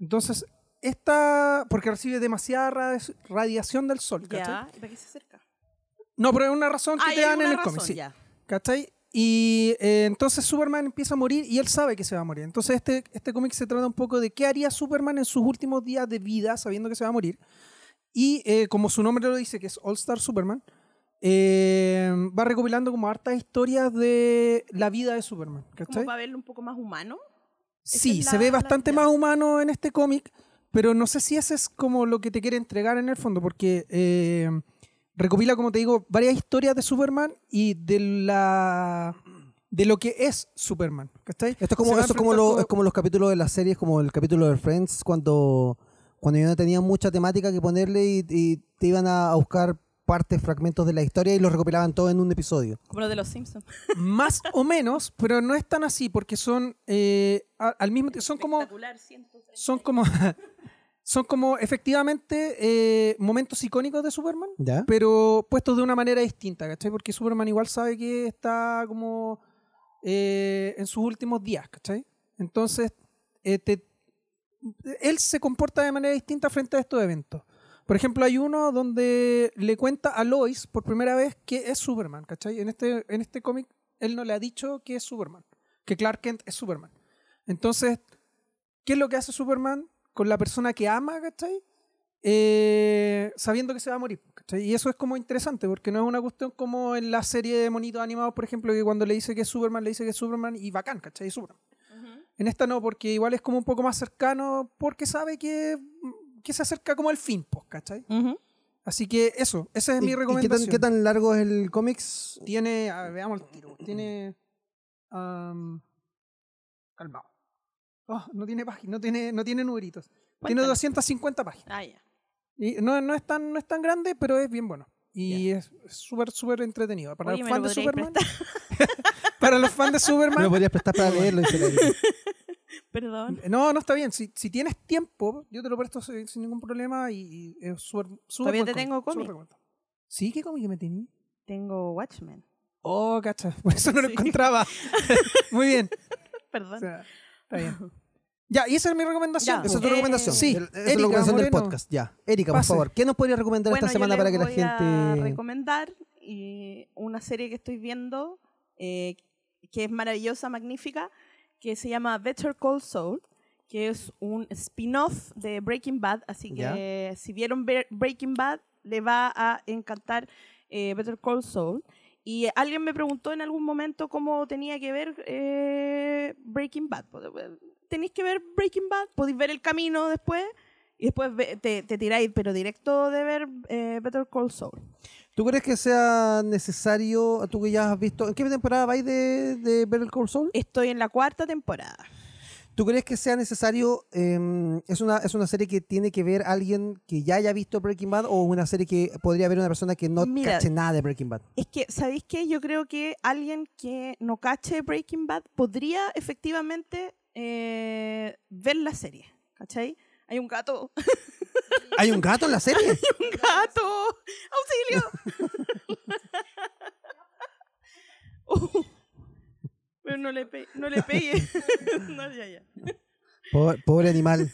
Speaker 2: Entonces, esta. Porque recibe demasiada radi- radiación del sol, ¿cachai?
Speaker 1: ya. ¿Y para qué se acerca?
Speaker 2: No, pero es una razón que
Speaker 1: Ah, hay
Speaker 2: te dan en
Speaker 1: alguna
Speaker 2: el cómic.
Speaker 1: razón,
Speaker 2: sí,
Speaker 1: ya.
Speaker 2: ¿Cachai? Y eh, entonces Superman empieza a morir y él sabe que se va a morir. Entonces este, este cómic se trata un poco de qué haría Superman en sus últimos días de vida sabiendo que se va a morir. Y eh, como su nombre lo dice, que es All Star Superman, eh, va recopilando como hartas historias de la vida de Superman.
Speaker 1: Como
Speaker 2: ¿Cachai?
Speaker 1: para verlo un poco más humano. Esa
Speaker 2: Sí,
Speaker 1: es
Speaker 2: se
Speaker 1: la-
Speaker 2: ve
Speaker 1: la
Speaker 2: bastante
Speaker 1: idea.
Speaker 2: más humano en este cómic, pero no sé si ese es como lo que te quiere entregar en el fondo, porque eh, recopila, como te digo, varias historias de Superman y de la de lo que es Superman, ¿cachai?
Speaker 3: Esto es
Speaker 2: Se
Speaker 3: como,
Speaker 2: va
Speaker 3: eso es como,
Speaker 2: enfrentando-
Speaker 3: lo- es como los capítulos de las series, como el capítulo de Friends, cuando, cuando yo no tenía mucha temática que ponerle y, y te iban a a buscar partes, fragmentos de la historia y los recopilaban todo en un episodio.
Speaker 1: Como lo de los Simpsons.
Speaker 2: más o menos, pero no es tan así porque son eh, a- al mismo tiempo son como
Speaker 1: Espectacular, 130.
Speaker 2: son como son como efectivamente eh, momentos icónicos de Superman,
Speaker 3: ¿Ya?
Speaker 2: pero puestos de una manera distinta, ¿cachai? Porque Superman igual sabe que está como eh, en sus últimos días, ¿cachai? Entonces, eh, te- él se comporta de manera distinta frente a estos eventos. Por ejemplo, hay uno donde le cuenta a Lois por primera vez que es Superman, ¿cachai? En este, en este cómic él no le ha dicho que es Superman, que Clark Kent es Superman. Entonces, ¿qué es lo que hace Superman con la persona que ama, ¿cachai? Eh, sabiendo que se va a morir. ¿cachai? Y eso es como interesante, porque no es una cuestión como en la serie de monitos animados, por ejemplo, que cuando le dice que es Superman, le dice que es Superman y bacán, ¿cachai? Es Superman. En esta no, porque igual es como un poco más cercano, porque sabe que, mm, que se acerca como al fin, pues, ¿cachai? Así que eso, esa es
Speaker 3: ¿Y-
Speaker 2: mi
Speaker 3: y qué tan-
Speaker 2: recomendación.
Speaker 3: ¿Qué tan, largo es el cómics?
Speaker 2: Tiene, a ver, veamos el tiro, tiene... am, calmado. Oh, no tiene página, no tiene, no tiene numeritos. Tiene
Speaker 1: Cuéntalo.
Speaker 2: 250 páginas.
Speaker 1: Ah, ya.
Speaker 2: Y no, no, es tan, no es tan grande, pero es bien bueno. Y es es súper, súper entretenido. Para
Speaker 1: Oye,
Speaker 2: los
Speaker 1: ¿me lo
Speaker 2: fans de
Speaker 1: podríais
Speaker 2: Superman. para los fans de
Speaker 3: Me lo
Speaker 2: Superman.
Speaker 3: podrías prestar para leerlo. dice la-
Speaker 1: Perdón.
Speaker 2: No, no está bien. Si, si tienes tiempo, yo te lo presto sin, sin ningún problema y, y es súper, súper
Speaker 1: Todavía
Speaker 2: buen
Speaker 1: te
Speaker 2: cómic,
Speaker 1: tengo
Speaker 2: súper
Speaker 1: cómic.
Speaker 2: recomendado. Sí, ¿qué cómic me tenía?
Speaker 1: Tengo Watchmen.
Speaker 2: Oh, cacha. Por eso no lo
Speaker 1: Sí.
Speaker 2: encontraba. Muy bien.
Speaker 1: Perdón.
Speaker 2: O sea, está bien. Ya, y esa es mi recomendación.
Speaker 1: Ya.
Speaker 3: Esa es tu
Speaker 1: Eh,
Speaker 3: recomendación.
Speaker 2: sí,
Speaker 3: El- esa es
Speaker 2: Erika
Speaker 3: la recomendación del
Speaker 2: Moreno.
Speaker 3: podcast. Ya. Erika, por
Speaker 2: Pase.
Speaker 3: favor, ¿qué nos podrías recomendar
Speaker 1: bueno,
Speaker 3: esta semana
Speaker 1: yo
Speaker 3: para
Speaker 1: les
Speaker 3: que la
Speaker 1: voy a
Speaker 3: gente.
Speaker 1: recomendar eh, una serie que estoy viendo eh, que es maravillosa, magnífica, que se llama Better Call Saul, que es un spin-off de Breaking Bad, así que si vieron Bre- Breaking Bad le va a encantar eh, Better Call Saul. Y alguien me preguntó en algún momento cómo tenía que ver eh, Breaking Bad. eh, Tenéis que ver Breaking Bad, podéis ver el camino después y después ve- te, te tiráis, pero directo de ver eh, Better Call Saul.
Speaker 3: ¿Tú crees que sea necesario, tú que ya has visto, ¿en qué temporada vais de, de Better Call Saul?
Speaker 1: Estoy en la cuarta temporada.
Speaker 3: ¿Tú crees que sea necesario, eh, es, una, es una serie que tiene que ver alguien que ya haya visto Breaking Bad o una serie que podría ver una persona que no
Speaker 1: Mira.
Speaker 3: cache nada de Breaking Bad?
Speaker 1: Es que, ¿sabéis qué? Yo creo que alguien que no cache Breaking Bad podría efectivamente eh, ver la serie. ¿Cachai? Hay un gato.
Speaker 3: ¿Hay un gato en la serie?
Speaker 1: ¡Un gato! ¡Auxilio! Uh, pero no le, pe- no le pegue. no, ya, ya.
Speaker 3: Pobre, pobre animal,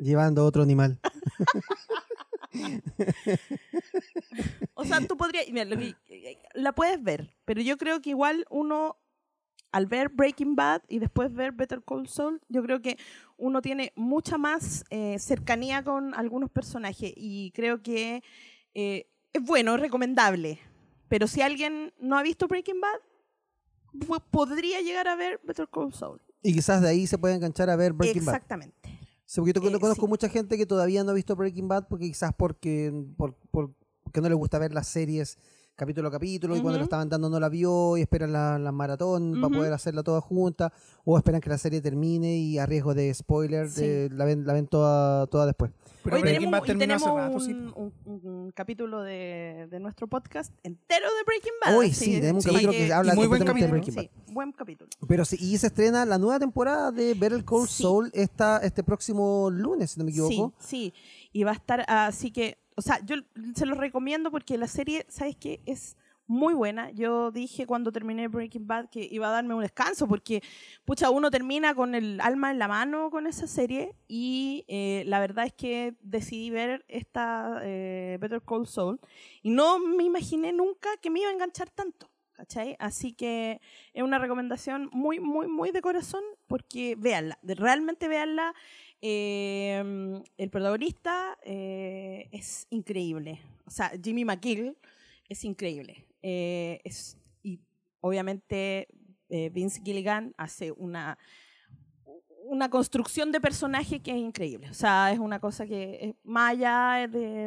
Speaker 3: llevando otro animal.
Speaker 1: O sea, tú podrías. mira, lo que- eh, la puedes ver, pero yo creo que igual uno, al ver Breaking Bad y después ver Better Call Saul, yo creo que uno tiene mucha más eh, cercanía con algunos personajes y creo que eh, es bueno, es recomendable. Pero si alguien no ha visto Breaking Bad, pu- podría llegar a ver Better Call Saul.
Speaker 3: Y quizás de ahí se puede enganchar a ver Breaking Bad.
Speaker 1: Exactamente.
Speaker 3: Sí, porque yo
Speaker 1: Eh,
Speaker 3: conozco
Speaker 1: sí.
Speaker 3: mucha gente que todavía no ha visto Breaking Bad porque quizás porque, por- por- porque no le gusta ver las series capítulo a capítulo y cuando
Speaker 1: Ujú.
Speaker 3: la estaban dando no la vio y esperan la, la maratón para
Speaker 1: Ujú.
Speaker 3: poder hacerla toda junta o esperan que la serie termine y a riesgo de spoiler
Speaker 1: Sí.
Speaker 3: eh, la ven, la ven toda, toda después.
Speaker 2: Pero
Speaker 1: Hoy
Speaker 2: Breaking
Speaker 1: tenemos,
Speaker 2: Bad
Speaker 1: y
Speaker 2: terminó hace
Speaker 1: tenemos
Speaker 2: rato,
Speaker 1: un,
Speaker 2: sí.
Speaker 1: un- un capítulo de, de nuestro podcast entero de Breaking Bad.
Speaker 3: Hoy
Speaker 1: así
Speaker 3: sí,
Speaker 1: que-
Speaker 3: tenemos
Speaker 2: un
Speaker 1: Ah, sí,
Speaker 3: capítulo
Speaker 1: para
Speaker 3: que habla
Speaker 2: y muy buen
Speaker 3: completamente de
Speaker 2: capítulo.
Speaker 3: Breaking Bad.
Speaker 1: Sí, buen capítulo.
Speaker 3: Pero sí, y se estrena la nueva temporada de Better Call
Speaker 1: Sí.
Speaker 3: Saul esta, este próximo lunes, si no me equivoco.
Speaker 1: Sí, sí. Y va a estar así que, o sea, yo se los recomiendo porque la serie, ¿sabes qué? Es muy buena. Yo dije cuando terminé Breaking Bad que iba a darme un descanso porque, pucha, uno termina con el alma en la mano con esa serie y eh, la verdad es que decidí ver esta eh, Better Call Saul y no me imaginé nunca que me iba a enganchar tanto. ¿Cachai? Así que es una recomendación muy, muy, muy de corazón porque véanla, de- realmente véanla. Eh, el protagonista eh, es increíble. O sea, Jimmy McGill es increíble. Eh, es, y obviamente eh, Vince Gilligan hace una, una construcción de personaje que es increíble. O sea, es una cosa que es maya, es de,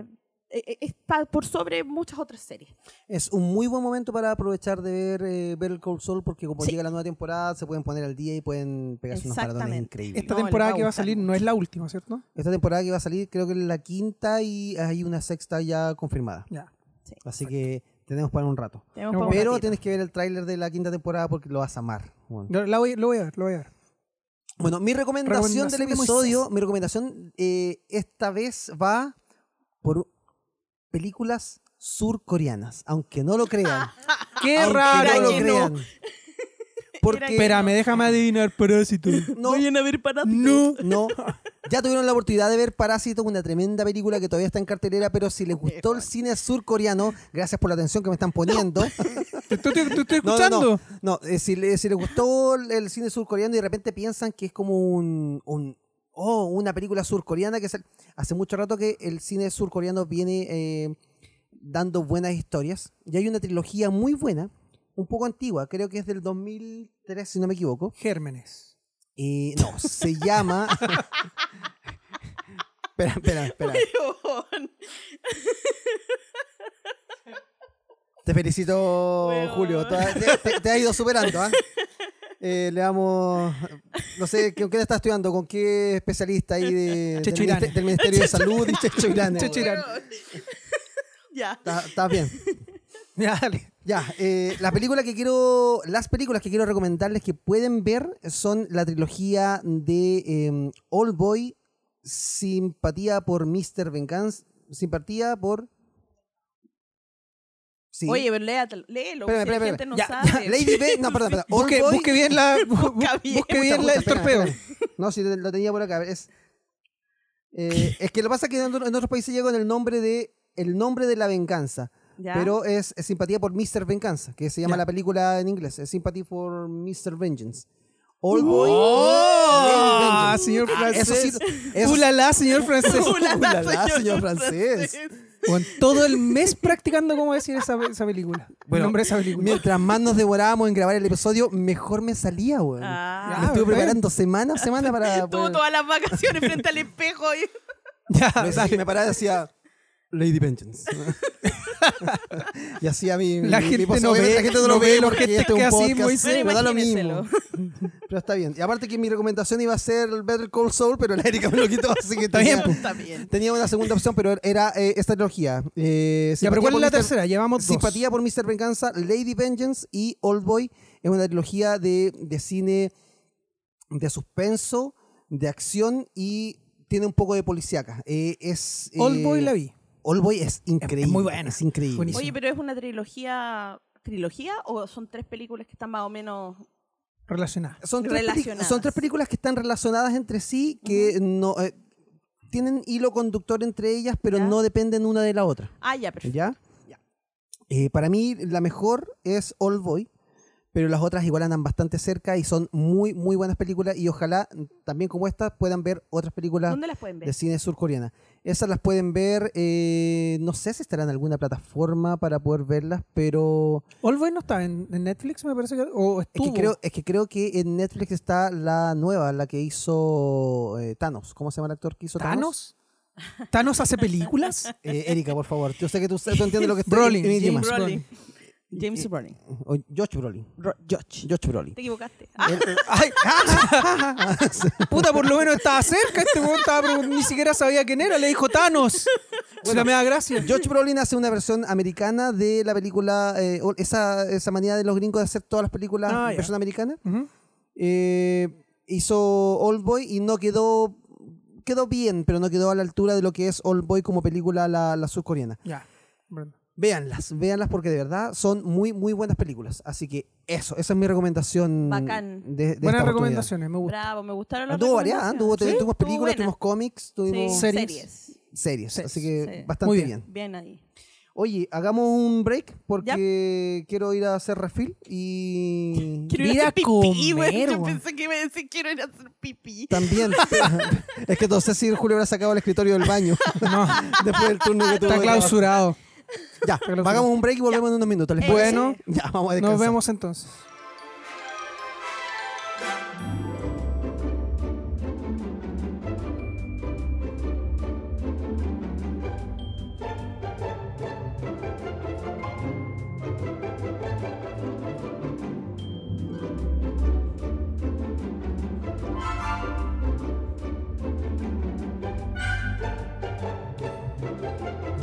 Speaker 1: e- e- está por sobre muchas otras series.
Speaker 3: Es un muy buen momento para aprovechar de ver eh, Better Call Saul porque como
Speaker 1: Sí.
Speaker 3: llega la nueva temporada se pueden poner al día y pueden pegarse unos paradones
Speaker 1: Exactamente.
Speaker 3: increíbles.
Speaker 2: Esta
Speaker 1: No, les
Speaker 2: temporada
Speaker 1: va a
Speaker 2: que va a
Speaker 1: gustar
Speaker 2: salir no es la última, ¿cierto?
Speaker 3: Esta temporada que va a salir creo que es la quinta y hay una sexta ya confirmada.
Speaker 2: Ya.
Speaker 1: Sí.
Speaker 3: Así que tenemos para un rato.
Speaker 1: Tenemos
Speaker 2: No,
Speaker 1: para un
Speaker 3: Pero
Speaker 1: ratito.
Speaker 3: tienes que ver el tráiler de la quinta temporada porque lo vas a amar. bueno.
Speaker 2: Lo, la voy, lo voy a ver, lo voy a ver.
Speaker 3: Bueno, mi recomendación,
Speaker 2: Recomendación
Speaker 3: del
Speaker 2: de
Speaker 3: episodio,
Speaker 2: Moisés.
Speaker 3: mi recomendación eh, esta vez va por películas surcoreanas, aunque no lo crean.
Speaker 2: ¡Qué
Speaker 3: aunque
Speaker 2: raro!
Speaker 3: No lo
Speaker 1: que no.
Speaker 3: crean. Porque
Speaker 2: Espérame, déjame adivinar, parásito.
Speaker 3: no,
Speaker 1: Vayan a ver para
Speaker 3: no, no. Ya tuvieron la oportunidad de ver Parásitos, una tremenda película que todavía está en cartelera, pero si les gustó el cine surcoreano, gracias por la atención que me están poniendo.
Speaker 2: Te estoy, te estoy
Speaker 3: No, no,
Speaker 2: escuchando.
Speaker 3: no. No, eh, si, le- si les gustó el- el cine surcoreano y de repente piensan que es como un. un- oh, una película surcoreana que sal- hace mucho rato que el cine surcoreano viene eh, dando buenas historias. Y hay una trilogía muy buena, un poco antigua, creo que es del 2003, si no me equivoco.
Speaker 2: Gérmenes.
Speaker 3: Y no, se llama. espera, espera, espera. Te felicito,
Speaker 1: Weón.
Speaker 3: Julio. Te, te- te- te has ido superando, ¿ah? Eh, le damos. No sé, ¿con quién estás estudiando? ¿Con qué especialista ahí de- del,
Speaker 2: Checho Irane.
Speaker 3: ministe- del Ministerio de Salud? Y Checho Irane.
Speaker 2: Checho Irane.
Speaker 1: ya.
Speaker 3: Está- está bien.
Speaker 2: Ya, dale.
Speaker 3: Ya, eh, la película que quiero, las películas que quiero recomendarles que pueden ver son la trilogía de eh, All Boy, simpatía por Mr. Vengeance, simpatía por. Sí.
Speaker 1: Oye, pero léatelo, léelo,
Speaker 3: Espérame,
Speaker 1: si la
Speaker 3: espérame,
Speaker 1: gente no
Speaker 3: ya,
Speaker 1: sabe.
Speaker 3: Lady B, no, perdón, perdón. All
Speaker 2: Busque,
Speaker 3: Boy-
Speaker 2: busque bien la. bu- bu-
Speaker 1: Busca bien.
Speaker 2: busque bien
Speaker 3: Puta,
Speaker 2: la- el
Speaker 3: puta, espera,
Speaker 2: torpeo.
Speaker 3: espera. No, si lo tenía por acá. Es, eh, es que lo que pasa es que en, otro- en otros países llega con el nombre de el nombre de la venganza.
Speaker 1: Ya.
Speaker 3: Pero es, es simpatía por Mr. Venganza, que se llama
Speaker 2: Ya.
Speaker 3: la película en inglés. Es Sympathy for Mr. Vengeance. Old Boy.
Speaker 2: ¡Oh! Señor francés.
Speaker 3: Eso sí, eso-
Speaker 2: ¡Ulala, señor francés!
Speaker 1: Ulala,
Speaker 3: Ulala, señor francés.
Speaker 2: Con todo el mes practicando cómo decir esa, esa película. el
Speaker 3: Bueno,
Speaker 2: nombre de esa película.
Speaker 3: Mientras más nos devorábamos en grabar el episodio, mejor me salía, weón.
Speaker 1: Ah.
Speaker 3: me estuve
Speaker 2: bueno.
Speaker 3: preparando semana a semana para.
Speaker 1: Tuvo
Speaker 3: poder-
Speaker 1: todas las vacaciones frente al espejo. y-
Speaker 2: Ya,
Speaker 3: Me-
Speaker 2: dale.
Speaker 3: me paraba y decía Lady Vengeance. y hacía mi.
Speaker 2: La
Speaker 3: mi- mi
Speaker 2: gente
Speaker 3: pose.
Speaker 2: no ve-
Speaker 3: Obviamente la gente no
Speaker 2: no
Speaker 3: lo
Speaker 2: ve
Speaker 3: ve
Speaker 2: los
Speaker 3: porque
Speaker 2: gestos
Speaker 3: este es
Speaker 2: que
Speaker 3: un
Speaker 2: hacía
Speaker 3: podcast,
Speaker 2: Moisés.
Speaker 3: pero da lo
Speaker 1: Imagínenselo.
Speaker 3: mismo. Pero está bien. Y aparte que mi recomendación iba a ser el Better Call Saul, pero la Erika me lo quitó, así que tenía,
Speaker 2: pues.
Speaker 1: Está bien.
Speaker 3: tenía una segunda opción, pero era eh, esta trilogía. Eh,
Speaker 2: Ya, pero ¿cuál es la
Speaker 3: Simpatía por Mr.
Speaker 2: tercera? Llevamos dos.
Speaker 3: Simpatía por Mr. Venganza, Lady Vengeance y Old Boy. Es una trilogía de, de cine de suspenso, de acción y tiene un poco de policíaca. Eh, es, eh,
Speaker 2: Old Boy la vi.
Speaker 3: Old Boy es increíble.
Speaker 2: muy buena.
Speaker 3: Es increíble.
Speaker 2: Buenísima.
Speaker 1: Oye, pero es una trilogía. ¿Trilogía o son tres películas que están más o menos
Speaker 2: Relacionada.
Speaker 3: Son tres, peli-
Speaker 1: Relacionadas.
Speaker 3: son tres películas que están relacionadas entre sí, que no eh, tienen hilo conductor entre ellas, pero
Speaker 1: Ya.
Speaker 3: no dependen una de la otra.
Speaker 1: Ah, ya, perfecto.
Speaker 3: ¿Ya? Eh, para mí, la mejor es Old Boy, pero las otras igual andan bastante cerca y son muy, muy buenas películas. Y ojalá también como estas puedan ver otras películas
Speaker 1: ¿Dónde las pueden ver?
Speaker 3: de cine surcoreana. Esas las pueden ver, eh, no sé si estarán en alguna plataforma para poder verlas, pero
Speaker 2: All Boy no está en, en Netflix, me parece que. O
Speaker 3: es
Speaker 2: estuvo.
Speaker 3: que, creo, es que creo que en Netflix está la nueva, la que hizo eh, Thanos. ¿Cómo se llama el actor que hizo Thanos?
Speaker 2: ¿Thanos? ¿Thanos hace películas?
Speaker 3: Eh, Erika, por favor, yo sé que tú, tú entiendes lo que estoy
Speaker 2: Brolin.
Speaker 3: en mi idioma.
Speaker 2: James Brolin.
Speaker 1: James Brolin.
Speaker 3: O Josh Brolin. Josh. Josh Brolin.
Speaker 1: Te equivocaste. Ah,
Speaker 3: El-
Speaker 2: Ay, ah, puta, por lo menos estaba cerca. Este weón estaba, pregun- ni siquiera sabía quién era. Le dijo Thanos. Se la me da gracia.
Speaker 3: George Brolin hace una versión americana de la película, eh, o- esa, esa manía de los gringos de hacer todas las películas
Speaker 2: Ah, ya.
Speaker 3: versión americana.
Speaker 2: Ujú.
Speaker 3: Eh, hizo Old Boy y no quedó, quedó bien, pero no quedó a la altura de lo que es Old Boy como película la, la surcoreana.
Speaker 2: Ya. Bueno.
Speaker 3: Véanlas, véanlas porque de verdad son muy, muy buenas películas. Así que eso, esa es mi recomendación.
Speaker 1: Bacán.
Speaker 3: de- de
Speaker 2: Buenas
Speaker 3: esta oportunidad.
Speaker 2: recomendaciones, me gusta.
Speaker 1: bravo, me gustaron las
Speaker 3: Anduvo variada, ¿eh? Anduvo-
Speaker 1: recomendaciones.
Speaker 3: tuvimos
Speaker 1: Sí,
Speaker 3: películas, eh,
Speaker 1: estuvo
Speaker 3: tuvimos cómics,
Speaker 1: buena.
Speaker 3: tuvimos
Speaker 1: Sí,
Speaker 2: series.
Speaker 1: series.
Speaker 3: series.
Speaker 2: Series.
Speaker 3: Así que
Speaker 1: Sí.
Speaker 3: bastante
Speaker 2: Muy bien.
Speaker 3: bien.
Speaker 1: Bien ahí.
Speaker 3: Oye, hagamos un break porque quiero ir a hacer refill y
Speaker 1: Quiero
Speaker 2: Ir
Speaker 1: ir a
Speaker 2: a
Speaker 1: hacer pipí, güey.
Speaker 2: comer,
Speaker 1: Yo
Speaker 2: güey.
Speaker 1: pensé que iba a decir quiero ir a hacer pipí.
Speaker 3: también es que no sé si Julio habrá sacado el escritorio del baño
Speaker 2: No,
Speaker 3: después del turno que tuvo.
Speaker 2: está
Speaker 3: de
Speaker 2: clausurado.
Speaker 3: trabajo. Ya,
Speaker 2: clausurado.
Speaker 3: hagamos un break y volvemos en unos minutos. ¿les
Speaker 1: Eh,
Speaker 3: parece?
Speaker 2: Bueno.
Speaker 3: ya vamos a descansar.
Speaker 2: Nos vemos entonces.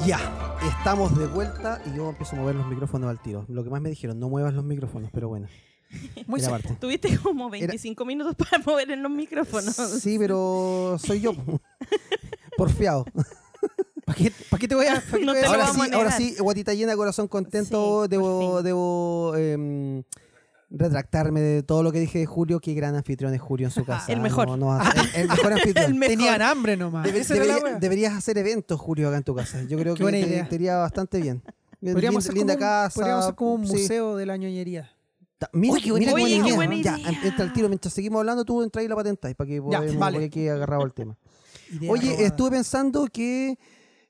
Speaker 3: Ya, estamos de vuelta y yo empiezo a mover los micrófonos al tiro. Lo que más me dijeron, no muevas los micrófonos, pero bueno.
Speaker 2: Muy
Speaker 3: Era
Speaker 2: simple.
Speaker 3: Marte.
Speaker 1: Tuviste como 25 minutos para mover en los micrófonos.
Speaker 3: Sí, pero soy yo. po. Porfiado.
Speaker 2: ¿Para qué, pa' qué te voy a.? pa' qué
Speaker 1: No
Speaker 2: voy a-
Speaker 1: te lo
Speaker 3: Ahora
Speaker 1: vamos
Speaker 3: sí,
Speaker 1: a negar.
Speaker 3: ahora sí, guatita llena, corazón contento.
Speaker 1: Sí, por
Speaker 3: debo
Speaker 1: fin.
Speaker 3: debo em, retractarme de todo lo que dije de Julio. Qué gran anfitrión es Julio en su casa.
Speaker 1: El mejor.
Speaker 3: No, no, el, el mejor anfitrión.
Speaker 1: El mejor.
Speaker 2: Tenían hambre nomás.
Speaker 3: Debe-
Speaker 2: Esa era la
Speaker 3: debería-
Speaker 2: wea.
Speaker 3: deberías hacer eventos, Julio, acá en tu casa. Yo creo
Speaker 2: Qué
Speaker 3: que
Speaker 2: buena
Speaker 3: te-
Speaker 2: idea.
Speaker 3: te iría bastante bien.
Speaker 2: podríamos
Speaker 3: linda,
Speaker 2: hacer
Speaker 3: linda
Speaker 2: como un-
Speaker 3: casa.
Speaker 2: Podríamos hacer como un
Speaker 3: sí.
Speaker 2: museo de la ñoñería.
Speaker 3: Ta- Mira,
Speaker 2: Oye, qué buena
Speaker 3: mira
Speaker 1: idea. Oye, qué buena
Speaker 3: Ya, em,
Speaker 1: idea.
Speaker 3: entra el tiro. Mientras seguimos hablando, tú entra y la patentáis para que podamos
Speaker 2: vale.
Speaker 3: por aquí agarrado el tema.
Speaker 2: Idea
Speaker 3: Oye,
Speaker 2: robada.
Speaker 3: estuve pensando que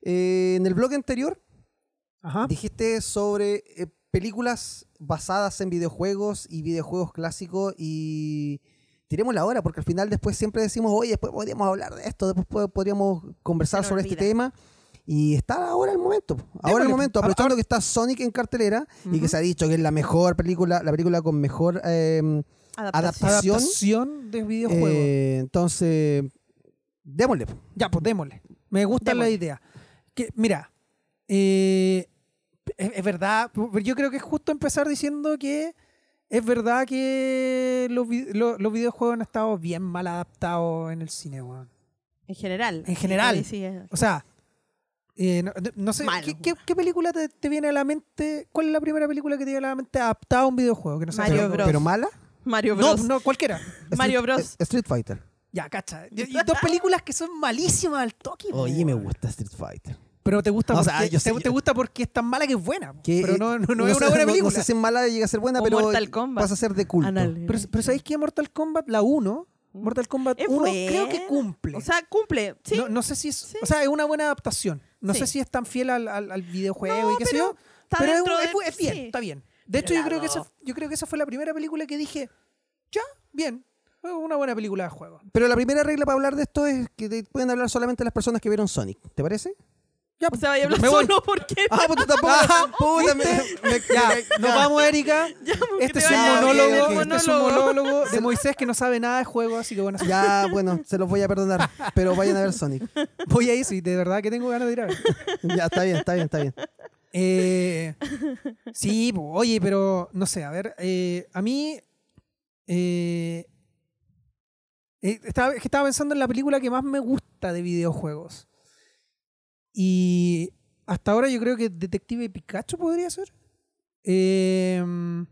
Speaker 3: eh, en el blog anterior
Speaker 2: Ajá.
Speaker 1: Ah.
Speaker 3: dijiste sobre eh, películas basadas en videojuegos y videojuegos clásicos y tiremos la hora porque al final después siempre decimos, oye, después podríamos hablar de esto, después po- podríamos conversar
Speaker 1: Se nos
Speaker 3: sobre este
Speaker 1: olvida.
Speaker 3: tema. Y está ahora el momento, ahora el
Speaker 2: Démosle.
Speaker 3: momento,
Speaker 2: Ahora-
Speaker 3: aprovechando que está Sonic en cartelera y que
Speaker 2: Ujú.
Speaker 3: se ha dicho que es la mejor película, la película con mejor eh,
Speaker 1: Adaptación.
Speaker 3: adaptación.
Speaker 2: Adaptación de videojuegos.
Speaker 3: eh, entonces, démosle. po.
Speaker 2: Ya, pues démosle. Me gusta
Speaker 1: Démosle.
Speaker 2: la idea. Que, mira, eh, es, es verdad, pero yo creo que es justo empezar diciendo que es verdad que los, vi- lo- los videojuegos han estado bien mal adaptados en el cine, weón.
Speaker 1: En general.
Speaker 2: En general.
Speaker 1: Sí, sí, es-
Speaker 2: O sea, eh, no, no sé,
Speaker 1: Malo.
Speaker 2: ¿qué, qué, qué película te, te viene a la mente? ¿Cuál es la primera película que te viene a la mente adaptada a un videojuego? Que no sea
Speaker 1: Mario
Speaker 2: videojuego?
Speaker 1: Bros.
Speaker 3: Pero mala.
Speaker 1: Mario
Speaker 2: No,
Speaker 1: Bros.
Speaker 2: no, cualquiera.
Speaker 1: Mario
Speaker 3: Street-
Speaker 1: Bros.
Speaker 3: eh, Street Fighter.
Speaker 2: Ya, cacha. Y, y dos películas que son malísimas al toque.
Speaker 3: Oye,
Speaker 2: po.
Speaker 3: me gusta Street Fighter.
Speaker 2: Pero te gusta,
Speaker 3: O
Speaker 2: porque,
Speaker 3: sea, yo sé,
Speaker 2: te,
Speaker 3: yo-
Speaker 2: te gusta porque es tan mala que es buena.
Speaker 3: Que,
Speaker 2: pero
Speaker 3: eh,
Speaker 2: no, no, no es
Speaker 3: sé-
Speaker 2: una buena
Speaker 3: no-
Speaker 2: película.
Speaker 3: No sé si es mala llega a ser buena,
Speaker 1: O
Speaker 3: pero
Speaker 1: Mortal Kombat.
Speaker 3: pasa a ser de culto.
Speaker 1: Anal.
Speaker 2: pero, pero ¿sabéis que Mortal Kombat, la 1, Mortal Kombat
Speaker 1: Es
Speaker 2: 1
Speaker 1: buena.
Speaker 2: creo que cumple?
Speaker 1: O sea, cumple. Sí.
Speaker 2: no, no sé si es, o sea, es una buena adaptación. No
Speaker 1: Sí.
Speaker 2: sé si es tan fiel al, al- al videojuego
Speaker 1: No,
Speaker 2: y qué sé yo.
Speaker 1: está
Speaker 2: Pero es,
Speaker 1: dentro
Speaker 2: un-
Speaker 1: de-
Speaker 2: es bu- es bien,
Speaker 1: sí.
Speaker 2: está bien. De hecho,
Speaker 1: Pero
Speaker 2: yo creo,
Speaker 1: la
Speaker 2: que esa,
Speaker 1: dos.
Speaker 2: yo creo que esa fue la primera película que dije, ya, bien, fue una buena película de juego.
Speaker 3: Pero la primera regla para hablar de esto es que te pueden hablar solamente las personas que vieron Sonic. ¿Te parece?
Speaker 2: Ya,
Speaker 1: O sea, vaya a hablar
Speaker 2: me voy.
Speaker 1: solo porque.
Speaker 3: Ah, pues tú tampoco. puta, me- me-
Speaker 2: Ya,
Speaker 3: me-
Speaker 2: nos vamos, Erika.
Speaker 1: Ya, porque te
Speaker 2: Este es, un
Speaker 1: vaya a hablar
Speaker 2: monólogo,
Speaker 1: del
Speaker 2: este es un monólogo de Moisés que no sabe nada de juego, así que bueno,
Speaker 3: Ya, bueno, se los voy a perdonar, pero vayan a ver Sonic.
Speaker 2: voy a eso y de verdad que tengo ganas de ir a ver.
Speaker 3: Ya, está bien, está bien, está bien.
Speaker 2: Eh, sí, po, oye, pero no sé, a ver, eh, a mí eh, eh, estaba, es que estaba pensando en la película que más me gusta de videojuegos. Y hasta ahora yo creo que Detective Pikachu podría ser. Em,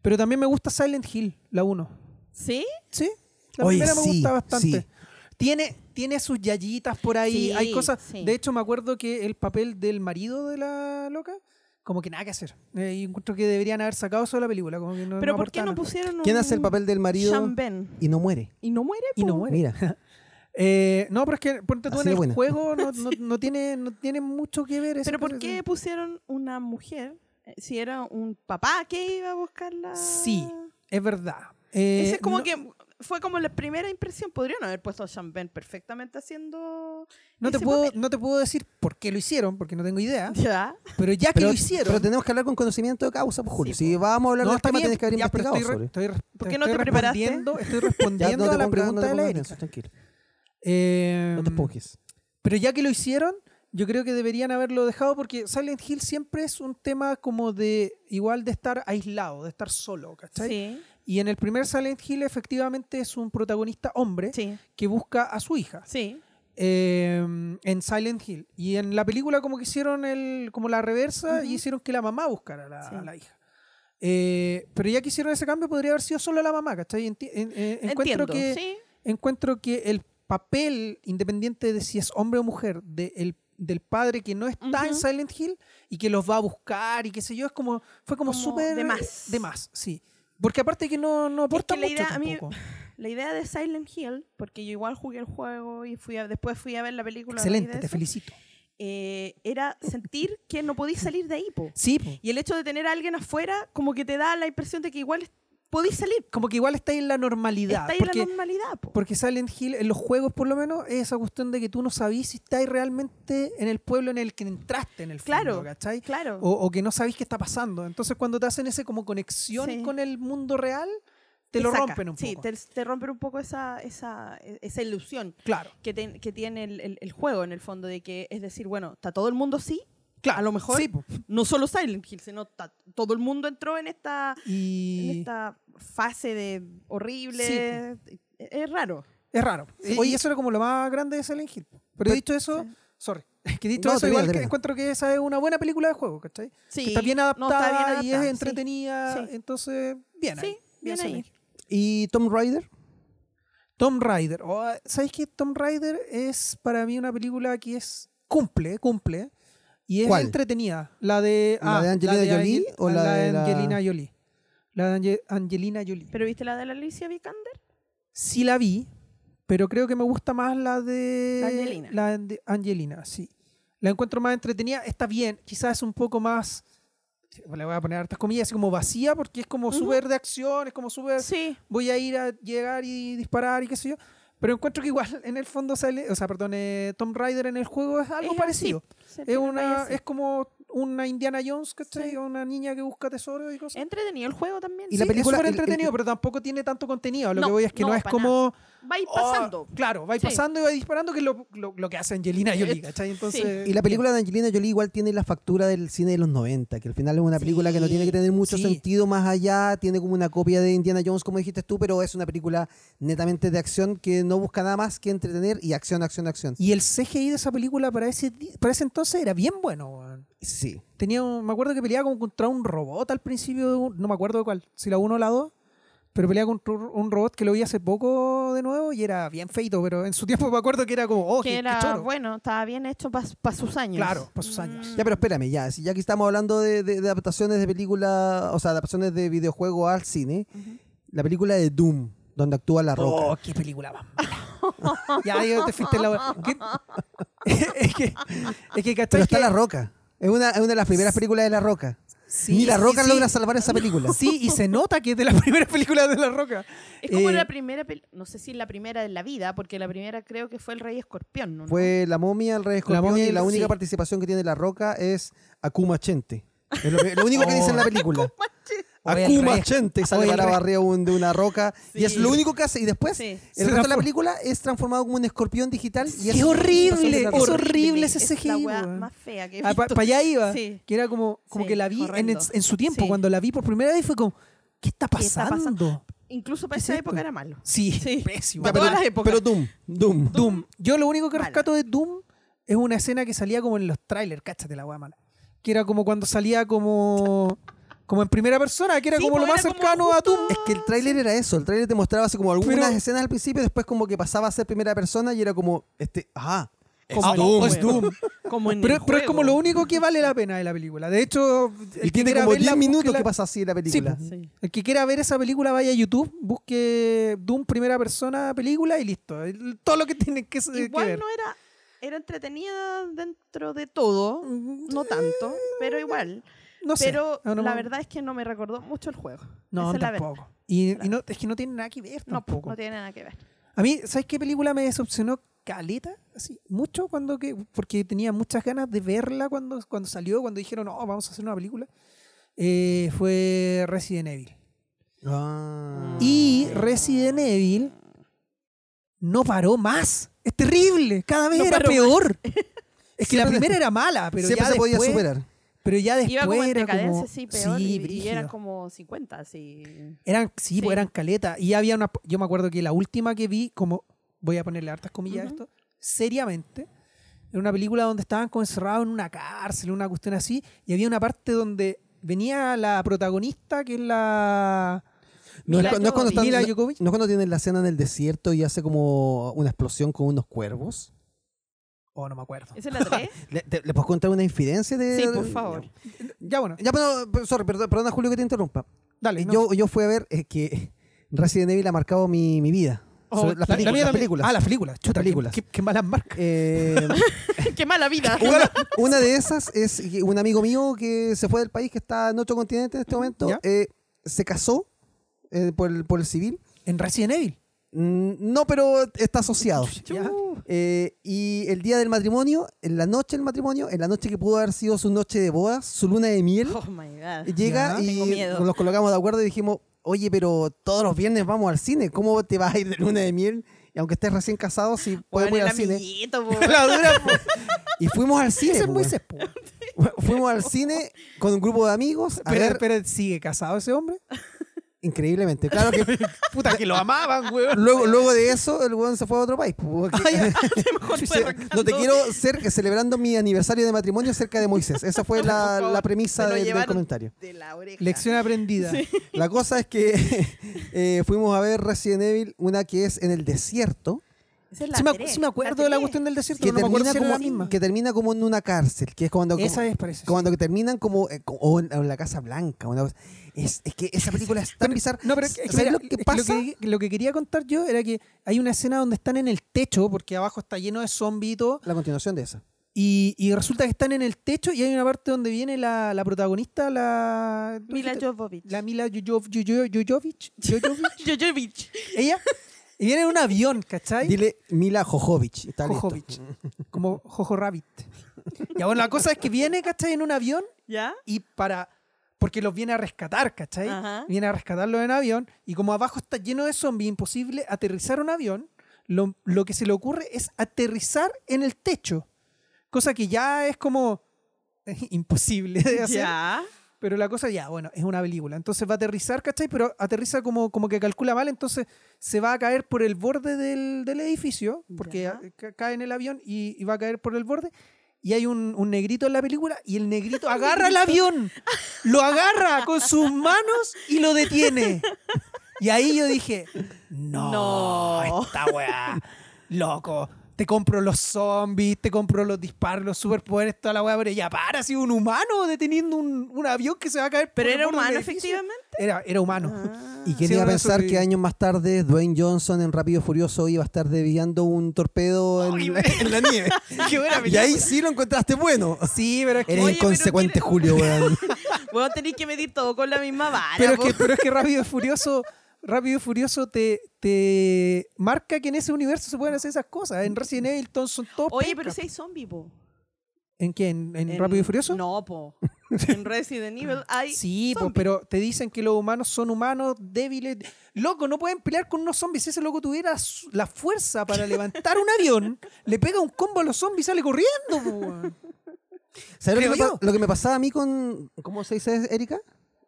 Speaker 2: pero también me gusta Silent Hill, la 1.
Speaker 1: Sí.
Speaker 2: Sí, la
Speaker 3: Oye,
Speaker 2: primera me
Speaker 3: sí,
Speaker 2: gusta bastante.
Speaker 3: sí.
Speaker 2: Tiene, tiene sus yayitas por ahí,
Speaker 1: Sí,
Speaker 2: hay cosas.
Speaker 1: sí.
Speaker 2: De hecho, me acuerdo que el papel del marido de la loca, como que nada que hacer. Eh, y encuentro que deberían haber sacado eso de la película. Como que no,
Speaker 1: Pero
Speaker 2: no
Speaker 1: ¿por qué
Speaker 2: aporta
Speaker 1: no
Speaker 2: nada.
Speaker 1: pusieron un.
Speaker 3: ¿Quién hace el papel del marido
Speaker 1: Sean Ben.
Speaker 3: y no muere?
Speaker 1: Y no muere.
Speaker 2: Y no
Speaker 1: po.
Speaker 2: muere.
Speaker 3: Mira,
Speaker 2: Eh, no, pero es que ponte tú
Speaker 3: Así
Speaker 2: en
Speaker 3: de
Speaker 2: el
Speaker 3: buena.
Speaker 2: juego, no, no, no tiene, no tiene mucho que ver. esa
Speaker 1: Pero ¿por
Speaker 2: cosa.
Speaker 1: qué pusieron una mujer? Eh, Si era un papá que iba a buscarla.
Speaker 2: Sí, es verdad. Eh,
Speaker 1: Ese es como
Speaker 2: no-
Speaker 1: que. Fue como la primera impresión. Podrían haber puesto a Sean Ben perfectamente haciendo.
Speaker 2: no te,
Speaker 1: ese
Speaker 2: puedo,
Speaker 1: papel.
Speaker 2: no te puedo decir por qué lo hicieron, porque no tengo idea.
Speaker 1: Ya.
Speaker 2: Pero ya que
Speaker 3: pero,
Speaker 2: lo hicieron.
Speaker 3: pero tenemos que hablar con conocimiento de causa, pues, Julio.
Speaker 1: Sí,
Speaker 3: si vamos a hablar
Speaker 2: No,
Speaker 3: del
Speaker 2: está
Speaker 3: tema,
Speaker 2: bien.
Speaker 3: tenés que haber
Speaker 2: ya, pero
Speaker 3: investigado
Speaker 2: estoy, re-
Speaker 3: sobre.
Speaker 2: estoy re-
Speaker 1: ¿Por qué no
Speaker 2: estoy
Speaker 1: te preparaste?
Speaker 2: respondiendo- Estoy
Speaker 3: Ya,
Speaker 2: respondiendo
Speaker 3: no te
Speaker 2: a la
Speaker 3: pongas- no
Speaker 2: pregunta
Speaker 3: te
Speaker 2: de la
Speaker 3: pongas
Speaker 2: Erika.
Speaker 3: tenso, tranquilo.
Speaker 2: Eh,
Speaker 3: No te esponjes.
Speaker 2: pero ya que lo hicieron, yo creo que deberían haberlo dejado porque Silent Hill siempre es un tema como de igual de estar aislado, de estar solo, ¿cachai?
Speaker 1: Sí.
Speaker 2: Y en el primer Silent Hill efectivamente es un protagonista hombre
Speaker 1: Sí.
Speaker 2: que busca a su hija
Speaker 1: Sí.
Speaker 2: eh, en Silent Hill. Y en la película como que hicieron el, como la reversa
Speaker 1: Ujú.
Speaker 2: y hicieron que la mamá buscara a la,
Speaker 1: Sí.
Speaker 2: a la hija. Eh, pero ya que hicieron ese cambio podría haber sido solo la mamá, ¿cachai? Enti- en- en- encuentro
Speaker 1: Entiendo.
Speaker 2: que
Speaker 1: Sí.
Speaker 2: encuentro que el papel, independiente de si es hombre o mujer, de el- del padre que no está en
Speaker 1: Ujú.
Speaker 2: Silent Hill y que los va a buscar y qué sé yo, es como, fue como,
Speaker 1: Como
Speaker 2: súper...
Speaker 1: de más.
Speaker 2: De más, sí. Porque aparte que no, no aporta
Speaker 1: que la
Speaker 2: mucho
Speaker 1: idea- a mí-
Speaker 2: tampoco.
Speaker 1: La idea de Silent Hill, porque yo igual jugué el juego y fui a- después fui a ver la película. a raíz
Speaker 2: Excelente,
Speaker 1: de
Speaker 2: te
Speaker 1: eso,
Speaker 2: felicito.
Speaker 1: eh, era sentir que no podís salir de ahí, po.
Speaker 2: Sí, po.
Speaker 1: Y el hecho de tener a alguien afuera, como que te da la impresión de que igual es- podís salir.
Speaker 2: como que igual está ahí en la normalidad.
Speaker 1: Está ahí
Speaker 2: porque,
Speaker 1: la normalidad, po.
Speaker 2: porque Silent Hill, en los juegos por lo menos, es esa cuestión de que tú no sabís si estáis realmente en el pueblo en el que entraste, en el fondo,
Speaker 1: Claro.
Speaker 2: ¿cachai?
Speaker 1: Claro.
Speaker 2: o, o que no sabéis qué está pasando. Entonces, cuando te hacen ese como conexión
Speaker 1: Sí.
Speaker 2: con el mundo real, te, lo
Speaker 1: saca.
Speaker 2: rompen un
Speaker 1: Sí,
Speaker 2: poco.
Speaker 1: te, te rompen un poco esa, esa, esa ilusión
Speaker 2: Claro,
Speaker 1: que, ten- que tiene el, el- el juego en el fondo, de que es decir, bueno, está todo el mundo sí,
Speaker 2: claro.
Speaker 1: A lo mejor-
Speaker 2: Sí, po.
Speaker 1: no solo Silent Hill, sino ta- todo el mundo entró en esta, en
Speaker 2: y,
Speaker 1: esta fase de horrible. Es, es raro.
Speaker 2: Es raro.
Speaker 3: Sí,
Speaker 2: Oye,
Speaker 3: y-
Speaker 2: eso era como lo más grande de Silent Hill. Pero,
Speaker 1: Pues,
Speaker 3: Pero-
Speaker 2: dicho eso, sorry. Que dicho
Speaker 3: No,
Speaker 2: eso,
Speaker 3: termina,
Speaker 2: igual que
Speaker 3: termina.
Speaker 2: encuentro que esa es una buena película de juego, ¿cachai? Que
Speaker 1: Sí,
Speaker 2: está bien
Speaker 1: no, está
Speaker 2: adaptada
Speaker 1: bien
Speaker 2: y
Speaker 1: adaptada,
Speaker 2: es
Speaker 1: sí.
Speaker 2: entretenida.
Speaker 1: Sí.
Speaker 2: Entonces, bien
Speaker 1: Sí,
Speaker 2: ahí.
Speaker 1: bien
Speaker 2: Silent
Speaker 1: ahí.
Speaker 2: Hill.
Speaker 3: ¿Y Tom Rider?
Speaker 2: Tom Rider. Oh, ¿Sabes qué? Tom Rider es para mí una película que es cumple, cumple. Y es
Speaker 3: ¿Cuál?
Speaker 2: entretenida. La de,
Speaker 3: ¿La de Angelina Jolie
Speaker 2: Angel-
Speaker 3: o la de la-
Speaker 2: Angelina Jolie? La de Ange- Angelina Jolie.
Speaker 1: ¿Pero viste la de la Alicia Vikander?
Speaker 2: sí la vi, pero creo que me gusta más la de
Speaker 1: La Angelina.
Speaker 2: la de Angelina, sí. La encuentro más entretenida, está bien, quizás es un poco más le voy a poner hartas comillas, así como vacía porque es como
Speaker 1: Ujú.
Speaker 2: súper de acción, es como súper
Speaker 1: Sí.
Speaker 2: voy a ir a llegar y disparar y qué sé yo. Pero encuentro que igual en el fondo sale, o sea, perdón, eh, Tomb Raider en el juego es algo
Speaker 1: Es así,
Speaker 2: parecido.
Speaker 1: se
Speaker 2: Es
Speaker 1: tiene
Speaker 2: una
Speaker 1: varias-
Speaker 2: es como una Indiana Jones, ¿cachai?
Speaker 1: Sí.
Speaker 2: Una niña que busca tesoros y cosas.
Speaker 1: Entretenido el juego también.
Speaker 3: Y
Speaker 2: Y la
Speaker 3: la
Speaker 1: sí.
Speaker 2: película
Speaker 3: película-
Speaker 2: es
Speaker 3: el- el-
Speaker 2: súper entretenido, pero tampoco tiene tanto contenido. Lo
Speaker 1: No,
Speaker 2: que voy es que no,
Speaker 1: no,
Speaker 2: es
Speaker 1: para
Speaker 2: como
Speaker 1: Va a ir pasando.
Speaker 2: Oh, claro, va
Speaker 1: Sí.
Speaker 2: pasando y va disparando, que es lo, lo, lo que hace Angelina Jolie,
Speaker 1: Eh,
Speaker 2: ¿cachai?
Speaker 1: sí.
Speaker 2: Entonces,
Speaker 3: Y la película de Angelina Jolie igual tiene la factura del cine de los 90, que al final es una película que no tiene que tener mucho
Speaker 2: sí.
Speaker 3: sentido más allá, tiene como una copia de Indiana Jones, como dijiste tú, pero es una película netamente de acción que no busca nada más que entretener y acción, acción, acción.
Speaker 2: Y el CGI de esa película para ese, di- para ese entonces era bien bueno, weón.
Speaker 3: Sí.
Speaker 2: Tenía un- me acuerdo que peleaba como contra un robot al principio, de un- no me acuerdo de cuál, si la 1 o la 2, pero peleaba contra un- un robot que lo vi hace poco de nuevo y era bien feito, pero en su tiempo me acuerdo que era como, oh, qué-
Speaker 1: que
Speaker 2: qué
Speaker 1: era
Speaker 2: choro.
Speaker 1: bueno, estaba bien hecho para sus años. Mm.
Speaker 2: Claro, para sus años.
Speaker 3: Ya, pero espérame, ya, si ya que estamos hablando de, de- de adaptaciones de película, o sea, adaptaciones de videojuego al cine, la película de Doom, donde actúa La Roca.
Speaker 2: Oh, qué película más mala. ya, yo te fuiste la... ¿Qué? es que, es que, ¿cachai?
Speaker 3: pero está
Speaker 2: que-
Speaker 3: La Roca. Es una, es una de las primeras películas de La Roca.
Speaker 2: Sí,
Speaker 3: Ni La
Speaker 2: sí,
Speaker 3: Roca
Speaker 2: sí.
Speaker 3: logra salvar esa película.
Speaker 2: Sí, y se nota que es de las primeras películas de La Roca.
Speaker 1: Es como
Speaker 2: Eh,
Speaker 1: la primera, peli- no sé si la primera de la vida, porque la primera creo que fue el Rey Escorpión, ¿no?
Speaker 3: Fue La Momia, El Rey Escorpión,
Speaker 2: momia y
Speaker 3: y la
Speaker 2: el-
Speaker 3: única
Speaker 2: sí.
Speaker 3: participación que tiene La Roca es Akuma Chente. Es lo, que- lo único que dice en la película.
Speaker 2: Oye, el
Speaker 3: Akuma
Speaker 2: Rey-
Speaker 3: Chente y sale
Speaker 2: Oye, el
Speaker 3: para
Speaker 2: Rey-
Speaker 3: arriba un- de una roca. Y es
Speaker 1: Sí.
Speaker 3: lo único que hace. Y después,
Speaker 1: Sí.
Speaker 3: el
Speaker 2: Se
Speaker 3: resto de la
Speaker 2: transforma.
Speaker 3: película es transformado como un escorpión digital. Y
Speaker 2: ¡Qué horrible!
Speaker 3: Es la
Speaker 2: Es
Speaker 3: Roca.
Speaker 2: horrible ese
Speaker 1: Es la
Speaker 2: CGI,
Speaker 1: weá
Speaker 2: weón.
Speaker 1: más fea que he
Speaker 2: Ah, pa-
Speaker 1: visto.
Speaker 2: pa' allá iba.
Speaker 1: Sí.
Speaker 2: Que era como, como
Speaker 1: Sí,
Speaker 2: que la vi en,
Speaker 1: horrendo.
Speaker 2: el- en su tiempo.
Speaker 1: Sí.
Speaker 2: Cuando la vi por primera vez fue como, ¿qué está
Speaker 1: ¿Qué está
Speaker 2: pasando?
Speaker 1: Incluso para
Speaker 2: ¿Qué es
Speaker 1: esa
Speaker 2: esto?
Speaker 1: época era malo.
Speaker 2: Sí,
Speaker 1: Sí.
Speaker 2: pésimo.
Speaker 3: Ya,
Speaker 1: Pa'
Speaker 3: pero,
Speaker 1: todas las épocas.
Speaker 3: pero Doom, Doom, Doom.
Speaker 2: Doom. Yo lo único que
Speaker 1: Mala.
Speaker 2: rescato de Doom es una escena que salía como en los trailers, cáchate la weá mala. Que era como cuando salía como, como en primera persona, que era
Speaker 1: Sí,
Speaker 2: como
Speaker 1: pues,
Speaker 2: lo más
Speaker 1: era como
Speaker 2: cercano a Doom.
Speaker 3: Es que el tráiler era eso, el tráiler te mostraba así como algunas
Speaker 2: Pero-
Speaker 3: escenas al principio, después como que pasaba a ser primera persona y era como, este, ah, es
Speaker 2: Como-
Speaker 3: Doom.
Speaker 2: oh, es Doom.
Speaker 1: Como en
Speaker 2: Pero,
Speaker 1: el
Speaker 2: pero es como lo
Speaker 1: juego.
Speaker 2: único que vale la pena de la película. De hecho, el
Speaker 3: Y
Speaker 2: que
Speaker 3: tiene
Speaker 2: quiera
Speaker 3: como
Speaker 2: verla,
Speaker 3: 10 minutos
Speaker 2: búsquela-
Speaker 3: que pasa así la película.
Speaker 2: Sí,
Speaker 1: Sí.
Speaker 2: El que quiera ver esa película vaya a YouTube, busque Doom primera persona película y listo. El- Todo lo que tiene que, que
Speaker 1: Igual
Speaker 2: ver.
Speaker 1: no era, era entretenida dentro de todo,
Speaker 2: Mm.
Speaker 1: no tanto, pero igual.
Speaker 2: No sé.
Speaker 1: pero
Speaker 2: No, no,
Speaker 1: la verdad es que no me recordó mucho el juego.
Speaker 2: no
Speaker 1: Esa es la verdad.
Speaker 2: tampoco. Y, y no, es que no tiene nada que ver
Speaker 1: No,
Speaker 2: tampoco.
Speaker 1: no tiene nada que ver.
Speaker 2: A mí, ¿sabes qué película me decepcionó caleta? Así, mucho cuando que. Porque tenía muchas ganas de verla cuando, cuando salió, cuando dijeron, no, vamos a hacer una película. Eh, fue Resident Evil.
Speaker 3: Ah.
Speaker 2: Y Resident Evil no paró más. Es terrible. Cada vez
Speaker 1: No
Speaker 2: era
Speaker 1: paró
Speaker 2: peor. Es que la
Speaker 3: Siempre-
Speaker 2: primera era mala, pero
Speaker 3: siempre
Speaker 2: ya
Speaker 3: se podía
Speaker 2: después-
Speaker 3: superar.
Speaker 2: Pero ya después
Speaker 1: Iba como en
Speaker 2: era
Speaker 1: decadencia,
Speaker 2: como...
Speaker 1: sí, peor. y- y,
Speaker 2: brígido.
Speaker 1: eran como 50, así.
Speaker 2: Eran, sí, pues
Speaker 1: Sí.
Speaker 2: eran caletas. Y había una. Yo me acuerdo que la última que vi, como. Voy a ponerle hartas comillas a esto. Seriamente. Era una película donde estaban como encerrados en una cárcel, una cuestión así. Y había una parte donde venía la protagonista, que es la.
Speaker 3: No es,
Speaker 1: Mila
Speaker 3: cu- no es cuando
Speaker 1: Jovovich.
Speaker 3: están-
Speaker 2: Mila
Speaker 3: no-
Speaker 2: Jovovich.
Speaker 3: no es cuando tienen la escena en el desierto y hace como una explosión con unos cuervos.
Speaker 2: Oh, no me acuerdo.
Speaker 1: ¿Esa es la 3?
Speaker 3: ¿Le, te- ¿le puedo contar una infidencia? De,
Speaker 1: sí, por favor.
Speaker 2: Ya bueno,
Speaker 3: Ya, pero, pero, sorry, perdón, perdona Julio que te interrumpa.
Speaker 2: dale. no.
Speaker 3: Yo, yo fui a ver eh, que Resident Evil ha marcado mi, mi vida.
Speaker 2: Oh,
Speaker 3: Sobre las,
Speaker 2: la- la
Speaker 3: películas,
Speaker 2: mía
Speaker 3: las
Speaker 2: también.
Speaker 3: películas.
Speaker 2: Ah, las películas. Chuta, qué-
Speaker 3: películas.
Speaker 2: Qué, qué malas marcas.
Speaker 3: Eh,
Speaker 1: ¡Qué mala vida!
Speaker 3: una, una de esas es que un amigo mío que se fue del país, que está en otro continente en este momento,
Speaker 2: ¿Ya?
Speaker 3: eh, se casó eh, por, el, por el civil.
Speaker 2: En Resident Evil.
Speaker 3: Mm, No, pero está asociado.
Speaker 2: Ya.
Speaker 3: Eh, y el día del matrimonio, en la noche del matrimonio, en la noche que pudo haber sido su noche de bodas, su luna de miel, eh,
Speaker 1: Oh my god.
Speaker 3: llega
Speaker 2: Ya.
Speaker 1: Tengo
Speaker 3: y
Speaker 1: miedo.
Speaker 3: nos colocamos de acuerdo y dijimos, oye, pero todos los viernes vamos al cine, ¿cómo te vas a ir de luna de miel? Y aunque estés recién casado, si podemos ir
Speaker 1: Bueno,
Speaker 3: al
Speaker 1: el
Speaker 3: cine. pues.
Speaker 1: amiguito, po.
Speaker 2: La dura, po.
Speaker 3: Y fuimos al cine.
Speaker 2: Ese es
Speaker 3: pues,
Speaker 2: muy
Speaker 3: weón.
Speaker 2: cespo.
Speaker 3: Fuimos al cine con un grupo de amigos a
Speaker 2: Pero,
Speaker 3: ver
Speaker 2: pero, ¿sigue casado ese hombre?
Speaker 3: Increíblemente. Claro que
Speaker 2: Puta, que lo amaban, weón.
Speaker 3: luego, luego de eso, el weón se fue a otro país. pues, porque-
Speaker 2: Ah,
Speaker 1: Mejor
Speaker 3: Dice,
Speaker 1: fue arrancando.
Speaker 3: no te quiero cerca, celebrando mi aniversario de matrimonio cerca de Moisés. Esa fue la,
Speaker 1: Por favor,
Speaker 3: la premisa
Speaker 1: me lo
Speaker 3: del- del
Speaker 1: llevaron
Speaker 3: comentario.
Speaker 1: De la oreja.
Speaker 2: Lección aprendida.
Speaker 3: La cosa es que eh, fuimos a ver Resident Evil, una que es en el desierto,
Speaker 1: Esa es
Speaker 2: Sí me, acu-
Speaker 1: tres,
Speaker 2: sí me acuerdo de la cuestión del desierto,
Speaker 3: que,
Speaker 2: no me acuerdo
Speaker 3: termina
Speaker 2: si era la
Speaker 3: como,
Speaker 2: misma.
Speaker 3: que termina como en una cárcel, que es cuando, como-
Speaker 2: Esa es, parece.
Speaker 3: cuando que terminan como eh, co- o en, o en la Casa Blanca. una cosa- es, es que esa película es tan bizarra.
Speaker 2: No, pero es que-
Speaker 3: ¿Sabes
Speaker 2: mira,
Speaker 3: lo
Speaker 2: es
Speaker 3: que
Speaker 2: que lo
Speaker 3: pasa?
Speaker 2: que- lo que quería contar yo era que hay una escena donde están en el techo, porque abajo está lleno de zombies y todo,
Speaker 3: La continuación de esa.
Speaker 2: y, y resulta que están en el techo y hay una parte donde viene la, la protagonista, la... ¿tú
Speaker 1: Mila
Speaker 2: dijiste?
Speaker 1: Jovovich.
Speaker 2: La Mila Jojo- Jojo- Jojovic. Jojovic.
Speaker 1: Jovovich.
Speaker 2: Ella. Y viene en un avión, ¿cachai?
Speaker 3: Dile Mila Jojovic. Está listo.
Speaker 2: Jojovic. Como Jojo Rabbit. Ya, bueno, la cosa es que viene, ¿cachai? En un avión
Speaker 1: ¿Ya?
Speaker 2: y para. Porque los viene a rescatar, ¿cachai?
Speaker 1: Ajá.
Speaker 2: Viene a rescatarlos en avión. Y como abajo está lleno de zombies, imposible aterrizar un avión. Lo, lo que se le ocurre es aterrizar en el techo. Cosa que ya es como imposible de hacer.
Speaker 1: Ya.
Speaker 2: Pero la cosa ya, bueno, es una película. Entonces va a aterrizar, ¿cachai? Pero aterriza como, como que calcula mal, entonces se va a caer por el borde del, del edificio, porque
Speaker 1: Ya.
Speaker 2: a- ca- cae en el avión y, y va a caer por el borde. Y hay un, un negrito en la película y el negrito agarra el avión, lo agarra con sus manos y lo detiene. Y ahí yo dije, no,
Speaker 1: No.
Speaker 2: esta weá, loco. Te compro los zombies, te compro los disparos, los superpoderes, toda la weá, pero ya para, si un humano deteniendo un, un avión que se va a caer.
Speaker 1: Pero
Speaker 2: por el
Speaker 1: era
Speaker 2: borde del
Speaker 1: humano,
Speaker 2: edificio.
Speaker 1: efectivamente. Ah.
Speaker 2: Era, era humano.
Speaker 3: ¿Y quién
Speaker 2: Sí,
Speaker 3: iba a
Speaker 2: una
Speaker 3: pensar que
Speaker 2: sobreviviente.
Speaker 3: años más tarde Dwayne Johnson en Rápido y Furioso iba a estar desviando un torpedo en,
Speaker 2: Ay,
Speaker 3: la-
Speaker 2: güey.
Speaker 3: en la nieve?
Speaker 2: Qué buena
Speaker 3: y ahí
Speaker 2: película.
Speaker 3: sí lo encontraste bueno.
Speaker 2: Sí, pero es que.
Speaker 3: Eres
Speaker 1: Oye, pero
Speaker 3: inconsecuente,
Speaker 1: quiere-
Speaker 3: Julio, weón.
Speaker 1: Bueno, tenéis que medir todo con la misma vara.
Speaker 2: Pero es
Speaker 1: po.
Speaker 2: que, pero es que Rápido y Furioso, Rápido y Furioso te, te marca que en ese universo se pueden hacer esas cosas. En Resident Evil son todos.
Speaker 1: Oye,
Speaker 2: pencas.
Speaker 1: pero si hay zombies, po.
Speaker 2: ¿En qué? ¿En, en Rápido y Furioso?
Speaker 1: No, po. En Resident Evil hay.
Speaker 2: Sí, po,
Speaker 1: zombies.
Speaker 2: pero te dicen que los humanos son humanos débiles. Loco, no pueden pelear con unos zombies. Si ese loco tuviera su- la fuerza para levantar un avión, le pega un combo a los zombies y sale corriendo. po, weón.
Speaker 3: ¿Sabes lo que,
Speaker 2: Creo
Speaker 3: me, pa- lo que me pasaba a mí con. ¿Cómo se dice, Erika?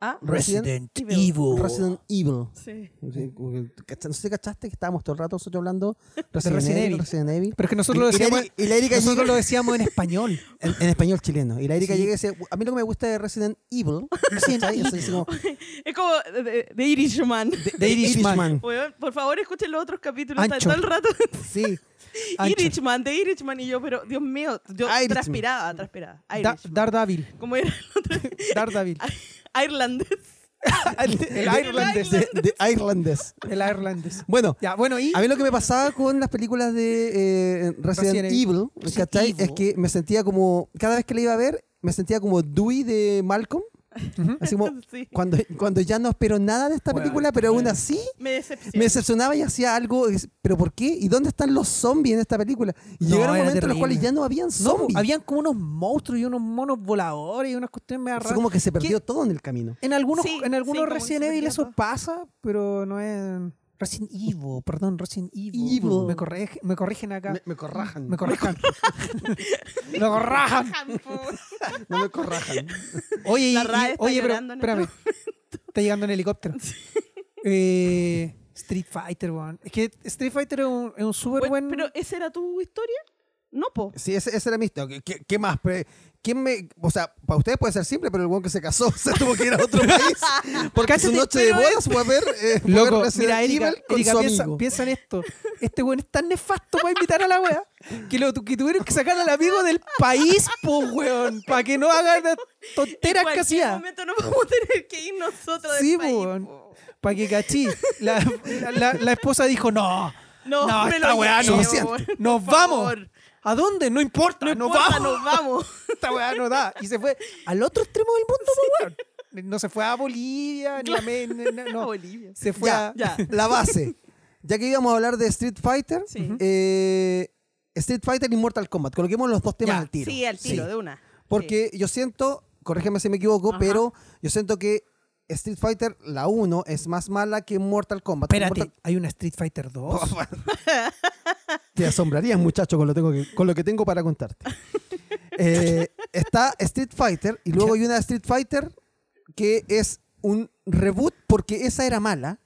Speaker 1: ¿Ah?
Speaker 3: Resident
Speaker 1: Evil.
Speaker 3: Resident Evil.
Speaker 1: Sí.
Speaker 3: Sí, como que- ¿cacha- No sé si cachaste que estábamos todo el rato nosotros hablando
Speaker 2: Resident Evil.
Speaker 3: Resident Evil.
Speaker 2: Pero es que nosotros lo
Speaker 3: Y- y la
Speaker 2: decíamos,
Speaker 3: Eri- y la Erika
Speaker 2: nosotros
Speaker 3: llega-
Speaker 2: lo decíamos en español.
Speaker 3: En, en español chileno. Y la Erika
Speaker 2: Sí.
Speaker 3: llega y dice: A mí lo que me gusta de Resident Evil. ¿cachai? Así como,
Speaker 1: Es como de, de- de Irishman.
Speaker 2: The Irishman.
Speaker 1: Weón, por favor, escuchen los otros capítulos. está
Speaker 2: Ancho.
Speaker 1: todo el rato.
Speaker 3: Sí.
Speaker 2: Ancho. Ah,
Speaker 1: Irishman, de Irishman y yo, pero Dios mío, yo
Speaker 3: Irishman.
Speaker 1: transpiraba, transpiraba.
Speaker 2: Da-
Speaker 1: Irishman.
Speaker 2: Daredevil.
Speaker 1: como era el otro.
Speaker 2: Daredevil.
Speaker 1: Irlandés.
Speaker 2: El irlandés.
Speaker 3: De, de irlandés.
Speaker 2: El irlandés.
Speaker 3: Bueno,
Speaker 2: Ya, bueno, y.
Speaker 3: A mí lo que me pasaba con las películas de eh, Resident,
Speaker 2: Resident
Speaker 3: Evil,
Speaker 2: Resident
Speaker 3: ¿cachai?
Speaker 2: Evil.
Speaker 3: Es que me sentía como, cada vez que la iba a ver, me sentía como Dewey de Malcolm. Así como,
Speaker 1: Sí.
Speaker 3: cuando, cuando ya no espero nada de esta
Speaker 2: Bueno,
Speaker 3: película, pero aún
Speaker 2: bueno.
Speaker 3: así
Speaker 1: Me
Speaker 3: me
Speaker 1: decepcionó.
Speaker 3: decepcionaba y hacía algo, es, pero ¿por qué? ¿Y dónde están los zombies en esta película? Y
Speaker 2: No,
Speaker 3: llegaron
Speaker 2: era
Speaker 3: momentos en los
Speaker 2: terrible.
Speaker 3: cuales ya no habían
Speaker 2: No,
Speaker 3: zombies.
Speaker 2: habían como unos monstruos y unos monos voladores y unas cuestiones medio
Speaker 3: Así
Speaker 2: raras.
Speaker 3: como que se perdió todo en el camino.
Speaker 2: En algunos,
Speaker 1: Sí,
Speaker 2: en algunos
Speaker 1: sí, como que
Speaker 2: Resident
Speaker 1: se
Speaker 2: Evil
Speaker 1: perdía
Speaker 2: eso
Speaker 1: todo.
Speaker 2: pasa, pero no es. Resident Evil, perdón, Resident Evil.
Speaker 3: Evil.
Speaker 2: Me, corrige- me corrigen acá. Me,
Speaker 3: corrajan.
Speaker 2: corrijan. me corrajan.
Speaker 3: no me corrajan.
Speaker 2: Oye, y-
Speaker 1: La RAE
Speaker 2: y-
Speaker 1: está
Speaker 2: oye, pero
Speaker 1: llorando en este
Speaker 2: espérame. Está llegando en helicóptero. Eh, Street Fighter, weón. Es que Street Fighter es un, es un súper
Speaker 1: Bueno,
Speaker 2: buen.
Speaker 1: Pero ¿esa era tu historia? No, po.
Speaker 3: Sí, ese- esa era mi historia. ¿Qué, qué más? Pre- ¿Quién me, o sea, para ustedes puede ser simple, pero el weón que se casó se tuvo que ir a otro país. Porque su
Speaker 2: Cáchate,
Speaker 3: noche de
Speaker 2: pero es-
Speaker 3: bodas fue a ver, eh, fue a ver
Speaker 2: Loco,
Speaker 3: Resident
Speaker 2: mira, Erika,
Speaker 3: Evil con
Speaker 2: Erika,
Speaker 3: su
Speaker 2: piensa,
Speaker 3: amigo.
Speaker 2: piensa en esto. Este weón es tan nefasto para invitar a la wea que, lo, que tuvieron que sacar al amigo del país, po, weón, para que no haga las
Speaker 1: En
Speaker 2: tonteras que
Speaker 1: cualquier
Speaker 2: hacía.
Speaker 1: momento no vamos a tener que ir nosotros del
Speaker 2: Sí,
Speaker 1: país,
Speaker 2: weón.
Speaker 1: po.
Speaker 2: Para que cachí. La, la- la- la esposa dijo, no,
Speaker 1: No,
Speaker 2: No,
Speaker 1: me
Speaker 2: esta
Speaker 1: lo
Speaker 2: weá no.
Speaker 1: llevo,
Speaker 3: Suficiente.
Speaker 1: weón,
Speaker 2: nos
Speaker 1: por
Speaker 2: vamos.
Speaker 1: favor.
Speaker 2: ¿A dónde? No importa, nos
Speaker 1: Porfa,
Speaker 2: vamos.
Speaker 1: nos vamos.
Speaker 2: Esta weá no da. Y se fue al otro extremo del mundo, po, weón. No se fue a Bolivia, ni a... Me- ni- ni-
Speaker 1: A
Speaker 2: no.
Speaker 1: Bolivia.
Speaker 2: Se fue
Speaker 3: Ya,
Speaker 2: a...
Speaker 1: Ya.
Speaker 3: la base. Ya que íbamos a hablar de Street Fighter,
Speaker 1: Sí.
Speaker 3: eh, Street Fighter y Mortal Kombat. Coloquemos los dos temas
Speaker 2: Ya.
Speaker 3: al tiro.
Speaker 1: Sí, al tiro,
Speaker 3: Sí.
Speaker 1: de una.
Speaker 3: Porque yo siento, corrígeme si me equivoco,
Speaker 1: Ajá.
Speaker 3: pero yo siento que Street Fighter, la 1, es más mala que Mortal Kombat.
Speaker 2: Espérate,
Speaker 3: Mortal-
Speaker 2: hay una Street Fighter 2.
Speaker 3: Te asombrarías, muchacho, con lo, tengo que- con lo que tengo para contarte. Eh, está Street Fighter y luego hay una Street Fighter que es un reboot porque esa era mala.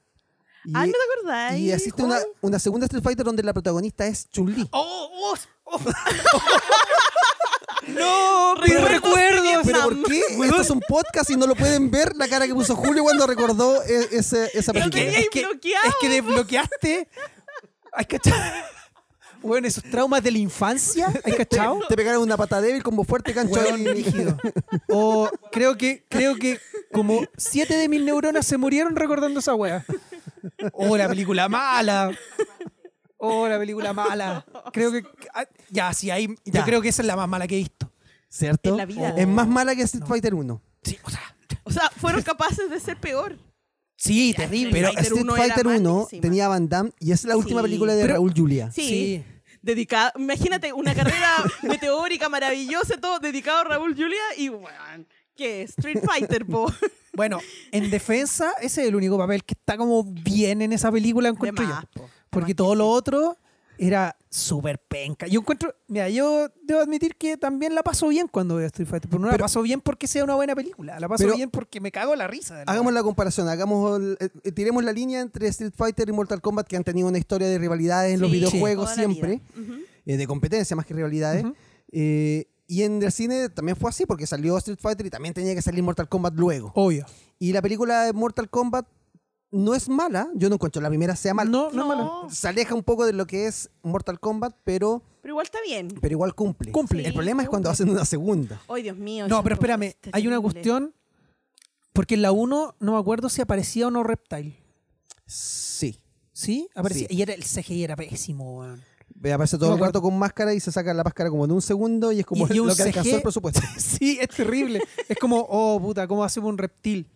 Speaker 3: Y,
Speaker 1: Ah, ¿no te acordás?
Speaker 3: y existe una,
Speaker 1: Juan?
Speaker 3: una segunda Street Fighter donde la protagonista es Chun-Li.
Speaker 2: ¡Oh! oh, oh. ¡No! ¡Mis
Speaker 1: Recuerdos de
Speaker 2: recuerdos!
Speaker 3: ¿Pero por
Speaker 1: Nam.
Speaker 3: qué? Esto es un podcast y no lo pueden ver la cara que puso Julio cuando recordó e- ese- esa
Speaker 1: Lo
Speaker 3: película.
Speaker 1: quería ir bloqueado.
Speaker 2: es que desbloqueaste. Hay cachado. Bueno, esos traumas de la infancia. Hay
Speaker 3: Te,
Speaker 2: cachado.
Speaker 3: te pegaron una pata débil con fuerte cancho
Speaker 2: Hueón
Speaker 3: ahí.
Speaker 2: rígido. O creo que, creo que como siete de mis neuronas se murieron recordando esa wea. O la película mala. O la película mala. Creo que. ah, Ya, sí, ahí. Yo
Speaker 3: Ya.
Speaker 2: creo que esa es la más mala que he visto.
Speaker 3: ¿Cierto?
Speaker 1: En la vida.
Speaker 3: Es más mala que Street Fighter 1.
Speaker 2: Sí, o sea.
Speaker 1: O sea, fueron capaces de ser peor.
Speaker 2: Sí,
Speaker 1: Ya,
Speaker 2: terrible.
Speaker 3: Pero
Speaker 1: Fighter
Speaker 3: Street
Speaker 1: 1 era
Speaker 3: Fighter 1
Speaker 1: malísima.
Speaker 3: tenía a Van Damme y es la última
Speaker 1: Sí.
Speaker 3: película de
Speaker 2: Pero-
Speaker 3: Raúl Julia.
Speaker 1: Sí. Dedicada, imagínate una carrera meteórica maravillosa, todo dedicado a Raúl Julia y, bueno, ¿qué? Street Fighter, po.
Speaker 2: Bueno, en defensa, ese es el único papel que está como bien en esa película, encuentro
Speaker 1: De
Speaker 2: yo.
Speaker 1: más, po. De
Speaker 2: Porque
Speaker 1: más
Speaker 2: todo
Speaker 1: que
Speaker 2: lo
Speaker 1: sí.
Speaker 2: otro era súper penca. Yo encuentro, mira, yo debo admitir que también la paso bien cuando veo Street Fighter, pero no la
Speaker 3: Pero-
Speaker 2: paso bien porque sea una buena película, la paso
Speaker 3: Pero-
Speaker 2: bien porque me cago en la risa. de la-
Speaker 3: Hagamos la comparación, hagamos el- eh, tiremos la línea entre Street Fighter y Mortal Kombat que han tenido una historia de rivalidades en los
Speaker 1: Sí,
Speaker 3: videojuegos
Speaker 1: toda la
Speaker 3: siempre,
Speaker 1: Ujú.
Speaker 3: eh, de competencia más que rivalidades.
Speaker 2: Ujú.
Speaker 3: Eh, y en el cine también fue así porque salió Street Fighter y también tenía que salir Mortal Kombat luego.
Speaker 2: Obvio.
Speaker 3: Y la película de Mortal Kombat no es mala, yo no encuentro la primera sea mala.
Speaker 2: No,
Speaker 1: No.
Speaker 2: no, mala.
Speaker 3: Se aleja un poco de lo que es Mortal Kombat, pero,
Speaker 1: Pero igual está bien.
Speaker 3: pero igual cumple.
Speaker 2: Cumple.
Speaker 3: El problema es cuando
Speaker 1: cumple.
Speaker 3: hacen una segunda.
Speaker 1: Ay, Dios mío.
Speaker 2: No,
Speaker 1: esas
Speaker 2: pero
Speaker 1: cosas
Speaker 2: espérame, hay
Speaker 1: terribles.
Speaker 2: una cuestión, porque en la 1 no me acuerdo si aparecía o no Reptile.
Speaker 3: Sí.
Speaker 2: ¿Sí? Aparecía.
Speaker 3: Sí.
Speaker 2: Y era el CGI era pésimo, weón.
Speaker 3: Ve, Aparece todo
Speaker 2: No,
Speaker 3: el rato con máscara y se saca la máscara como en un segundo y es como
Speaker 2: Y- y un
Speaker 3: lo que
Speaker 2: CG.
Speaker 3: alcanzó el presupuesto.
Speaker 2: Sí, es terrible. Es como, oh, puta, ¿cómo hacemos un reptil?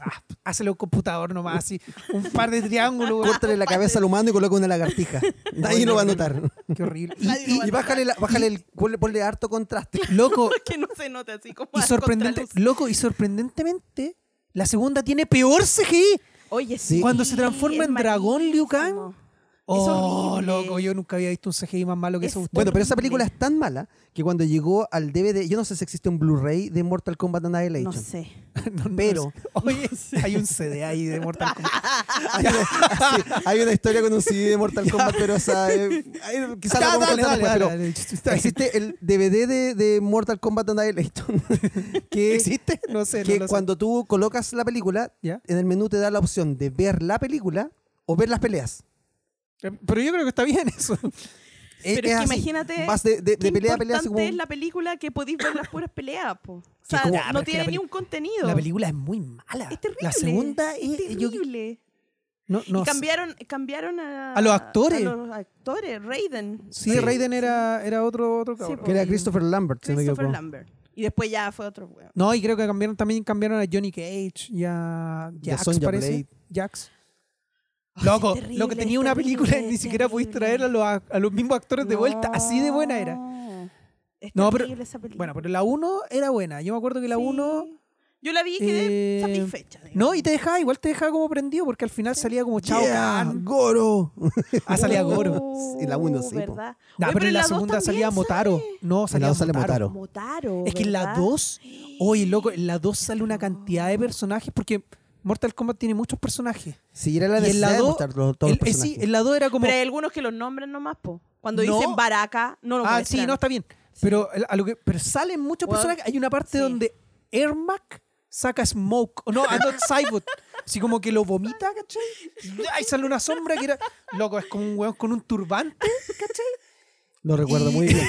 Speaker 2: Ah, hácelo un computador nomás, así. Un par de triángulos. güey.
Speaker 3: Córtale la cabeza al humano y coloca una lagartija. Nadie lo va a notar.
Speaker 2: Qué horrible. Y,
Speaker 1: Nadie
Speaker 3: Y, y bájale, la- bájale el, ponle, ponle harto contraste.
Speaker 2: loco,
Speaker 1: Que no se note así como
Speaker 2: y
Speaker 1: a
Speaker 2: sorprendente,
Speaker 1: contraluz.
Speaker 2: loco, y sorprendentemente, la segunda tiene peor CGI.
Speaker 1: Oye,
Speaker 3: Sí.
Speaker 1: sí.
Speaker 2: Cuando se transforma
Speaker 1: es
Speaker 2: en dragón Liu Kang.
Speaker 1: malísimo.
Speaker 2: Oh,
Speaker 1: horrible.
Speaker 2: loco, yo nunca había visto un CGI más malo que
Speaker 1: Es
Speaker 2: ese. Gustavo.
Speaker 3: Bueno, pero esa película es tan mala que cuando llegó al DVD, yo no sé si existe un Blu-ray de Mortal Kombat Annihilation.
Speaker 1: No sé.
Speaker 2: No, no,
Speaker 3: pero-
Speaker 2: oye, hay un CD ahí de Mortal Kombat.
Speaker 3: Hay una, sí, hay una historia con un CD de Mortal Kombat, pero o sea, eh, ahí quizás la
Speaker 2: Ya, dale,
Speaker 3: podemos contar
Speaker 2: dale,
Speaker 3: después, pero
Speaker 2: dale, está bien.
Speaker 3: existe el DVD de, de Mortal Kombat Annihilation que,
Speaker 2: ¿Existe? No sé. no
Speaker 3: que
Speaker 2: lo sé.
Speaker 3: cuando tú colocas la película,
Speaker 2: ¿Ya?
Speaker 3: en el menú te da la opción de ver la película o ver las peleas.
Speaker 2: Pero yo creo que está bien eso.
Speaker 3: Es-
Speaker 1: Pero es,
Speaker 3: es
Speaker 1: que
Speaker 3: así.
Speaker 1: imagínate.
Speaker 3: Vas de, de- de
Speaker 1: qué
Speaker 3: pelea a pelea. así
Speaker 1: importante
Speaker 3: como-
Speaker 1: es la película que podéis ver las puras peleas, po. O sea,
Speaker 2: como- Ya, pero
Speaker 1: no
Speaker 2: es que
Speaker 1: tiene
Speaker 2: la
Speaker 1: ni
Speaker 2: peli-
Speaker 1: un contenido.
Speaker 2: La película es muy mala.
Speaker 1: Es terrible.
Speaker 2: La segunda es.
Speaker 1: es
Speaker 2: yo-
Speaker 1: terrible.
Speaker 2: no, no
Speaker 1: y
Speaker 2: sé.
Speaker 1: cambiaron, cambiaron a,
Speaker 2: A los actores.
Speaker 1: A los actores, Raiden.
Speaker 2: Sí, Raiden era, era otro, otro cabrón.
Speaker 3: Que
Speaker 1: po.
Speaker 3: era Christopher Lambert, si no me
Speaker 1: Christopher
Speaker 3: equivoco.
Speaker 1: Lambert. Y después ya fue otro weón.
Speaker 2: No, y creo que cambiaron, también cambiaron a Johnny Cage y a
Speaker 3: Y a
Speaker 2: Jax,
Speaker 3: Sonya
Speaker 2: parece.
Speaker 3: Blade.
Speaker 2: Jax. Loco,
Speaker 1: terrible,
Speaker 2: lo que tenía una
Speaker 1: terrible,
Speaker 2: película y ni siquiera pudiste traer a los, a los mismos actores de vuelta. Así de buena era.
Speaker 1: No. Es
Speaker 2: No, pero-
Speaker 1: terrible esa película.
Speaker 2: Bueno, pero la 1 era buena. Yo me acuerdo que la
Speaker 1: Sí.
Speaker 2: 1...
Speaker 1: Yo la vi y quedé
Speaker 2: eh,
Speaker 1: satisfecha. digamos.
Speaker 2: No, y te dejaba, igual te dejaba como prendido porque al final salía como Chao
Speaker 3: Yeah, Goro.
Speaker 2: Ah, salía Goro.
Speaker 1: Oh,
Speaker 3: En la uno, sí, po.
Speaker 1: ¿verdad?
Speaker 2: No,
Speaker 1: Oye,
Speaker 2: pero en la
Speaker 1: dos
Speaker 2: segunda
Speaker 1: también
Speaker 2: salía
Speaker 1: sale
Speaker 2: Motaro. No, salía
Speaker 3: dos sale
Speaker 2: Motaro.
Speaker 3: Motaro.
Speaker 1: Motaro.
Speaker 2: Es que en la
Speaker 1: ¿verdad?
Speaker 2: 2, oye, loco, en la 2 sale una cantidad de personajes porque Mortal Kombat tiene muchos personajes.
Speaker 3: Sí, era la
Speaker 2: Y en la
Speaker 3: necesidad de
Speaker 2: dos,
Speaker 3: mostrar lo- todos
Speaker 2: El-
Speaker 3: los
Speaker 2: eh, sí,
Speaker 3: personajes.
Speaker 2: en la 2 era como.
Speaker 1: Pero hay algunos que los nombran nomás, po. Cuando
Speaker 2: No.
Speaker 1: dicen Baraka, no lo
Speaker 2: ah,
Speaker 1: muestran.
Speaker 2: sí, no, está bien. Pero, el- a lo que, pero salen muchos
Speaker 1: Bueno,
Speaker 2: personajes. Hay una parte
Speaker 1: sí.
Speaker 2: donde Ermac saca Smoke. o No, a Not Saibot. Así como que lo vomita, ¿cachai? Y ahí sale una sombra que era. Loco, es como un weón con un turbante, ¿cachai?
Speaker 3: Lo recuerdo
Speaker 2: y-
Speaker 3: muy bien.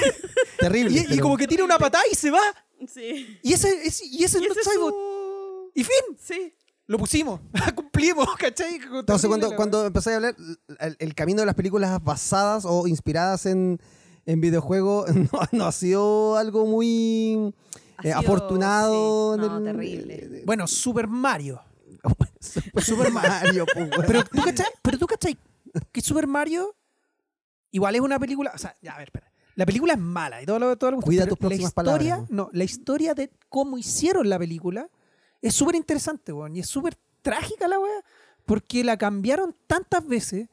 Speaker 3: Terrible.
Speaker 2: Y, y
Speaker 3: pero-
Speaker 2: como que tira una patada y se va.
Speaker 1: Sí.
Speaker 2: Y ese, ese- y ese es
Speaker 1: Y
Speaker 2: Not
Speaker 1: ese es
Speaker 2: Saibot.
Speaker 1: su-
Speaker 2: Y fin,
Speaker 1: Sí.
Speaker 2: lo pusimos. Cumplimos, ¿cachai?
Speaker 3: Entonces, cuando, cuando empecé a hablar, el, el camino de las películas basadas o inspiradas en, en videojuegos no, no ha sido algo muy
Speaker 1: Ha
Speaker 3: eh,
Speaker 1: sido-
Speaker 3: afortunado.
Speaker 1: sí.
Speaker 3: en
Speaker 1: No,
Speaker 3: el- eh,
Speaker 1: terrible.
Speaker 2: Bueno, Super Mario.
Speaker 3: Super Mario, pues, po, weón.
Speaker 2: Pero tú cachai, pero tú cachai que Super Mario igual es una película, o sea, ya, a ver, espera. La película es mala y todo lo todo lo-
Speaker 3: Cuida
Speaker 2: pero
Speaker 3: tus próximas
Speaker 2: la historia,
Speaker 3: palabras,
Speaker 2: ¿no? la historia de cómo hicieron la película es súper interesante, weón, y es súper trágica la weá, porque la cambiaron tantas veces,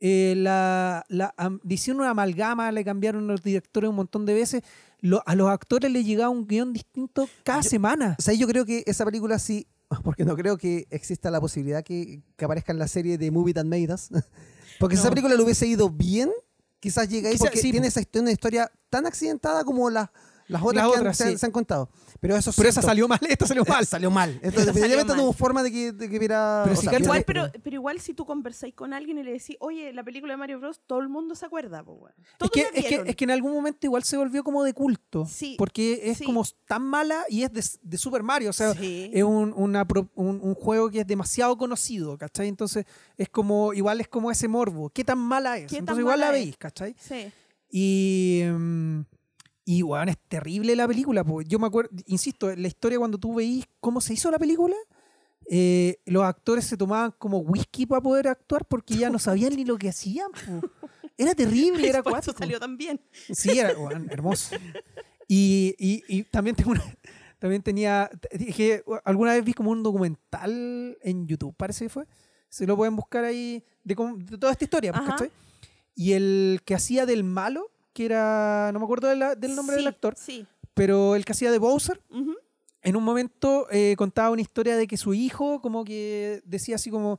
Speaker 2: eh, la, la am- le hicieron una amalgama, le cambiaron los directores un montón de veces, lo- a los actores les llegaba un guión distinto cada semana.
Speaker 3: O sea, yo creo que esa película, si porque no creo que exista la posibilidad que, que aparezca en la serie de Movie That Made Us. Porque si esa
Speaker 1: No.
Speaker 3: película le hubiese ido bien, quizás llega ahí
Speaker 2: Quizá-
Speaker 3: porque
Speaker 2: sí,
Speaker 3: tiene esa, histo- una historia tan accidentada como las las otras
Speaker 2: Las
Speaker 3: que han-
Speaker 2: otras,
Speaker 3: se, han,
Speaker 2: sí.
Speaker 3: se han contado. Pero eso
Speaker 2: Pero esa
Speaker 3: siento-
Speaker 2: salió mal, esta salió mal.
Speaker 3: Salió mal.
Speaker 1: Esa
Speaker 3: Entonces,
Speaker 1: salió
Speaker 3: definitivamente no
Speaker 1: mal.
Speaker 3: hubo forma de que, de que viera.
Speaker 2: Pero sí que
Speaker 1: Igual,
Speaker 2: Igual,
Speaker 1: pero, pero igual si tú conversáis con alguien y le decís, oye, la película de Mario Bros, todo el mundo se acuerda, po, weón.
Speaker 2: Es
Speaker 1: Todos
Speaker 2: que,
Speaker 1: la
Speaker 2: es, que,
Speaker 1: vieron.
Speaker 2: es que en algún momento igual se volvió como de culto.
Speaker 1: Sí,
Speaker 2: Porque es
Speaker 1: sí.
Speaker 2: como tan mala y es de, de Super Mario. O sea,
Speaker 1: Sí.
Speaker 2: es un, una pro- un- un juego que es demasiado conocido, ¿cachai? Entonces es como, igual es como ese morbo. ¿Qué tan mala es?
Speaker 1: ¿Qué tan
Speaker 2: Entonces igual
Speaker 1: mala
Speaker 2: la
Speaker 1: es?
Speaker 2: veis, ¿cachai?
Speaker 1: Sí.
Speaker 2: Y. mm, y, weón, es terrible la película. po. Yo me acuerdo, insisto, la historia cuando tú veís cómo se hizo la película, eh, los actores se tomaban como whisky para poder actuar porque ya no sabían ni lo que hacían. po. Era terrible, era
Speaker 1: Por eso
Speaker 2: cuático.
Speaker 1: salió tan bien.
Speaker 2: Sí, era weón, hermoso. Y, y- y también tengo una- También tenía. Dije, oh, alguna vez vi como un documental en YouTube, parece que fue. Se lo pueden buscar ahí de, cómo- de toda esta historia, pues,
Speaker 1: Ajá.
Speaker 2: ¿cachai? Y el que hacía del malo, que era. No me acuerdo de la- del nombre
Speaker 1: Sí,
Speaker 2: del actor,
Speaker 1: Sí.
Speaker 2: pero el que hacía de Bowser,
Speaker 1: Ujú.
Speaker 2: en un momento eh, contaba una historia de que su hijo como que decía así como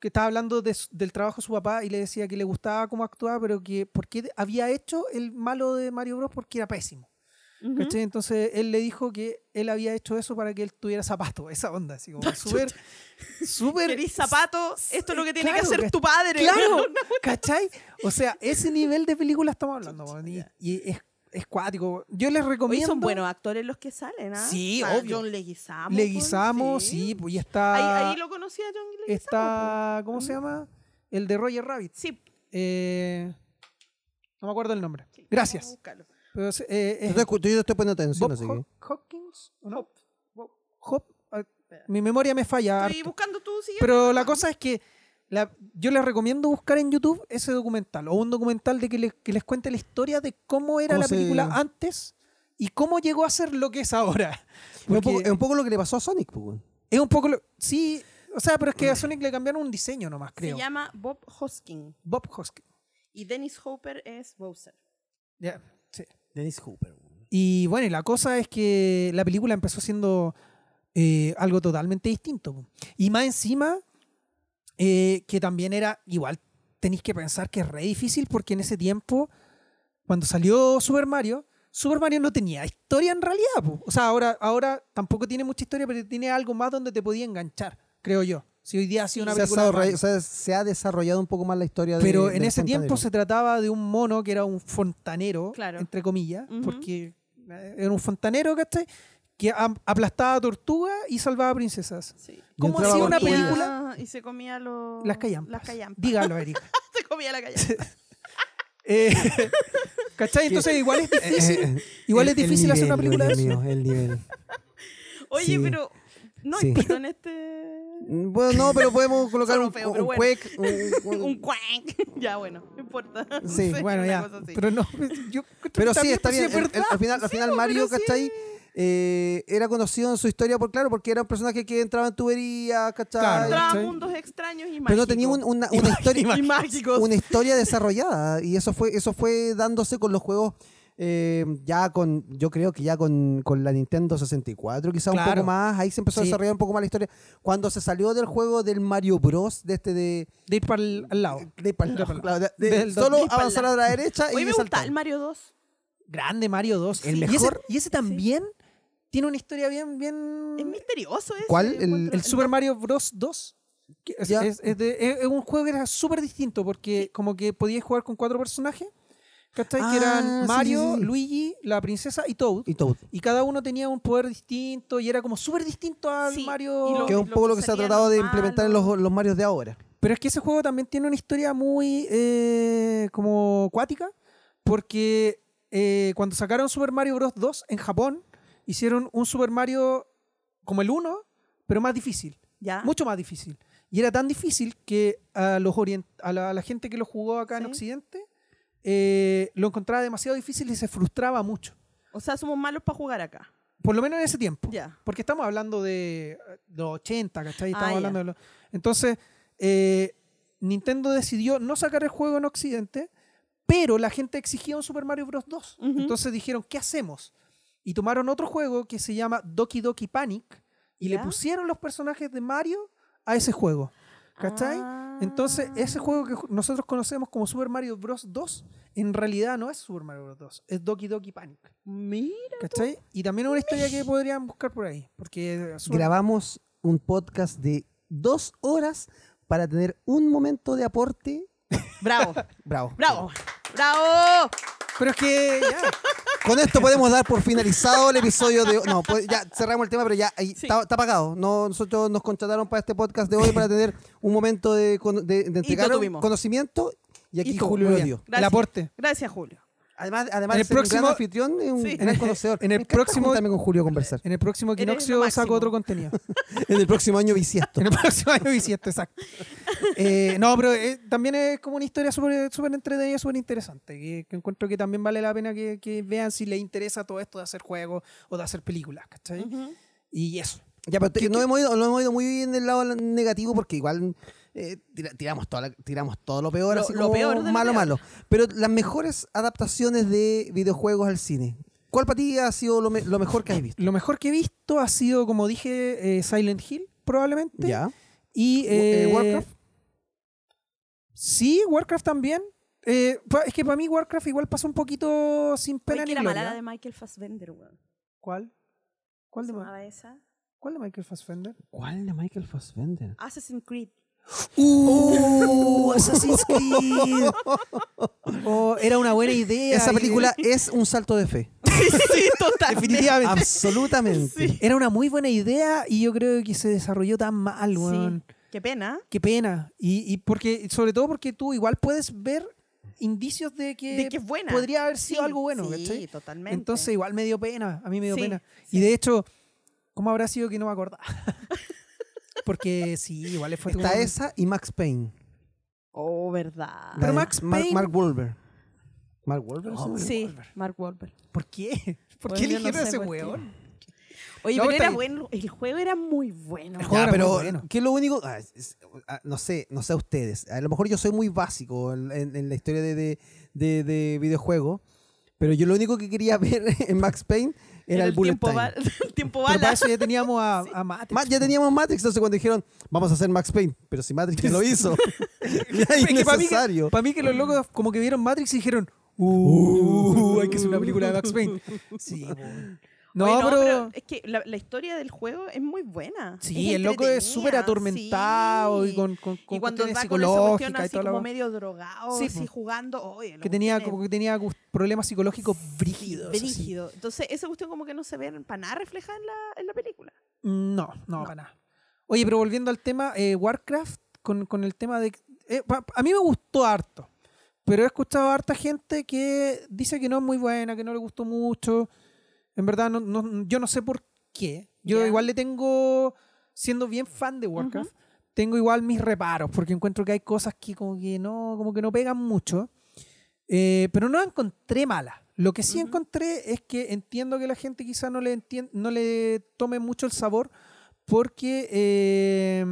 Speaker 2: que estaba hablando de su- del trabajo de su papá y le decía que le gustaba cómo actuaba, pero que por qué había hecho el malo de Mario Bros. porque era pésimo.
Speaker 1: Ujú.
Speaker 2: ¿cachai? Entonces él le dijo que él había hecho eso para que él tuviera zapatos, esa onda, así
Speaker 1: Ah,
Speaker 2: como súper, súper...
Speaker 1: ¿Querís zapato? Esto es lo que tiene
Speaker 2: Claro,
Speaker 1: que hacer
Speaker 2: que-
Speaker 1: tu padre.
Speaker 2: Claro, ¿cachai? O sea, ese nivel de película estamos hablando, weón, y, y es, es cuático. Yo les
Speaker 1: Oye,
Speaker 2: recomiendo...
Speaker 1: son buenos actores los que salen, ¿ah?
Speaker 2: Sí,
Speaker 1: Está
Speaker 2: obvio.
Speaker 1: John Leguizamo.
Speaker 2: Le
Speaker 1: weón,
Speaker 2: guisamos, sí, pues, y está...
Speaker 1: Ahí, ahí lo conocí a John Leguizamo.
Speaker 2: está, ¿cómo se llama? El de Roger Rabbit.
Speaker 1: po. Sí.
Speaker 2: Eh, no me acuerdo el nombre.
Speaker 1: sí, vamos a
Speaker 2: Gracias.
Speaker 1: buscarlo.
Speaker 2: Pero es- eh,
Speaker 3: Yo
Speaker 2: es
Speaker 3: te escu- yo te estoy poniendo atención,
Speaker 2: Bob
Speaker 3: así que.
Speaker 2: Hop- Hopkins. No. Bob Hop- ah, mi memoria me falla.
Speaker 1: Estoy
Speaker 2: harto.
Speaker 1: buscando tu siguiente.
Speaker 2: Pero la cosa es que la- yo les recomiendo buscar en YouTube ese documental o un documental de que, le- que les cuente la historia de cómo era
Speaker 3: Cómo
Speaker 2: la
Speaker 3: se-
Speaker 2: película antes y cómo llegó a ser lo que es ahora.
Speaker 3: Es un poco-
Speaker 2: Porque
Speaker 3: es un poco lo que le pasó a Sonic, pues, weón.
Speaker 2: es un poco... lo- sí, o sea, pero es que a Sonic le cambiaron un diseño nomás, creo.
Speaker 1: Se llama Bob Hoskin
Speaker 2: Bob Hoskins.
Speaker 1: y Dennis Hopper es Bowser.
Speaker 2: Ya, sí.
Speaker 3: Dennis Hooper, weón.
Speaker 2: Y bueno, y la cosa es que la película empezó siendo eh, algo totalmente distinto. po. Y más encima, eh, que también era igual, tenéis que pensar que es re difícil porque en ese tiempo, cuando salió Super Mario, Super Mario no tenía historia en realidad. po. O sea, ahora, ahora tampoco tiene mucha historia, pero tiene algo más donde te podía enganchar, creo yo. Si hoy día ha sido una
Speaker 3: se, ha
Speaker 2: película... de
Speaker 3: desarrollado-
Speaker 2: Mario.
Speaker 3: o sea, se ha desarrollado un poco más la historia de-
Speaker 2: Pero
Speaker 3: del
Speaker 2: en ese tiempo
Speaker 3: fontanero.
Speaker 2: se trataba de un mono que era un fontanero,
Speaker 1: Claro.
Speaker 2: entre comillas,
Speaker 1: Ujú.
Speaker 2: porque eh, era un fontanero, ¿cachai? Que am- aplastaba tortugas y salvaba princesas.
Speaker 1: Sí.
Speaker 3: Y
Speaker 2: ¿Cómo
Speaker 3: entraba
Speaker 2: hacía
Speaker 3: por
Speaker 2: una
Speaker 3: Cuba.
Speaker 2: película?
Speaker 1: Y se comía los
Speaker 2: Las callampas.
Speaker 1: Oh, Las callampas.
Speaker 2: Dígalo, Erika.
Speaker 1: Se comía la callampa.
Speaker 2: Eh, ¿Cachai? Entonces igual es
Speaker 3: Eh, eh,
Speaker 2: difícil.
Speaker 3: eh,
Speaker 2: Igual
Speaker 3: el-
Speaker 2: es difícil
Speaker 3: el
Speaker 2: hacer una
Speaker 3: nivel,
Speaker 2: película de
Speaker 3: Dios
Speaker 2: eso.
Speaker 3: mío, el nivel.
Speaker 1: Oye,
Speaker 3: Sí.
Speaker 1: pero no
Speaker 3: Sí.
Speaker 1: hay pito en este
Speaker 3: Mm, Bueno, no, pero podemos colocar
Speaker 1: Solo
Speaker 3: un,
Speaker 1: feo,
Speaker 3: un
Speaker 1: pero bueno.
Speaker 3: cuec, un- un-
Speaker 1: un cuank. ya bueno, no importa. No
Speaker 3: Sí,
Speaker 1: sé,
Speaker 2: Bueno,
Speaker 1: una
Speaker 2: ya.
Speaker 1: cosa así.
Speaker 2: Pero no, yo
Speaker 3: Pero sí,
Speaker 2: también,
Speaker 3: está
Speaker 2: pues,
Speaker 3: bien.
Speaker 2: es
Speaker 3: el- el-
Speaker 2: verdad.
Speaker 3: al final, al final Mario, ¿cachai? Eh, era conocido en su historia, por claro, porque era un personaje que entraba en tubería, ¿cachai?
Speaker 2: Claro.
Speaker 1: Entraba a
Speaker 2: ¿cachai?
Speaker 1: mundos extraños y mágicos.
Speaker 3: Pero no tenía un- una, una historia,
Speaker 1: y mágicos.
Speaker 3: una historia desarrollada. Y eso fue, eso fue dándose con los juegos. eh, ya con, yo creo que ya con, con la Nintendo 64, quizá un
Speaker 2: Claro.
Speaker 3: poco más, ahí se empezó a
Speaker 2: Sí.
Speaker 3: desarrollar un poco más la historia. Cuando se salió del juego del Mario Bros, de este de,
Speaker 2: De ir para el- al lado.
Speaker 3: de ir pa'l
Speaker 2: De
Speaker 3: lado,
Speaker 2: pa'l lado.
Speaker 3: claro, de- de
Speaker 2: Del dos-
Speaker 3: solo
Speaker 1: de ir pa'l
Speaker 3: avanzar a
Speaker 1: lado.
Speaker 3: la derecha y
Speaker 1: Hoy me gusta
Speaker 3: saltar.
Speaker 1: el Mario 2.
Speaker 2: Grande Mario 2.
Speaker 3: El
Speaker 2: Y ese-
Speaker 3: mejor.
Speaker 2: Y ese, también tiene una historia bien, bien.
Speaker 1: Es misterioso ese.
Speaker 3: ¿Cuál? El-
Speaker 1: encuentro.
Speaker 2: El Super Mario Bros. 2. que Es,
Speaker 3: Ya.
Speaker 2: es- es de- es- es un juego que era súper distinto porque como que podías jugar con cuatro personajes. ¿Cachai? que
Speaker 3: Ah,
Speaker 2: eran
Speaker 3: sí,
Speaker 2: Mario,
Speaker 3: sí, sí.
Speaker 2: Luigi, la princesa y Toad.
Speaker 3: Y todo.
Speaker 2: Y cada uno tenía un poder distinto y era como súper distinto al
Speaker 1: Sí,
Speaker 2: Mario.
Speaker 1: y lo-
Speaker 3: Que es un poco lo que se ha tratado de
Speaker 1: serían los
Speaker 3: implementar en los, los Marios de ahora.
Speaker 2: Pero es que ese juego también tiene una historia muy eh, como cuática, porque eh, cuando sacaron Super Mario Bros. 2 en Japón, hicieron un Super Mario como el 1, pero más difícil,
Speaker 1: Ya.
Speaker 2: mucho más difícil. Y era tan difícil que a, los orient- a, la, a la gente que lo jugó acá en
Speaker 1: Sí.
Speaker 2: Occidente eh, lo encontraba demasiado difícil y se frustraba mucho.
Speaker 1: O sea, somos malos para jugar acá.
Speaker 2: Por lo menos en ese tiempo.
Speaker 1: Ya.
Speaker 2: Porque estamos hablando de eh, los 80, ¿cachai? Estamos
Speaker 1: Ah, ya.
Speaker 2: hablando de los... Entonces, eh, Nintendo decidió no sacar el juego en Occidente, pero la gente exigía un Super Mario Bros. 2.
Speaker 1: Ujú.
Speaker 2: Entonces dijeron, ¿qué hacemos? Y tomaron otro juego que se llama Doki Doki Panic, Y
Speaker 1: ¿Ya?
Speaker 2: le pusieron los personajes de Mario a ese juego. ¿Cachai?
Speaker 1: Ah.
Speaker 2: Entonces, ese juego que ju- nosotros conocemos como Super Mario Bros. 2, en realidad no es Super Mario Bros. 2, es Doki Doki Panic.
Speaker 1: Mira.
Speaker 2: ¿Cachai? Y también es una historia que podrían buscar por ahí. Porque Super-
Speaker 3: Grabamos un podcast de dos horas para tener un momento de aporte.
Speaker 1: Bravo,
Speaker 3: Bravo.
Speaker 1: bravo, bravo.
Speaker 2: Pero es que ya,
Speaker 3: Con esto podemos dar por finalizado el episodio de. No, pues ya cerramos el tema, pero ya ahí
Speaker 1: Sí.
Speaker 3: está, está pagado. No, nosotros nos contrataron para este podcast de hoy para tener un momento de, con- de, de entregar
Speaker 1: tuvimos.
Speaker 3: conocimiento y aquí
Speaker 1: Y tú,
Speaker 3: Julio
Speaker 2: muy
Speaker 3: lo
Speaker 2: bien.
Speaker 3: dio.
Speaker 2: el aporte.
Speaker 1: Gracias, Julio.
Speaker 3: Además,
Speaker 2: En
Speaker 3: además de
Speaker 2: el
Speaker 3: ser un
Speaker 2: próximo-
Speaker 3: gran anfitrión es un
Speaker 1: Sí.
Speaker 3: gran conocedor.
Speaker 2: En el
Speaker 3: Me encanta
Speaker 2: próximo-
Speaker 3: juntarme con Julio a conversar.
Speaker 2: En el próximo
Speaker 1: Eres lo
Speaker 2: Quinoxio saco
Speaker 1: máximo.
Speaker 2: otro contenido.
Speaker 3: en el próximo año bisiesto.
Speaker 2: En el próximo año bisiesto, exacto. Eh, no, pero eh, también es como una historia súper súper entretenida, súper interesante. Que, que encuentro que también vale la pena que, que vean si les interesa todo esto de hacer juegos o de hacer películas, ¿cachai?
Speaker 1: Ujú.
Speaker 2: Y eso.
Speaker 3: Ya, pero te- no, hemos ido, no hemos ido muy bien del lado negativo porque igual eh, tira- tiramos, toda la- tiramos todo lo peor,
Speaker 1: Lo-
Speaker 3: así
Speaker 1: lo
Speaker 3: como
Speaker 1: peor de lo
Speaker 3: malo,
Speaker 1: peor.
Speaker 3: malo. Pero las mejores adaptaciones de videojuegos al cine. ¿Cuál para ti ha sido lo, me- lo mejor que has visto?
Speaker 2: Lo mejor que he visto ha sido, como dije, eh, Silent Hill, probablemente.
Speaker 3: Ya.
Speaker 2: Y
Speaker 3: eh,
Speaker 2: eh,
Speaker 3: Warcraft.
Speaker 2: Sí, Warcraft también. Eh, pa- es que para mí Warcraft igual pasa un poquito sin
Speaker 1: Oye,
Speaker 2: pena
Speaker 1: que
Speaker 2: ni
Speaker 1: era
Speaker 2: gloria.
Speaker 1: mala la de Michael Fassbender, weón.
Speaker 2: ¿Cuál? ¿Cuál
Speaker 1: ¿Se
Speaker 2: de, Ma-
Speaker 1: llamaba esa?
Speaker 2: ¿Cuál de Michael Fassbender?
Speaker 3: ¿Cuál de Michael Fassbender?
Speaker 1: Assassin's Creed.
Speaker 3: ¡Uh! Assassin's Creed.
Speaker 2: Oh, era una buena idea. eh,
Speaker 3: Esa
Speaker 2: y-
Speaker 3: película es un salto de fe.
Speaker 1: sí, total.
Speaker 2: Definitivamente.
Speaker 3: Absolutamente.
Speaker 2: Era una muy buena idea y yo creo que se desarrolló tan mal, weón.
Speaker 1: Qué pena.
Speaker 2: Qué pena. Y, y porque, sobre todo porque tú igual puedes ver indicios de que,
Speaker 1: De que es buena.
Speaker 2: podría haber sido algo bueno,
Speaker 1: Sí,
Speaker 2: ¿cachai?
Speaker 1: totalmente.
Speaker 2: Entonces igual me dio pena, a mí me dio
Speaker 1: Sí,
Speaker 2: pena.
Speaker 1: sí.
Speaker 2: Y de hecho, ¿cómo habrá sido que no me acordaba? Porque sí, igual le fue
Speaker 3: Está
Speaker 2: como-
Speaker 3: esa y Max Payne.
Speaker 1: Oh, verdad.
Speaker 2: Pero
Speaker 3: La de
Speaker 2: Max
Speaker 3: Mar-
Speaker 2: Payne- Oh,
Speaker 3: Mark Wahlberg. Mark Wahlberg. ¿sí?
Speaker 1: sí, Mark Wahlberg.
Speaker 2: ¿Por qué? ¿Por
Speaker 1: Bueno,
Speaker 2: qué
Speaker 1: yo no
Speaker 2: eligieron
Speaker 1: sé
Speaker 2: ese
Speaker 1: por qué.
Speaker 2: weón?
Speaker 1: Oye,
Speaker 2: No,
Speaker 1: pero
Speaker 2: está
Speaker 1: era
Speaker 2: bien.
Speaker 1: bueno. El juego era muy bueno.
Speaker 2: El
Speaker 3: Ya,
Speaker 2: Ahora,
Speaker 3: pero
Speaker 2: muy bueno.
Speaker 3: ¿qué es lo único? Ah, es- es- ah, no sé, no sé a ustedes. A lo mejor yo soy muy básico en, en- en la historia de, de, de- de videojuegos, pero yo lo único que quería ver en Max Payne era, el, bullet
Speaker 1: tiempo,
Speaker 3: time.
Speaker 1: ba- el tiempo
Speaker 2: Pero para
Speaker 1: bala.
Speaker 2: eso ya teníamos a, a Matrix.
Speaker 3: Ma- ya teníamos Matrix, entonces cuando dijeron, vamos a hacer Max Payne, pero si Matrix ya lo hizo, ya
Speaker 2: Es que para mí,
Speaker 3: innecesario.
Speaker 2: que, para mí que los locos como que vieron Matrix y dijeron, uh, hay que hacer una película de Max Payne. Sí, weón. No,
Speaker 1: Oye,
Speaker 2: pero...
Speaker 1: Es que la, la historia del juego es muy buena.
Speaker 2: Sí,
Speaker 1: Es
Speaker 2: el loco es
Speaker 1: entretenida,
Speaker 2: súper atormentado y
Speaker 1: sí.
Speaker 2: con, con, con
Speaker 1: y cuando
Speaker 2: cuestiones
Speaker 1: va con esa cuestión
Speaker 2: psicológicas y
Speaker 1: así
Speaker 2: toda la
Speaker 1: como
Speaker 2: weá.
Speaker 1: medio drogado,
Speaker 2: Sí,
Speaker 1: así
Speaker 2: po.
Speaker 1: jugando, oh, oye,
Speaker 2: que tenía como que tenía gus- problemas psicológicos brígidos. así.
Speaker 1: brígido. Entonces, esa cuestión como que no se ve para nada reflejada en la, en la película.
Speaker 2: Mm, No, no, para nada. Oye, pero volviendo al tema, eh, Warcraft, con, con el tema de... eh, pa- a mí me gustó harto, pero he escuchado a harta gente que dice que no es muy buena, que no le gustó mucho. En verdad, no, no- yo no sé por qué. Yo
Speaker 1: Ya.
Speaker 2: igual le tengo, siendo bien fan de Warcraft, tengo igual mis reparos, porque encuentro que hay cosas que como que no, como que no pegan mucho. Eh, pero no la encontré mala. Lo que sí
Speaker 1: Ujú.
Speaker 2: encontré es que entiendo que la gente quizá no le, entien- no le tome mucho el sabor porque eh,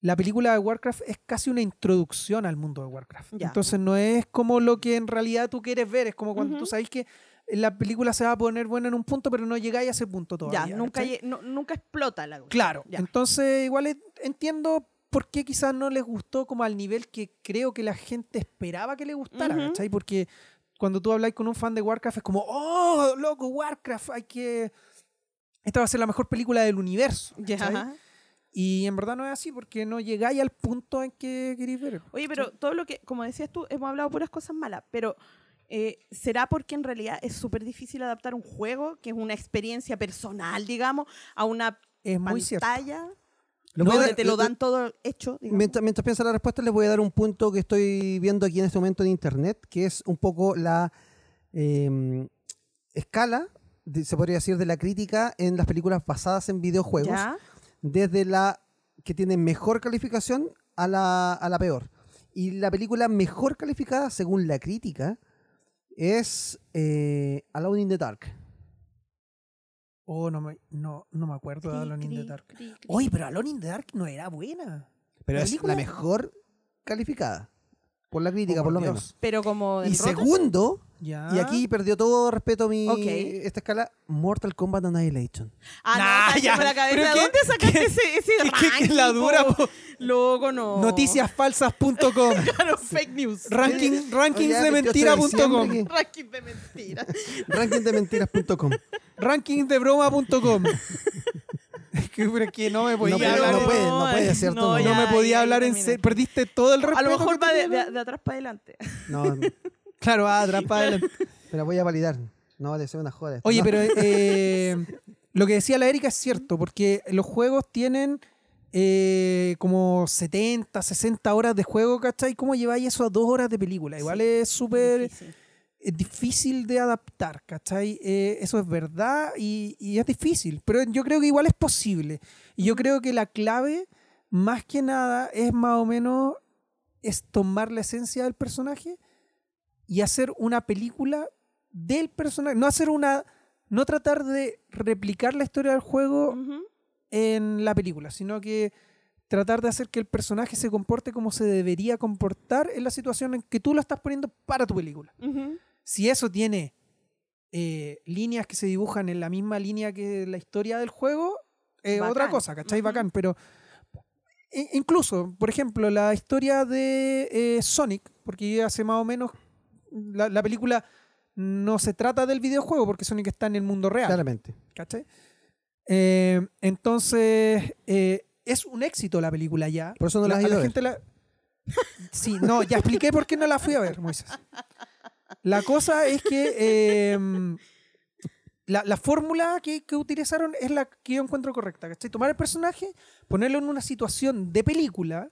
Speaker 2: la película de Warcraft es casi una introducción al mundo de Warcraft.
Speaker 1: Ya.
Speaker 2: Entonces no es como lo que en realidad tú quieres ver, es como cuando
Speaker 1: Ujú.
Speaker 2: tú sabes que la película se va a poner buena en un punto, pero no llegáis a ese punto todavía.
Speaker 1: ya, nunca,
Speaker 2: ¿cachai?
Speaker 1: lle- no- nunca explota la cuestión.
Speaker 2: Claro,
Speaker 1: Ya.
Speaker 2: entonces igual e- entiendo por qué quizás no les gustó como al nivel que creo que la gente esperaba que le gustara,
Speaker 1: Ujú.
Speaker 2: ¿cachai? Porque cuando tú habláis con un fan de Warcraft es como, oh, loco, Warcraft, hay que... Esta va a ser la mejor película del universo.
Speaker 1: Ya.
Speaker 2: ¿cachai? Y en verdad no es así porque no llegáis al punto en que queréis ver.
Speaker 1: Oye, pero todo lo que, como decías tú, hemos hablado puras cosas malas, pero eh, ¿será porque en realidad es súper difícil adaptar un juego, que es una experiencia personal, digamos, a una
Speaker 2: Es muy cierto.
Speaker 1: pantalla
Speaker 3: Lo voy a
Speaker 1: donde
Speaker 3: dar-
Speaker 1: te
Speaker 3: lo-
Speaker 1: lo dan todo hecho? digamos?
Speaker 3: Mientras, mientras piensa la respuesta, les voy a dar un punto que estoy viendo aquí en este momento en internet, que es un poco la eh, escala, de- se podría decir, de la crítica en las películas basadas en videojuegos,
Speaker 1: ¿Ya?
Speaker 3: desde la que tiene mejor calificación a la, a la peor. Y la película mejor calificada, según la crítica, es eh, Alone in the Dark.
Speaker 2: Oh, no me, no, no me acuerdo de Alone in the
Speaker 1: Cri,
Speaker 2: Dark.
Speaker 1: cri, cri.
Speaker 2: Oye, pero Alone in the Dark no era buena.
Speaker 3: Pero
Speaker 2: ¿La
Speaker 3: es
Speaker 2: película?
Speaker 3: la mejor calificada, por la crítica,
Speaker 2: Oh,
Speaker 3: por lo
Speaker 2: Dios.
Speaker 3: menos.
Speaker 1: Pero como en
Speaker 3: Y
Speaker 1: Rotten,
Speaker 3: segundo,
Speaker 2: Ya.
Speaker 3: Y aquí perdió todo respeto mi
Speaker 1: Ok.
Speaker 3: esta escala Mortal Kombat Annihilation.
Speaker 1: Ah,
Speaker 2: Nah,
Speaker 1: no,
Speaker 2: ya.
Speaker 1: ya. la cabeza.
Speaker 2: Pero
Speaker 1: ¿De
Speaker 2: qué-
Speaker 1: dónde sacaste
Speaker 2: qué-
Speaker 1: ese, ese
Speaker 2: qué- qué- qué
Speaker 1: ranking,
Speaker 2: la dura,
Speaker 1: po?
Speaker 2: po.
Speaker 1: Loco, no.
Speaker 2: Noticiasfalsas.com.
Speaker 1: Claro, fake news.
Speaker 2: Ranking, rankings
Speaker 3: Oye,
Speaker 2: de
Speaker 3: 28 de
Speaker 2: mentira.com.
Speaker 3: diciembre,
Speaker 1: Ranking de mentiras.
Speaker 3: Rankingdementiras.com.
Speaker 2: Ranking de broma.com. que, pero es que Pues no me podía
Speaker 3: No, pero
Speaker 2: hablar.
Speaker 3: no
Speaker 2: en-
Speaker 3: puede, no puede, ¿cierto?
Speaker 2: no
Speaker 3: no,
Speaker 2: me
Speaker 1: ya,
Speaker 2: podía
Speaker 1: ya,
Speaker 2: hablar en
Speaker 1: termina.
Speaker 2: serio. Perdiste todo el
Speaker 1: A
Speaker 2: respeto.
Speaker 1: lo mejor
Speaker 2: que
Speaker 1: va de,
Speaker 2: tenía.
Speaker 1: de- de atrás para adelante.
Speaker 3: No, no,
Speaker 2: Claro, va atrás para adelante.
Speaker 3: pero voy a validar. No, vale, soy una joda. esto,
Speaker 2: Oye,
Speaker 3: no.
Speaker 2: pero eh, lo que decía la Erika es cierto, porque los juegos tienen eh, como 70, 60 horas de juego, ¿cachai? ¿Cómo lleváis eso a dos horas de película? Igual es súper eh,
Speaker 1: Difícil.
Speaker 2: difícil. de adaptar, ¿cachai? Eh, eso es verdad y, y es difícil, pero yo creo que igual es posible. Y yo creo que la clave, más que nada, es más o menos es tomar la esencia del personaje y hacer una película del personaje. No hacer una. No tratar de replicar la historia del juego
Speaker 1: Ujú.
Speaker 2: en la película, sino que tratar de hacer que el personaje se comporte como se debería comportar en la situación en que tú lo estás poniendo para tu película.
Speaker 1: Ujú.
Speaker 2: Si eso tiene eh, líneas que se dibujan en la misma línea que la historia del juego, eh,
Speaker 1: Bacán.
Speaker 2: otra cosa, ¿cachai?
Speaker 1: Ujú.
Speaker 2: Bacán, pero i- incluso, por ejemplo, la historia de eh, Sonic, porque hace más o menos la, la película no se trata del videojuego porque Sonic está en el mundo real.
Speaker 3: claramente.
Speaker 2: ¿Cachai? Eh, entonces, eh, es un éxito la película ya.
Speaker 3: Por eso no la has
Speaker 2: a
Speaker 3: ido a ver.
Speaker 2: gente la- Sí, no, ya expliqué por qué no la fui a ver, Moisés. La cosa es que eh, la, la fórmula que, que utilizaron es la que yo encuentro correcta, ¿cachai? Tomar el personaje, ponerlo en una situación de película,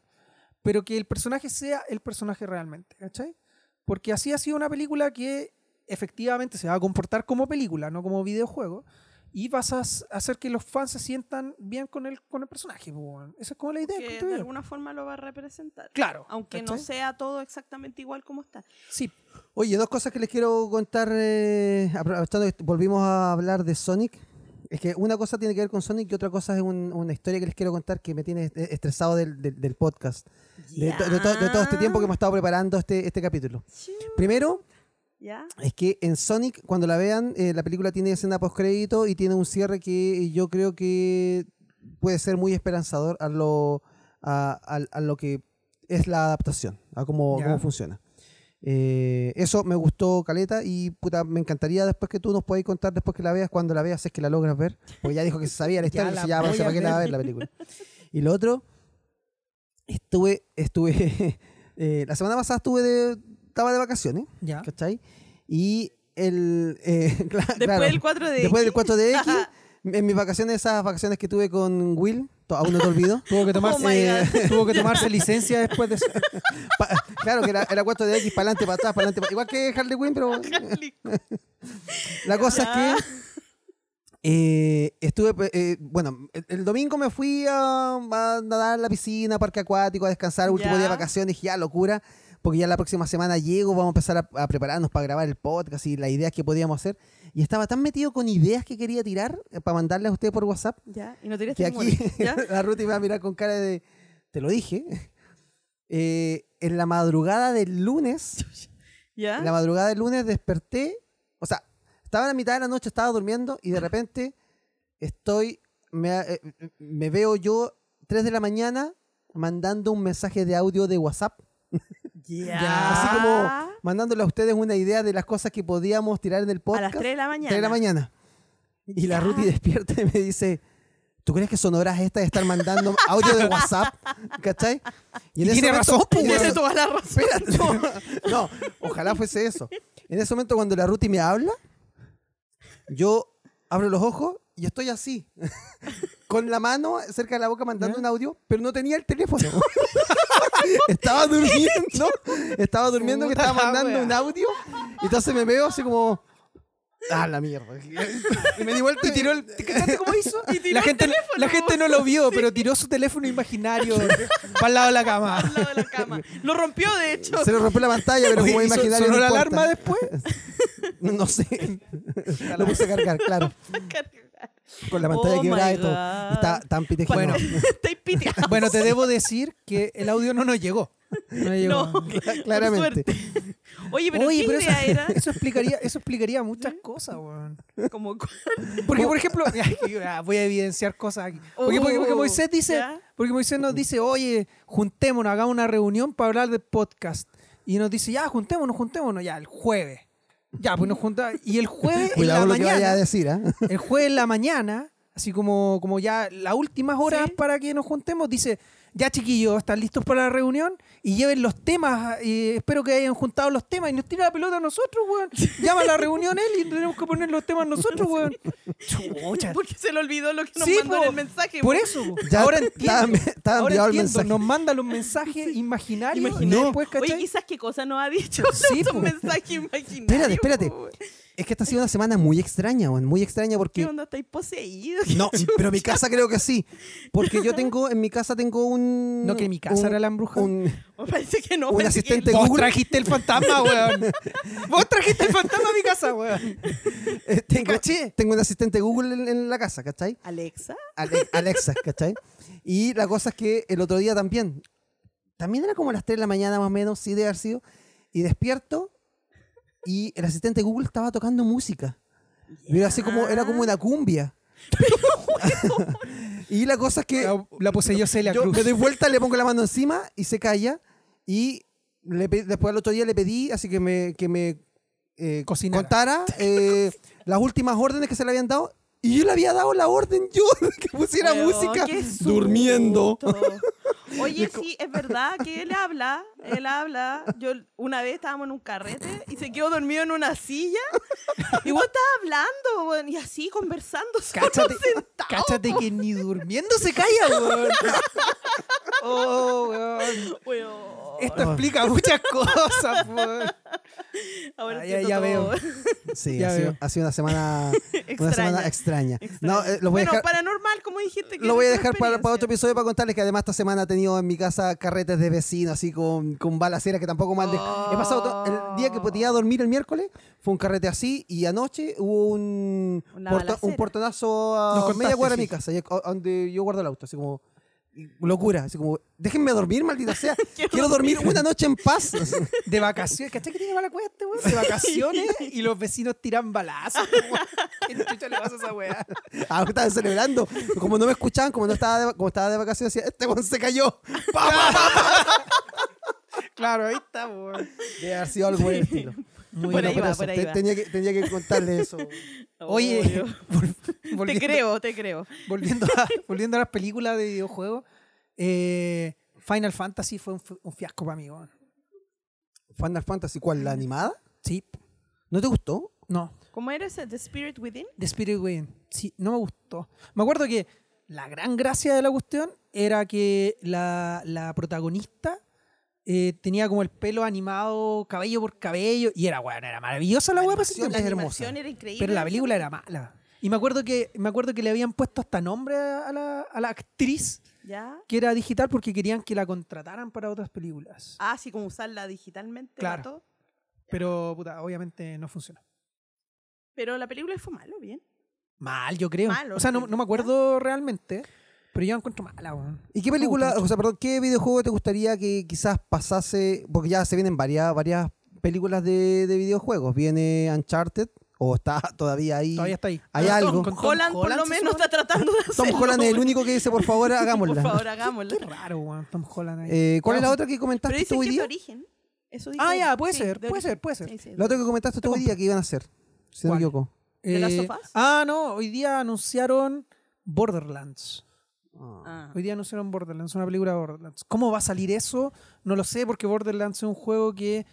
Speaker 2: pero que el personaje sea el personaje realmente, ¿cachai? Porque así ha sido una película que efectivamente se va a comportar como película, no como videojuego, y vas a s- hacer que los fans se sientan bien con el, con el personaje. po, weón. Esa es como la idea. del
Speaker 1: Que
Speaker 2: punto
Speaker 1: de
Speaker 2: de vista.
Speaker 1: alguna forma lo va a representar.
Speaker 2: Claro.
Speaker 1: Aunque no
Speaker 2: pues ¿cachai?
Speaker 1: sea todo exactamente igual como está.
Speaker 2: Sí,
Speaker 3: Oye, dos cosas que les quiero contar, eh, aprovechando que volvimos a hablar de Sonic. Es que una cosa tiene que ver con Sonic y otra cosa es un- una historia que les quiero contar que me tiene est- eh, estresado del, del- del podcast. De, to- de to- de todo este tiempo que hemos estado preparando este, este capítulo.
Speaker 1: Chu,
Speaker 3: Primero,
Speaker 1: ¿Ya?
Speaker 3: es que en Sonic, cuando la vean, eh, la película tiene escena postcrédito y tiene un cierre que eh, yo creo que puede ser muy esperanzador a lo, a, a- a lo que es la adaptación, a cómo,
Speaker 2: Ya.
Speaker 3: cómo funciona. Eh, eso me gustó, Caleta, y puta, me encantaría después que tú nos puedas contar, después que la veas, cuando la veas, si es que la logras ver, porque ya dijo que se sabía la historia,
Speaker 2: la
Speaker 3: ya, ya
Speaker 2: voy
Speaker 3: parece
Speaker 2: a
Speaker 3: para qué la va a ver la película. Y lo otro, estuve, estuve, eh, la semana pasada estuve de, estaba de vacaciones.
Speaker 2: ya.
Speaker 3: ¿cachai? Y el. eh, cla-
Speaker 1: Ah. Después
Speaker 3: claro,
Speaker 1: del 4 de
Speaker 3: después del 4 de X, en mis vacaciones, esas vacaciones que tuve con Will, to- aún no te olvido.
Speaker 2: Tuvo que
Speaker 1: Oh my
Speaker 2: tomarse,
Speaker 1: God.
Speaker 2: tuvo que tomarse licencia después de eso.
Speaker 3: pa- claro que era, era 4 de X, para adelante, para atrás, para adelante. Igual que Harley Quinn, pero la cosa es que. eh, estuve, pe- eh, bueno, el, el domingo me fui a, a nadar a la piscina, parque acuático, a descansar, último
Speaker 1: Ya.
Speaker 3: día de vacaciones, dije, ya, locura, porque ya la próxima semana llego, vamos a empezar a, a prepararnos para grabar el podcast y las ideas que podíamos hacer. Y estaba tan metido con ideas que quería tirar eh, para mandarles a ustedes por WhatsApp
Speaker 1: ¿Ya? Y no te
Speaker 3: que aquí
Speaker 1: ¿Ya?
Speaker 3: la Ruti me va a mirar con cara de, te lo dije, Eh, en la madrugada del lunes,
Speaker 1: ¿Ya?
Speaker 3: en la madrugada del lunes desperté, o sea, estaba en la mitad de la noche, estaba durmiendo y de repente estoy, me, eh, me veo yo 3 de la mañana mandando un mensaje de audio de WhatsApp,
Speaker 1: Ya.
Speaker 3: así como mandándole a ustedes una idea de las cosas que podíamos tirar en el
Speaker 1: a
Speaker 3: podcast.
Speaker 1: las 3 de la mañana.
Speaker 3: Tres de la mañana. Y la Ruti despierta y me dice, ¿tú crees que son horas estas de estar mandando audio de WhatsApp? ¿Cachai?
Speaker 2: Y
Speaker 3: ese
Speaker 2: tiene razón, pues,
Speaker 3: y en
Speaker 1: Tiene
Speaker 3: ese-
Speaker 1: toda la razón.
Speaker 3: espérate. No, ojalá fuese eso. En ese momento cuando la Ruti me habla, yo abro los ojos y estoy así, con la mano cerca de la boca mandando
Speaker 2: ¿Ya?
Speaker 3: un audio, pero no tenía el teléfono. estaba durmiendo, estaba durmiendo que
Speaker 2: Puta
Speaker 3: estaba
Speaker 2: la
Speaker 3: mandando
Speaker 2: wea.
Speaker 3: un audio. Y entonces me veo así como... Ah, la mierda. Y me di vuelta y tiró el...
Speaker 2: ¿Cómo hizo?
Speaker 1: tiró
Speaker 2: la,
Speaker 1: el
Speaker 2: gente,
Speaker 1: teléfono,
Speaker 2: la gente no lo vio, pero tiró su teléfono imaginario para el lado de la
Speaker 1: Al
Speaker 2: cama.
Speaker 1: lado de la cama. Lo rompió, de hecho.
Speaker 3: Se le rompió la pantalla, pero
Speaker 2: Oye,
Speaker 3: como
Speaker 2: ¿y so-
Speaker 3: imaginario.
Speaker 2: ¿Sonó
Speaker 3: no
Speaker 2: la
Speaker 3: importa.
Speaker 2: alarma después?
Speaker 3: No sé. Lo puse a cargar, claro. Con la pantalla
Speaker 1: Oh
Speaker 3: quebrada
Speaker 1: my
Speaker 3: y todo.
Speaker 1: God.
Speaker 3: Está tan pitejino.
Speaker 2: Bueno.
Speaker 1: Estáis piteados.
Speaker 2: Bueno, te debo decir que el audio no nos llegó. No llegó.
Speaker 1: No, por
Speaker 3: claramente.
Speaker 1: suerte. Oye, pero
Speaker 2: Oye,
Speaker 1: ¿qué
Speaker 2: pero
Speaker 1: idea era? ¿Mm?
Speaker 2: Eso explicaría, eso explicaría muchas cosas, weón.
Speaker 1: Como,
Speaker 2: Porque, por ejemplo, ya, ah, voy a evidenciar cosas aquí. Porque, porque-
Speaker 3: Uh,
Speaker 2: porque
Speaker 1: Oh,
Speaker 2: Moisés dice,
Speaker 1: ¿ya?
Speaker 2: porque Moisés nos dice, oye, juntémonos, hagamos una reunión para hablar de podcast. Y nos dice, ya, juntémonos, juntémonos, ya, el jueves. Ya, pues nos juntamos. Y el jueves en la
Speaker 3: Cuidado lo que vaya a
Speaker 2: mañana,
Speaker 3: decir, ¿ah?
Speaker 2: el jueves en la mañana, así como, como ya las últimas horas
Speaker 1: Sí.
Speaker 2: para que nos juntemos, dice, ya chiquillos, están listos para la reunión y lleven los temas, eh, espero que hayan juntado los temas y nos tira la pelota a nosotros, weón. Llama a la reunión él y tenemos que poner los temas nosotros, weón. Chucha.
Speaker 1: porque se le olvidó lo que nos
Speaker 2: Sí,
Speaker 1: mandó
Speaker 2: po.
Speaker 1: en el mensaje.
Speaker 2: Por eso, po.
Speaker 3: Ya
Speaker 2: ahora
Speaker 3: estaba-
Speaker 2: entiendo.
Speaker 3: estaba
Speaker 2: ahora
Speaker 3: enviado el
Speaker 2: entiendo.
Speaker 3: mensaje.
Speaker 2: Nos manda los mensajes imaginarios.
Speaker 1: Imaginario.
Speaker 2: y después,
Speaker 1: Oye,
Speaker 2: ¿cachai?
Speaker 1: quizás qué cosa nos ha dicho.
Speaker 2: Sí,
Speaker 1: Es
Speaker 2: po.
Speaker 1: un mensaje imaginario.
Speaker 3: Espérate, espérate.
Speaker 1: po.
Speaker 3: Es que esta ha sido una semana muy extraña, weón, muy extraña
Speaker 1: ¿Qué
Speaker 3: porque...
Speaker 1: onda? ¿Estáis poseído?
Speaker 3: No, pero mi casa creo que sí. Porque yo tengo, en mi casa tengo un...
Speaker 2: No, que mi casa
Speaker 3: un-
Speaker 2: era la embruja.
Speaker 3: un-
Speaker 1: Me parece que no.
Speaker 3: Un
Speaker 1: parece que
Speaker 3: asistente
Speaker 1: no.
Speaker 2: Vos
Speaker 3: Google.
Speaker 2: trajiste el fantasma, weón. Vos trajiste el fantasma a mi casa, weón.
Speaker 3: eh, tengo,
Speaker 2: caché.
Speaker 3: tengo un asistente Google en, en la casa, ¿cachai?
Speaker 1: Alexa.
Speaker 3: Ale- Alexa, ¿cachai? Y la cosa es que el otro día también, también era como a las 3 de la mañana más o menos, sí, de haber sido, y despierto y el asistente Google estaba tocando música. Y era así como, era como una cumbia. y la cosa es que
Speaker 2: La, la poseyó Celia
Speaker 3: yo
Speaker 2: Cruz.
Speaker 3: me doy vuelta, le pongo la mano encima y se calla. Y le pe- después al otro día le pedí, así que me, que me eh,
Speaker 2: Cocinara.
Speaker 3: contara eh, las últimas órdenes que se le habían dado. Y yo le había dado la orden yo de que pusiera
Speaker 1: Weón,
Speaker 3: música
Speaker 1: qué susto.
Speaker 3: durmiendo.
Speaker 1: Oye, sí, es verdad que él habla, él habla. Yo una vez estábamos en un carrete y se quedó dormido en una silla y vos estabas hablando weón, y así conversando. solo
Speaker 2: Cáchate,
Speaker 1: sentado.
Speaker 2: cáchate que ni durmiendo se calla, weón. Oh, weón.
Speaker 1: Weón,
Speaker 3: Eh,
Speaker 2: Esto explica muchas cosas, weón.
Speaker 1: ahora
Speaker 2: Ah, ya-
Speaker 1: entiendo
Speaker 2: ya
Speaker 1: todo.
Speaker 2: veo.
Speaker 3: Sí,
Speaker 2: Ya
Speaker 3: ha sido,
Speaker 2: veo.
Speaker 3: ha sido una semana una
Speaker 1: Extraña.
Speaker 3: semana extraña.
Speaker 1: Extraño.
Speaker 3: No, eh, lo voy a
Speaker 1: Bueno,
Speaker 3: dejar,
Speaker 1: paranormal, como dijiste. que
Speaker 3: lo voy a
Speaker 1: era tu
Speaker 3: dejar para, para otro
Speaker 1: experiencia.
Speaker 3: episodio para contarles que además esta semana he tenido en mi casa carretes de vecinos, así con, con balaceras que tampoco mal He pasado to- el día que podía dormir el miércoles, fue un carrete así, y anoche hubo un,
Speaker 1: Una
Speaker 3: porta- un
Speaker 1: balacera.
Speaker 3: portonazo
Speaker 2: Nos
Speaker 3: a
Speaker 2: contaste,
Speaker 3: media cuadra
Speaker 2: sí.
Speaker 3: de mi casa, y a- a- donde yo guardo el auto, así como locura, así como, déjenme dormir, maldita sea, quiero dormir una noche en paz.
Speaker 2: De vacaciones. ¿Cachai que tiene mala cueva este weón? De vacaciones y los vecinos tiran balazos. weón. ¿Qué chucha le pasa a esa weá?
Speaker 3: Ahora Ah, estaban celebrando. Como no me escuchaban, como no estaba de, como estaba de vacaciones, decía, este weón se cayó. Pa, pa, pa.
Speaker 2: Claro, ahí está, weón.
Speaker 3: Debe haber sido algo por el estilo. Muy
Speaker 1: Por
Speaker 3: bueno,
Speaker 1: ahí
Speaker 3: pero
Speaker 1: va,
Speaker 3: eso,
Speaker 1: por ahí
Speaker 3: te-
Speaker 1: va.
Speaker 3: Tenía que, tenía que contarle eso.
Speaker 2: Oye,
Speaker 1: Obvio.
Speaker 2: vol-
Speaker 1: te
Speaker 2: volviendo-
Speaker 1: creo, te creo.
Speaker 2: volviendo a, volviendo a las películas de videojuegos, eh, Final Fantasy fue un, fi- un fiasco para mí. weón.
Speaker 3: Final Fantasy, ¿cuál? ¿La animada?
Speaker 2: Sí,
Speaker 3: ¿No te gustó?
Speaker 2: no.
Speaker 1: ¿Cómo era ese? The Spirit Within.
Speaker 2: The Spirit Within, sí, no me gustó. Me acuerdo que la gran gracia de la cuestión era que la, la protagonista eh, tenía como el pelo animado cabello por cabello y era, weón, era maravillosa la weá para ese
Speaker 3: Animación
Speaker 2: tiempo.
Speaker 3: es hermosa.
Speaker 1: Animación era increíble.
Speaker 2: Pero la película era mala. Y me acuerdo que, me acuerdo que le habían puesto hasta nombre a la, a la actriz
Speaker 1: ¿Ya?
Speaker 2: que era digital porque querían que la contrataran para otras películas.
Speaker 1: Ah, sí, como usarla digitalmente. para
Speaker 2: Claro.
Speaker 1: todo.
Speaker 2: Pero, puta, obviamente no funcionó.
Speaker 1: Pero la película fue malo, bien.
Speaker 2: Mal, yo creo.
Speaker 1: Malo,
Speaker 2: o sea, no,
Speaker 1: sí.
Speaker 2: no me acuerdo realmente, pero yo la encuentro mala, weón.
Speaker 3: ¿Y qué película,
Speaker 2: gustó
Speaker 3: o sea, perdón, qué videojuego te gustaría que quizás pasase? Porque ya se vienen varias, varias películas de, de videojuegos. Viene Uncharted, o está todavía ahí.
Speaker 2: Todavía está ahí.
Speaker 3: Hay
Speaker 1: Pero
Speaker 3: algo.
Speaker 1: Tom
Speaker 2: Con Tom
Speaker 1: Holland, por
Speaker 2: Holland
Speaker 1: lo
Speaker 2: se
Speaker 1: menos
Speaker 2: supone.
Speaker 1: está tratando de
Speaker 3: Tom
Speaker 1: hacerlo.
Speaker 3: Holland es el único que dice, por favor, hagámosla.
Speaker 1: Por favor, hagámosla.
Speaker 2: Raro, weón, Tom Holland ahí.
Speaker 3: Eh, ¿Cuál es la
Speaker 2: Claro.
Speaker 3: otra que
Speaker 1: Pero
Speaker 3: comentaste
Speaker 1: dicen
Speaker 3: tú hoy
Speaker 1: que es de
Speaker 3: día?
Speaker 1: origen. Eso
Speaker 2: Ah,
Speaker 1: dicen.
Speaker 2: ya, puede
Speaker 1: Sí,
Speaker 2: ser,
Speaker 1: de
Speaker 2: puede
Speaker 1: origen.
Speaker 2: ser, puede ser.
Speaker 1: Sí, sí,
Speaker 3: La otra que comentaste tú hoy día que iban a hacer, si no
Speaker 2: ¿Cuál?
Speaker 3: me equivoco.
Speaker 1: ¿De Last
Speaker 2: Eh,
Speaker 1: of Us?
Speaker 2: ah, no, hoy día anunciaron Borderlands.
Speaker 1: Ah.
Speaker 2: Hoy día anunciaron Borderlands, una película de Borderlands. ¿Cómo va a salir eso? No lo sé, porque Borderlands es un juego que,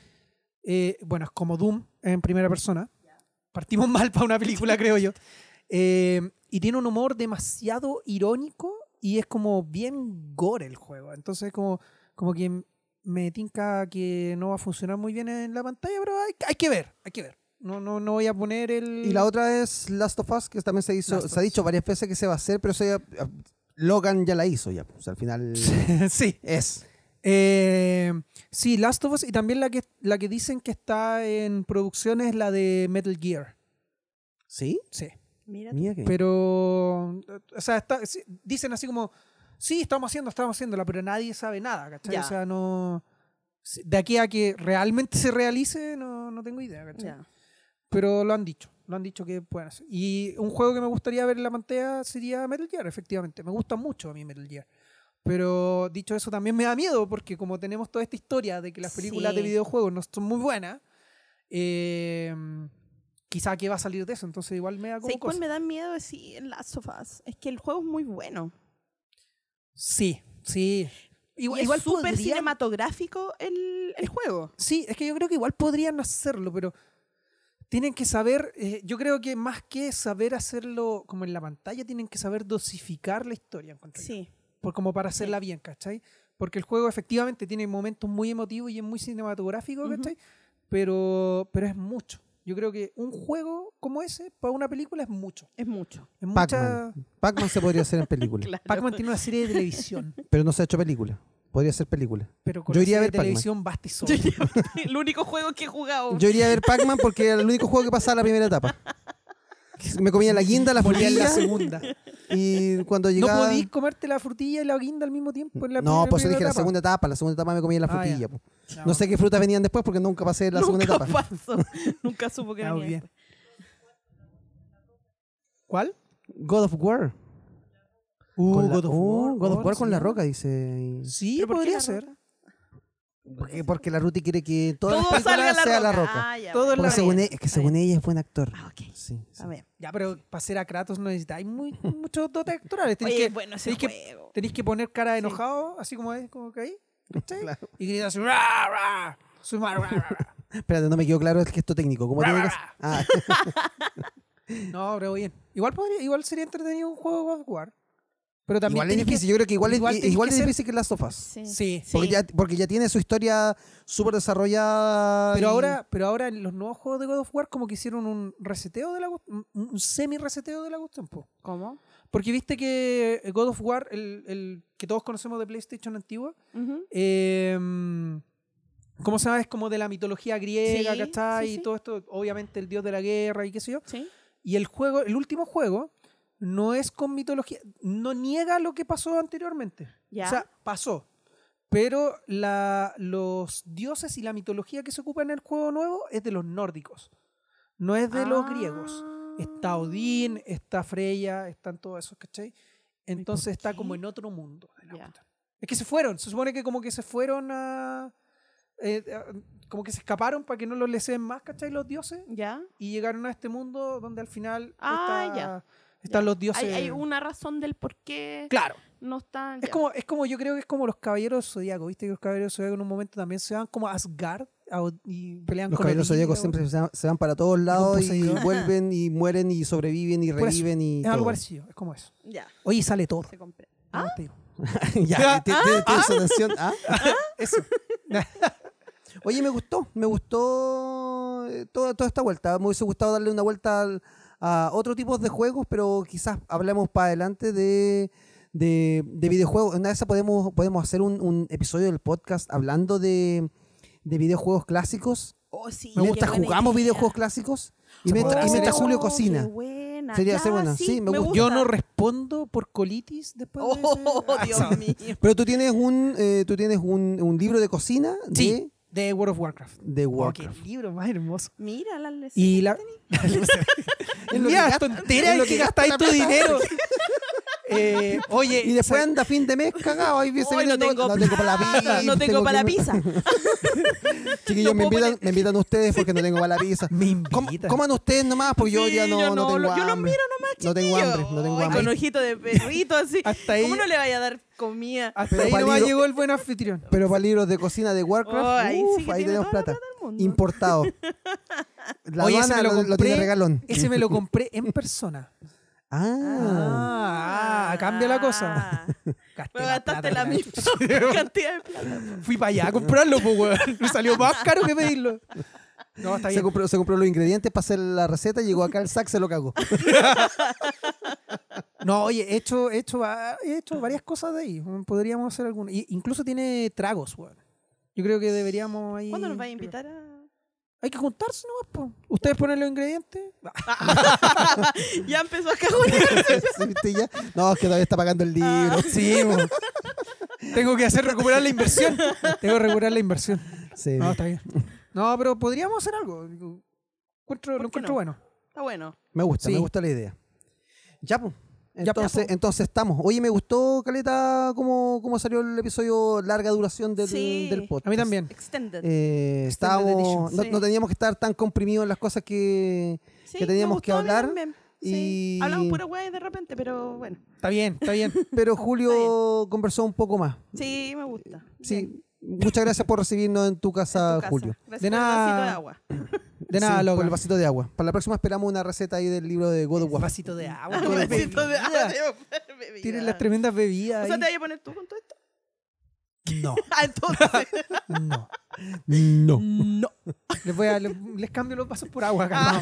Speaker 2: eh, bueno, es como Doom en primera persona. Partimos mal para una película, creo yo. Eh, y tiene un humor demasiado irónico y es como bien gore el juego. Entonces, como, como que me tinca que no va a funcionar muy bien en la pantalla, pero hay, hay que ver, hay que ver. No, no, no voy a poner el...
Speaker 3: Y la otra es Last of Us, que también se hizo,
Speaker 2: Last of
Speaker 3: se ha dicho varias veces que se va a hacer, pero se, ah, Logan ya la hizo ya. pues, al final
Speaker 2: sí.
Speaker 3: es.
Speaker 2: Eh, sí, Last of Us y también la que, la que dicen que está en producción es la de Metal Gear.
Speaker 3: ¿Sí?
Speaker 2: Sí.
Speaker 1: Mira tú.
Speaker 3: Mira que-
Speaker 2: Pero, eh, o sea, está- sí, dicen así como, sí, estamos haciendo, estamos haciéndola, pero nadie sabe nada, ¿cachai?
Speaker 1: Ya.
Speaker 2: O sea, no... Si- De aquí a que realmente se realice, no, no tengo idea, ¿cachai?
Speaker 1: Ya.
Speaker 2: Pero lo han dicho, lo han dicho que pueden hacer. Y un juego que me gustaría ver en la pantalla sería Metal Gear, efectivamente. Me gusta mucho a mí Metal Gear. Pero dicho eso, también me da miedo porque como tenemos toda esta historia de que las películas de
Speaker 1: Sí.
Speaker 2: videojuegos no son muy buenas, eh, quizá que va a salir de eso. Entonces igual me da como
Speaker 1: ¿Sabes cuál
Speaker 2: cosa.
Speaker 1: me da miedo? Es sí, el Last of Us. Es que el juego es muy bueno.
Speaker 2: Sí, sí.
Speaker 1: Igual,
Speaker 2: Igual,
Speaker 1: es
Speaker 2: igual
Speaker 1: súper
Speaker 2: podrían-
Speaker 1: cinematográfico el, el juego.
Speaker 2: Sí, es que yo creo que igual podrían hacerlo, pero tienen que saber, eh, yo creo que más que saber hacerlo como en la pantalla, tienen que saber dosificar la historia, encuentro yo.
Speaker 1: Sí.
Speaker 2: por, como para hacerla bien, ¿cachai? Porque el juego efectivamente tiene momentos muy emotivos y es muy cinematográfico,
Speaker 1: Ujú.
Speaker 2: ¿cachai? pero, pero es mucho. Yo creo que un juego como ese, para una película, es mucho.
Speaker 1: Es mucho.
Speaker 2: Es mucha...
Speaker 3: Pac-Man. Pac-Man se podría hacer en película,
Speaker 1: Claro.
Speaker 2: Pac-Man tiene una serie de televisión,
Speaker 3: pero no se ha hecho película. Podría ser película.
Speaker 2: pero con
Speaker 3: Yo
Speaker 2: la
Speaker 3: iría a
Speaker 2: serie
Speaker 3: ver
Speaker 2: de
Speaker 3: Pac-Man.
Speaker 2: televisión basta y sobra.
Speaker 1: el único juego que he jugado.
Speaker 3: Yo iría a ver Pac-Man porque era el único juego que pasaba la primera etapa. Me comía la guinda, la
Speaker 2: Volví a la
Speaker 3: frutilla
Speaker 2: segunda.
Speaker 3: y cuando
Speaker 2: No
Speaker 3: llegaba...
Speaker 2: podís comerte la frutilla y la guinda al mismo tiempo en la
Speaker 3: No,
Speaker 2: primera-
Speaker 3: por eso
Speaker 2: primera
Speaker 3: dije la
Speaker 2: etapa.
Speaker 3: segunda etapa. La segunda etapa me comía la
Speaker 2: Ah, ya.
Speaker 3: frutilla. po. No sé qué frutas venían después porque nunca pasé la segunda
Speaker 1: Nunca
Speaker 3: etapa.
Speaker 1: pasó. Nunca supo que
Speaker 2: Ah,
Speaker 1: era
Speaker 2: bien.
Speaker 1: bien.
Speaker 2: ¿Cuál?
Speaker 3: God of War.
Speaker 2: Uh,
Speaker 3: Con la- Oh, God of War con la roca, dice. ahí.
Speaker 2: Sí,
Speaker 1: ¿Pero por qué
Speaker 2: podría
Speaker 1: la
Speaker 2: ser.
Speaker 3: Porque, porque la Ruti quiere que todas las
Speaker 1: Todo salga
Speaker 3: películas sea
Speaker 1: la roca.
Speaker 3: la roca.
Speaker 1: Ah, ya,
Speaker 2: Todo
Speaker 1: bueno.
Speaker 2: en la
Speaker 3: Porque
Speaker 2: roca.
Speaker 3: según, e- es que según ella es buen actor.
Speaker 1: Ah, ok.
Speaker 3: Sí, sí.
Speaker 1: Está bien.
Speaker 2: Ya, pero para ser a Kratos no necesitáis muy, muchos dotes actorales. Tenéis
Speaker 1: Oye,
Speaker 2: que,
Speaker 1: bueno ese
Speaker 2: tenéis que,
Speaker 1: juego.
Speaker 2: tenéis que poner cara de enojado, así como es, como que ahí. ¿cachai? Y gritas así, "Ra, ra, soy más, ra, ra, ra".
Speaker 3: Espérate, no me quedó claro el gesto técnico. ¿Cómo tiene que ser? Ah,
Speaker 2: No, pero bien. Igual, podría, igual sería entretenido un juego God of War. Pero también
Speaker 3: igual es
Speaker 2: tenéis que-
Speaker 3: difícil. Yo creo que igual,
Speaker 2: igual
Speaker 3: es,
Speaker 2: tenés
Speaker 3: igual
Speaker 2: que
Speaker 3: es
Speaker 2: ser-
Speaker 3: difícil que Last of Us.
Speaker 1: Sí.
Speaker 2: Sí.
Speaker 3: Porque, ya, porque ya tiene su historia súper desarrollada.
Speaker 2: Pero
Speaker 3: y-
Speaker 2: ahora, pero ahora en los nuevos juegos de God of War como que hicieron un reseteo de la cuest- un- un semi reseteo de la cuestión, po.
Speaker 1: ¿Cómo?
Speaker 2: Porque viste que eh, God of War, el, el que todos conocemos de PlayStation antigua,
Speaker 1: Ujú.
Speaker 2: eh, ¿cómo se llama? Es como de la mitología griega,
Speaker 1: Sí,
Speaker 2: ¿cachai?
Speaker 1: sí, sí.
Speaker 2: Y todo esto, obviamente el dios de la guerra y qué sé yo.
Speaker 1: Sí.
Speaker 2: Y el juego, el último juego, no es con mitología, no niega lo que pasó anteriormente.
Speaker 1: Ya.
Speaker 2: O sea, pasó. Pero la- los dioses y la mitología que se ocupa en el juego nuevo es de los nórdicos, no es de los
Speaker 1: Ah.
Speaker 2: griegos. Está Odín, está Freya, están todos esos, ¿cachai? Entonces está
Speaker 1: qué?
Speaker 2: como en otro mundo. de la
Speaker 1: Ya.
Speaker 2: cuestión. Es que se fueron, se supone que como que se fueron a... eh, a- como que se escaparon para que no los leseen más, ¿cachai? Los dioses.
Speaker 1: ¿Ya?
Speaker 2: Y llegaron a este mundo donde al final
Speaker 1: Ah,
Speaker 2: está-
Speaker 1: ya.
Speaker 2: están
Speaker 1: Ya.
Speaker 2: los dioses...
Speaker 1: Hay, hay una razón del por qué
Speaker 2: Claro.
Speaker 1: no están.
Speaker 2: Es
Speaker 1: ya.
Speaker 2: como, es como, yo creo que es como los caballeros zodíacos, ¿viste? Que los caballeros zodíacos en un momento también se van como a Asgard a Od- y pelean
Speaker 3: Los
Speaker 2: con
Speaker 3: caballeros
Speaker 2: Odín,
Speaker 3: zodíacos
Speaker 2: ¿no?
Speaker 3: siempre se van- se van para todos lados y
Speaker 2: Poseidón.
Speaker 3: vuelven y mueren y sobreviven y
Speaker 2: Por eso,
Speaker 3: reviven y
Speaker 2: Es algo
Speaker 3: todo.
Speaker 2: parecido, es como eso.
Speaker 1: Ya,
Speaker 2: Oye, y sale Thor.
Speaker 1: se comprende.
Speaker 2: ¿no? Te digo.
Speaker 3: ya, tiene- tiene- tiene su noción. Ah.
Speaker 2: Eso.
Speaker 3: Oye, me gustó, me gustó eh, toda, toda esta vuelta. Me hubiese gustado darle una vuelta al- a otro tipo de juegos, pero quizás hablamos para adelante de, de, de videojuegos. En una de esas podemos, podemos hacer un, un episodio del podcast hablando de, de videojuegos clásicos.
Speaker 1: Oh, sí,
Speaker 3: Me
Speaker 1: qué
Speaker 3: gusta,
Speaker 1: buena
Speaker 3: jugamos
Speaker 1: idea.
Speaker 3: videojuegos clásicos. Y
Speaker 2: Se
Speaker 3: mientras,
Speaker 2: podrá
Speaker 3: y
Speaker 2: hacer
Speaker 3: mientras
Speaker 2: eso.
Speaker 3: Julio
Speaker 1: Oh,
Speaker 3: cocina.
Speaker 1: qué buena.
Speaker 3: Sería
Speaker 1: Ya,
Speaker 3: ser buena. Sí, me gusta.
Speaker 2: Yo no respondo por colitis después de ese-
Speaker 1: Oh,
Speaker 2: Ah,
Speaker 1: Dios
Speaker 2: esa-
Speaker 1: mío.
Speaker 3: Pero tú tienes un, eh, tú tienes un, un libro de cocina de,
Speaker 2: Sí, de World of Warcraft.
Speaker 3: de
Speaker 2: Oh,
Speaker 3: Warcraft.
Speaker 2: qué libro más hermoso.
Speaker 1: Mira las lesiones.
Speaker 2: Y la.
Speaker 3: Es lo que
Speaker 2: Mira,
Speaker 3: gasta-
Speaker 2: tontera
Speaker 3: es lo
Speaker 2: en que
Speaker 3: que gasta
Speaker 2: gastáis
Speaker 3: la
Speaker 2: tu
Speaker 3: plata.
Speaker 2: dinero. Eh, oye,
Speaker 3: Y después anda fin de mes cagado. Ahí se
Speaker 1: Hoy
Speaker 3: viene,
Speaker 1: no tengo
Speaker 3: para la pizza.
Speaker 1: plata, no tengo para la pizza.
Speaker 3: Chiquillos,
Speaker 1: No
Speaker 3: me,
Speaker 1: puedo
Speaker 3: invitan, me invitan ustedes porque no tengo para la pizza.
Speaker 2: me
Speaker 3: Com-
Speaker 2: invitan.
Speaker 3: coman ustedes nomás, porque yo
Speaker 1: Sí,
Speaker 3: ya no,
Speaker 1: yo
Speaker 3: no
Speaker 1: no,
Speaker 3: tengo
Speaker 1: lo- yo
Speaker 3: hambre.
Speaker 1: los miro
Speaker 3: No tengo hambre, no tengo
Speaker 1: Ay, Con
Speaker 3: hambre.
Speaker 1: ojito de perrito así.
Speaker 2: Hasta ahí-
Speaker 1: ¿Cómo no le vaya a dar comida?
Speaker 2: Hasta
Speaker 3: Pero
Speaker 2: ahí nomás
Speaker 3: valido-
Speaker 2: llegó el buen anfitrión.
Speaker 3: Pero para libros de cocina de Warcraft,
Speaker 1: Oh, ahí sí
Speaker 3: uf,
Speaker 1: que
Speaker 3: ahí
Speaker 1: tiene
Speaker 3: tenemos
Speaker 1: toda la
Speaker 3: plata.
Speaker 1: plata del mundo.
Speaker 3: Importado. La
Speaker 2: Oye, ese
Speaker 3: aduana
Speaker 2: me lo
Speaker 3: lo, lo tiene
Speaker 2: compré.
Speaker 3: regalón.
Speaker 2: Ese me lo compré en persona.
Speaker 3: Ah,
Speaker 2: Ah, cambia la cosa. Gasté
Speaker 1: Me
Speaker 2: más plata
Speaker 1: ah. gastaste
Speaker 2: que
Speaker 1: la
Speaker 2: la
Speaker 1: misma cantidad de plata.
Speaker 2: chucha. Fui para allá a comprarlo, pues, weón. Me salió más caro que pedirlo. No, está
Speaker 3: se,
Speaker 2: bien.
Speaker 3: compró, se compró los ingredientes para hacer la receta, llegó acá el sac, se lo cagó.
Speaker 2: No, oye, he hecho, he hecho, va- he hecho varias cosas de ahí. Podríamos hacer alguna. Y- Incluso tiene tragos, weón. Yo creo que deberíamos ahí.
Speaker 1: ¿Cuándo nos vas a invitar a...?
Speaker 2: Hay que juntarse nomás, po. Ustedes ponen los ingredientes. Ah,
Speaker 1: Ya empezó a cajonear. Ah.
Speaker 3: ¿Sí, viste ya? No, es que todavía está pagando el libro.
Speaker 2: Sí, Tengo que hacer recuperar la inversión. Tengo que recuperar la inversión.
Speaker 3: Sí.
Speaker 1: Ah,
Speaker 2: No, está bien. No, pero podríamos hacer algo. Digo, encuentro-
Speaker 1: qué
Speaker 2: lo encuentro
Speaker 1: no?
Speaker 2: bueno.
Speaker 1: Está bueno.
Speaker 3: Me gusta,
Speaker 2: Sí.
Speaker 3: me gusta la idea. Ya, pues.
Speaker 2: Ya, po.
Speaker 3: Entonces, entonces estamos. Oye, me gustó, Caleta, cómo, cómo salió el episodio larga duración del,
Speaker 1: Sí.
Speaker 3: del podcast.
Speaker 2: A mí también.
Speaker 1: Extended.
Speaker 4: Extended
Speaker 3: Eh, estábamos,
Speaker 4: edition,
Speaker 3: no,
Speaker 1: sí.
Speaker 3: no teníamos que estar tan comprimidos en las cosas que...
Speaker 1: Sí,
Speaker 3: que
Speaker 1: me
Speaker 3: teníamos
Speaker 1: gustó
Speaker 3: que
Speaker 1: a mí
Speaker 3: hablar
Speaker 1: también. Sí.
Speaker 3: y-
Speaker 1: Hablamos pura guay de repente, pero bueno.
Speaker 2: Está bien, está bien.
Speaker 3: Pero Julio conversó un poco más.
Speaker 1: Sí, me gusta. Bien,
Speaker 3: Sí. Muchas gracias por recibirnos en tu casa,
Speaker 1: tu casa.
Speaker 3: Julio.
Speaker 1: Gracias
Speaker 2: De
Speaker 1: por el
Speaker 2: nada.
Speaker 1: vasito de agua.
Speaker 2: De nada,
Speaker 3: Sí,
Speaker 2: loco.
Speaker 3: Por el vasito de agua. Para la próxima esperamos una receta ahí del libro de God of War.
Speaker 2: vasito de agua.
Speaker 1: Un vasito de agua.
Speaker 2: Tienes las tremendas bebidas.
Speaker 1: O sea,
Speaker 2: ahí.
Speaker 1: ¿te vas a poner tú con todo esto?
Speaker 3: No.
Speaker 1: Ah, entonces.
Speaker 2: No.
Speaker 3: No.
Speaker 2: No. Les, voy a, les, les cambio los vasos por agua.
Speaker 1: Ah.
Speaker 2: calmado.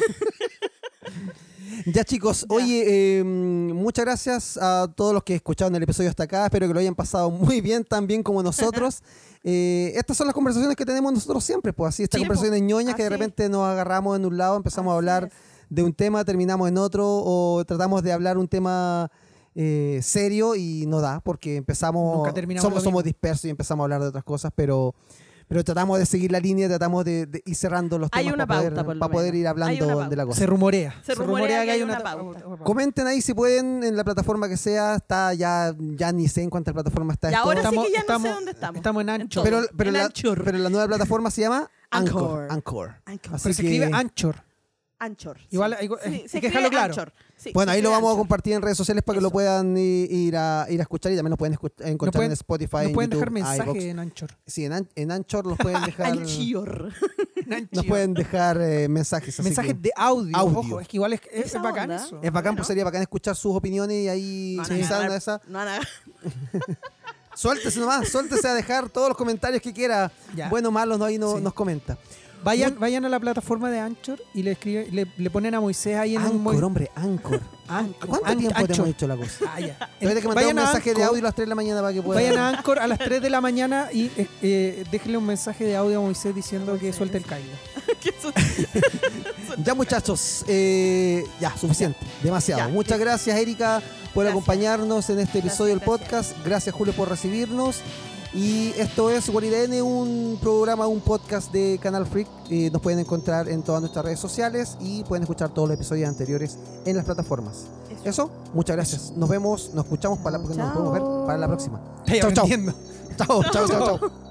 Speaker 3: Ya chicos, oye, eh, muchas gracias a todos los que escucharon el episodio hasta acá. Espero que lo hayan pasado muy bien, tan bien como nosotros. Eh, estas son las conversaciones que tenemos nosotros siempre, pues así, estas
Speaker 1: Sí,
Speaker 3: conversaciones ñoñas que de
Speaker 1: Así es.
Speaker 3: repente nos agarramos en un lado, empezamos a
Speaker 1: Así
Speaker 3: hablar
Speaker 1: es.
Speaker 3: de un tema, terminamos en otro, o tratamos de hablar un tema eh, serio y no da, porque empezamos,
Speaker 2: Nunca terminamos
Speaker 3: somos,
Speaker 2: lo mismo.
Speaker 3: somos dispersos y empezamos a hablar de otras cosas, pero... Pero tratamos de seguir la línea, tratamos de, de ir cerrando los
Speaker 1: Hay
Speaker 3: temas
Speaker 1: una
Speaker 3: para,
Speaker 1: pauta,
Speaker 3: poder,
Speaker 1: por lo
Speaker 3: para poder
Speaker 1: menos.
Speaker 3: ir
Speaker 1: Hay una
Speaker 3: hablando de
Speaker 1: pauta.
Speaker 3: la cosa.
Speaker 2: Se rumorea.
Speaker 1: Se rumorea que hay una
Speaker 2: ta-
Speaker 1: pauta.
Speaker 3: Comenten ahí si pueden en la plataforma que sea. Está ya, ya ni sé en cuánta plataforma está.
Speaker 1: Y
Speaker 3: esto.
Speaker 1: ahora sí
Speaker 2: Estamos-
Speaker 1: que ya no
Speaker 2: estamos-
Speaker 1: sé dónde estamos.
Speaker 2: Estamos en Anchor.
Speaker 1: todo.
Speaker 3: pero, pero,
Speaker 1: en
Speaker 3: la,
Speaker 1: Anchor.
Speaker 3: pero la nueva plataforma se llama
Speaker 1: Anchor.
Speaker 3: Anchor. Anchor.
Speaker 1: Anchor.
Speaker 3: Así
Speaker 2: Pero se
Speaker 3: que-
Speaker 2: escribe Anchor.
Speaker 1: Anchor. sí.
Speaker 2: Igual hay, hay
Speaker 1: Sí, se
Speaker 2: que
Speaker 1: escribe
Speaker 2: dejarlo claro.
Speaker 1: Anchor. Sí,
Speaker 3: bueno,
Speaker 1: se
Speaker 3: ahí lo
Speaker 1: escribe
Speaker 3: vamos a
Speaker 1: Anchor.
Speaker 3: compartir en redes sociales para que lo
Speaker 1: Eso.
Speaker 3: puedan i- ir a, ir a escuchar y también nos pueden escu- encontrar
Speaker 2: pueden-
Speaker 3: en Spotify.
Speaker 2: Nos
Speaker 3: en
Speaker 2: pueden dejar
Speaker 3: YouTube,
Speaker 2: mensajes
Speaker 3: iVoox.
Speaker 2: en Anchor.
Speaker 3: Sí, en, An- en Anchor los pueden dejar.
Speaker 1: Anchor.
Speaker 2: En Anchor.
Speaker 3: nos pueden dejar eh, mensajes. así
Speaker 2: mensajes
Speaker 3: que-
Speaker 2: de audio.
Speaker 3: Audio.
Speaker 2: Ojo, es que igual es, es,
Speaker 1: Esa
Speaker 2: bacán
Speaker 1: onda.
Speaker 2: eso.
Speaker 3: es bacán,
Speaker 1: Bueno.
Speaker 3: pues sería bacán escuchar sus opiniones y ahí
Speaker 1: No van a
Speaker 3: quizás
Speaker 1: agarrar-
Speaker 3: una de esas-
Speaker 1: no van a agarrar-
Speaker 3: Suéltese nomás, suéltese a dejar todos los comentarios que quiera.
Speaker 2: Ya.
Speaker 3: Bueno o malos, no, ahí no-
Speaker 2: Sí.
Speaker 3: nos comenta.
Speaker 2: Vayan, vayan a la plataforma de Anchor y le, escriben- le, le ponen a Moisés ahí en un
Speaker 3: Anchor,
Speaker 2: mo-
Speaker 3: hombre, Anchor.
Speaker 2: Anchor.
Speaker 3: ¿Cuánto
Speaker 2: An-
Speaker 3: tiempo te
Speaker 2: Anchor.
Speaker 3: hemos hecho la cosa?
Speaker 2: Ah, ya.
Speaker 3: Todavía que mandar un
Speaker 2: Vayan a
Speaker 3: mensaje de
Speaker 2: Anchor.
Speaker 3: audio a las 3 de la mañana para que puedan.
Speaker 2: Vayan a Anchor a las 3 de la mañana y eh, eh, déjenle un mensaje de audio a Moisés diciendo que suelte el caído.
Speaker 1: que eso-
Speaker 3: Ya, muchachos, eh, ya, suficiente, demasiado.
Speaker 1: Ya,
Speaker 3: Muchas gracias, Erika, por
Speaker 1: Gracias.
Speaker 3: acompañarnos en este episodio del
Speaker 1: Gracias,
Speaker 3: podcast. Gracias, Julio, por recibirnos. Y esto es Guaridn, un programa, un podcast de Canal Freak. Eh, nos pueden encontrar en todas nuestras redes sociales y pueden escuchar todos los episodios anteriores en las plataformas. Eso, muchas gracias. Nos vemos, nos escuchamos para la,
Speaker 1: Chao,
Speaker 3: nos podemos ver para la próxima.
Speaker 2: Estoy
Speaker 3: Chau, chau.
Speaker 2: aprendiendo.
Speaker 3: chao, chao, chao. chao.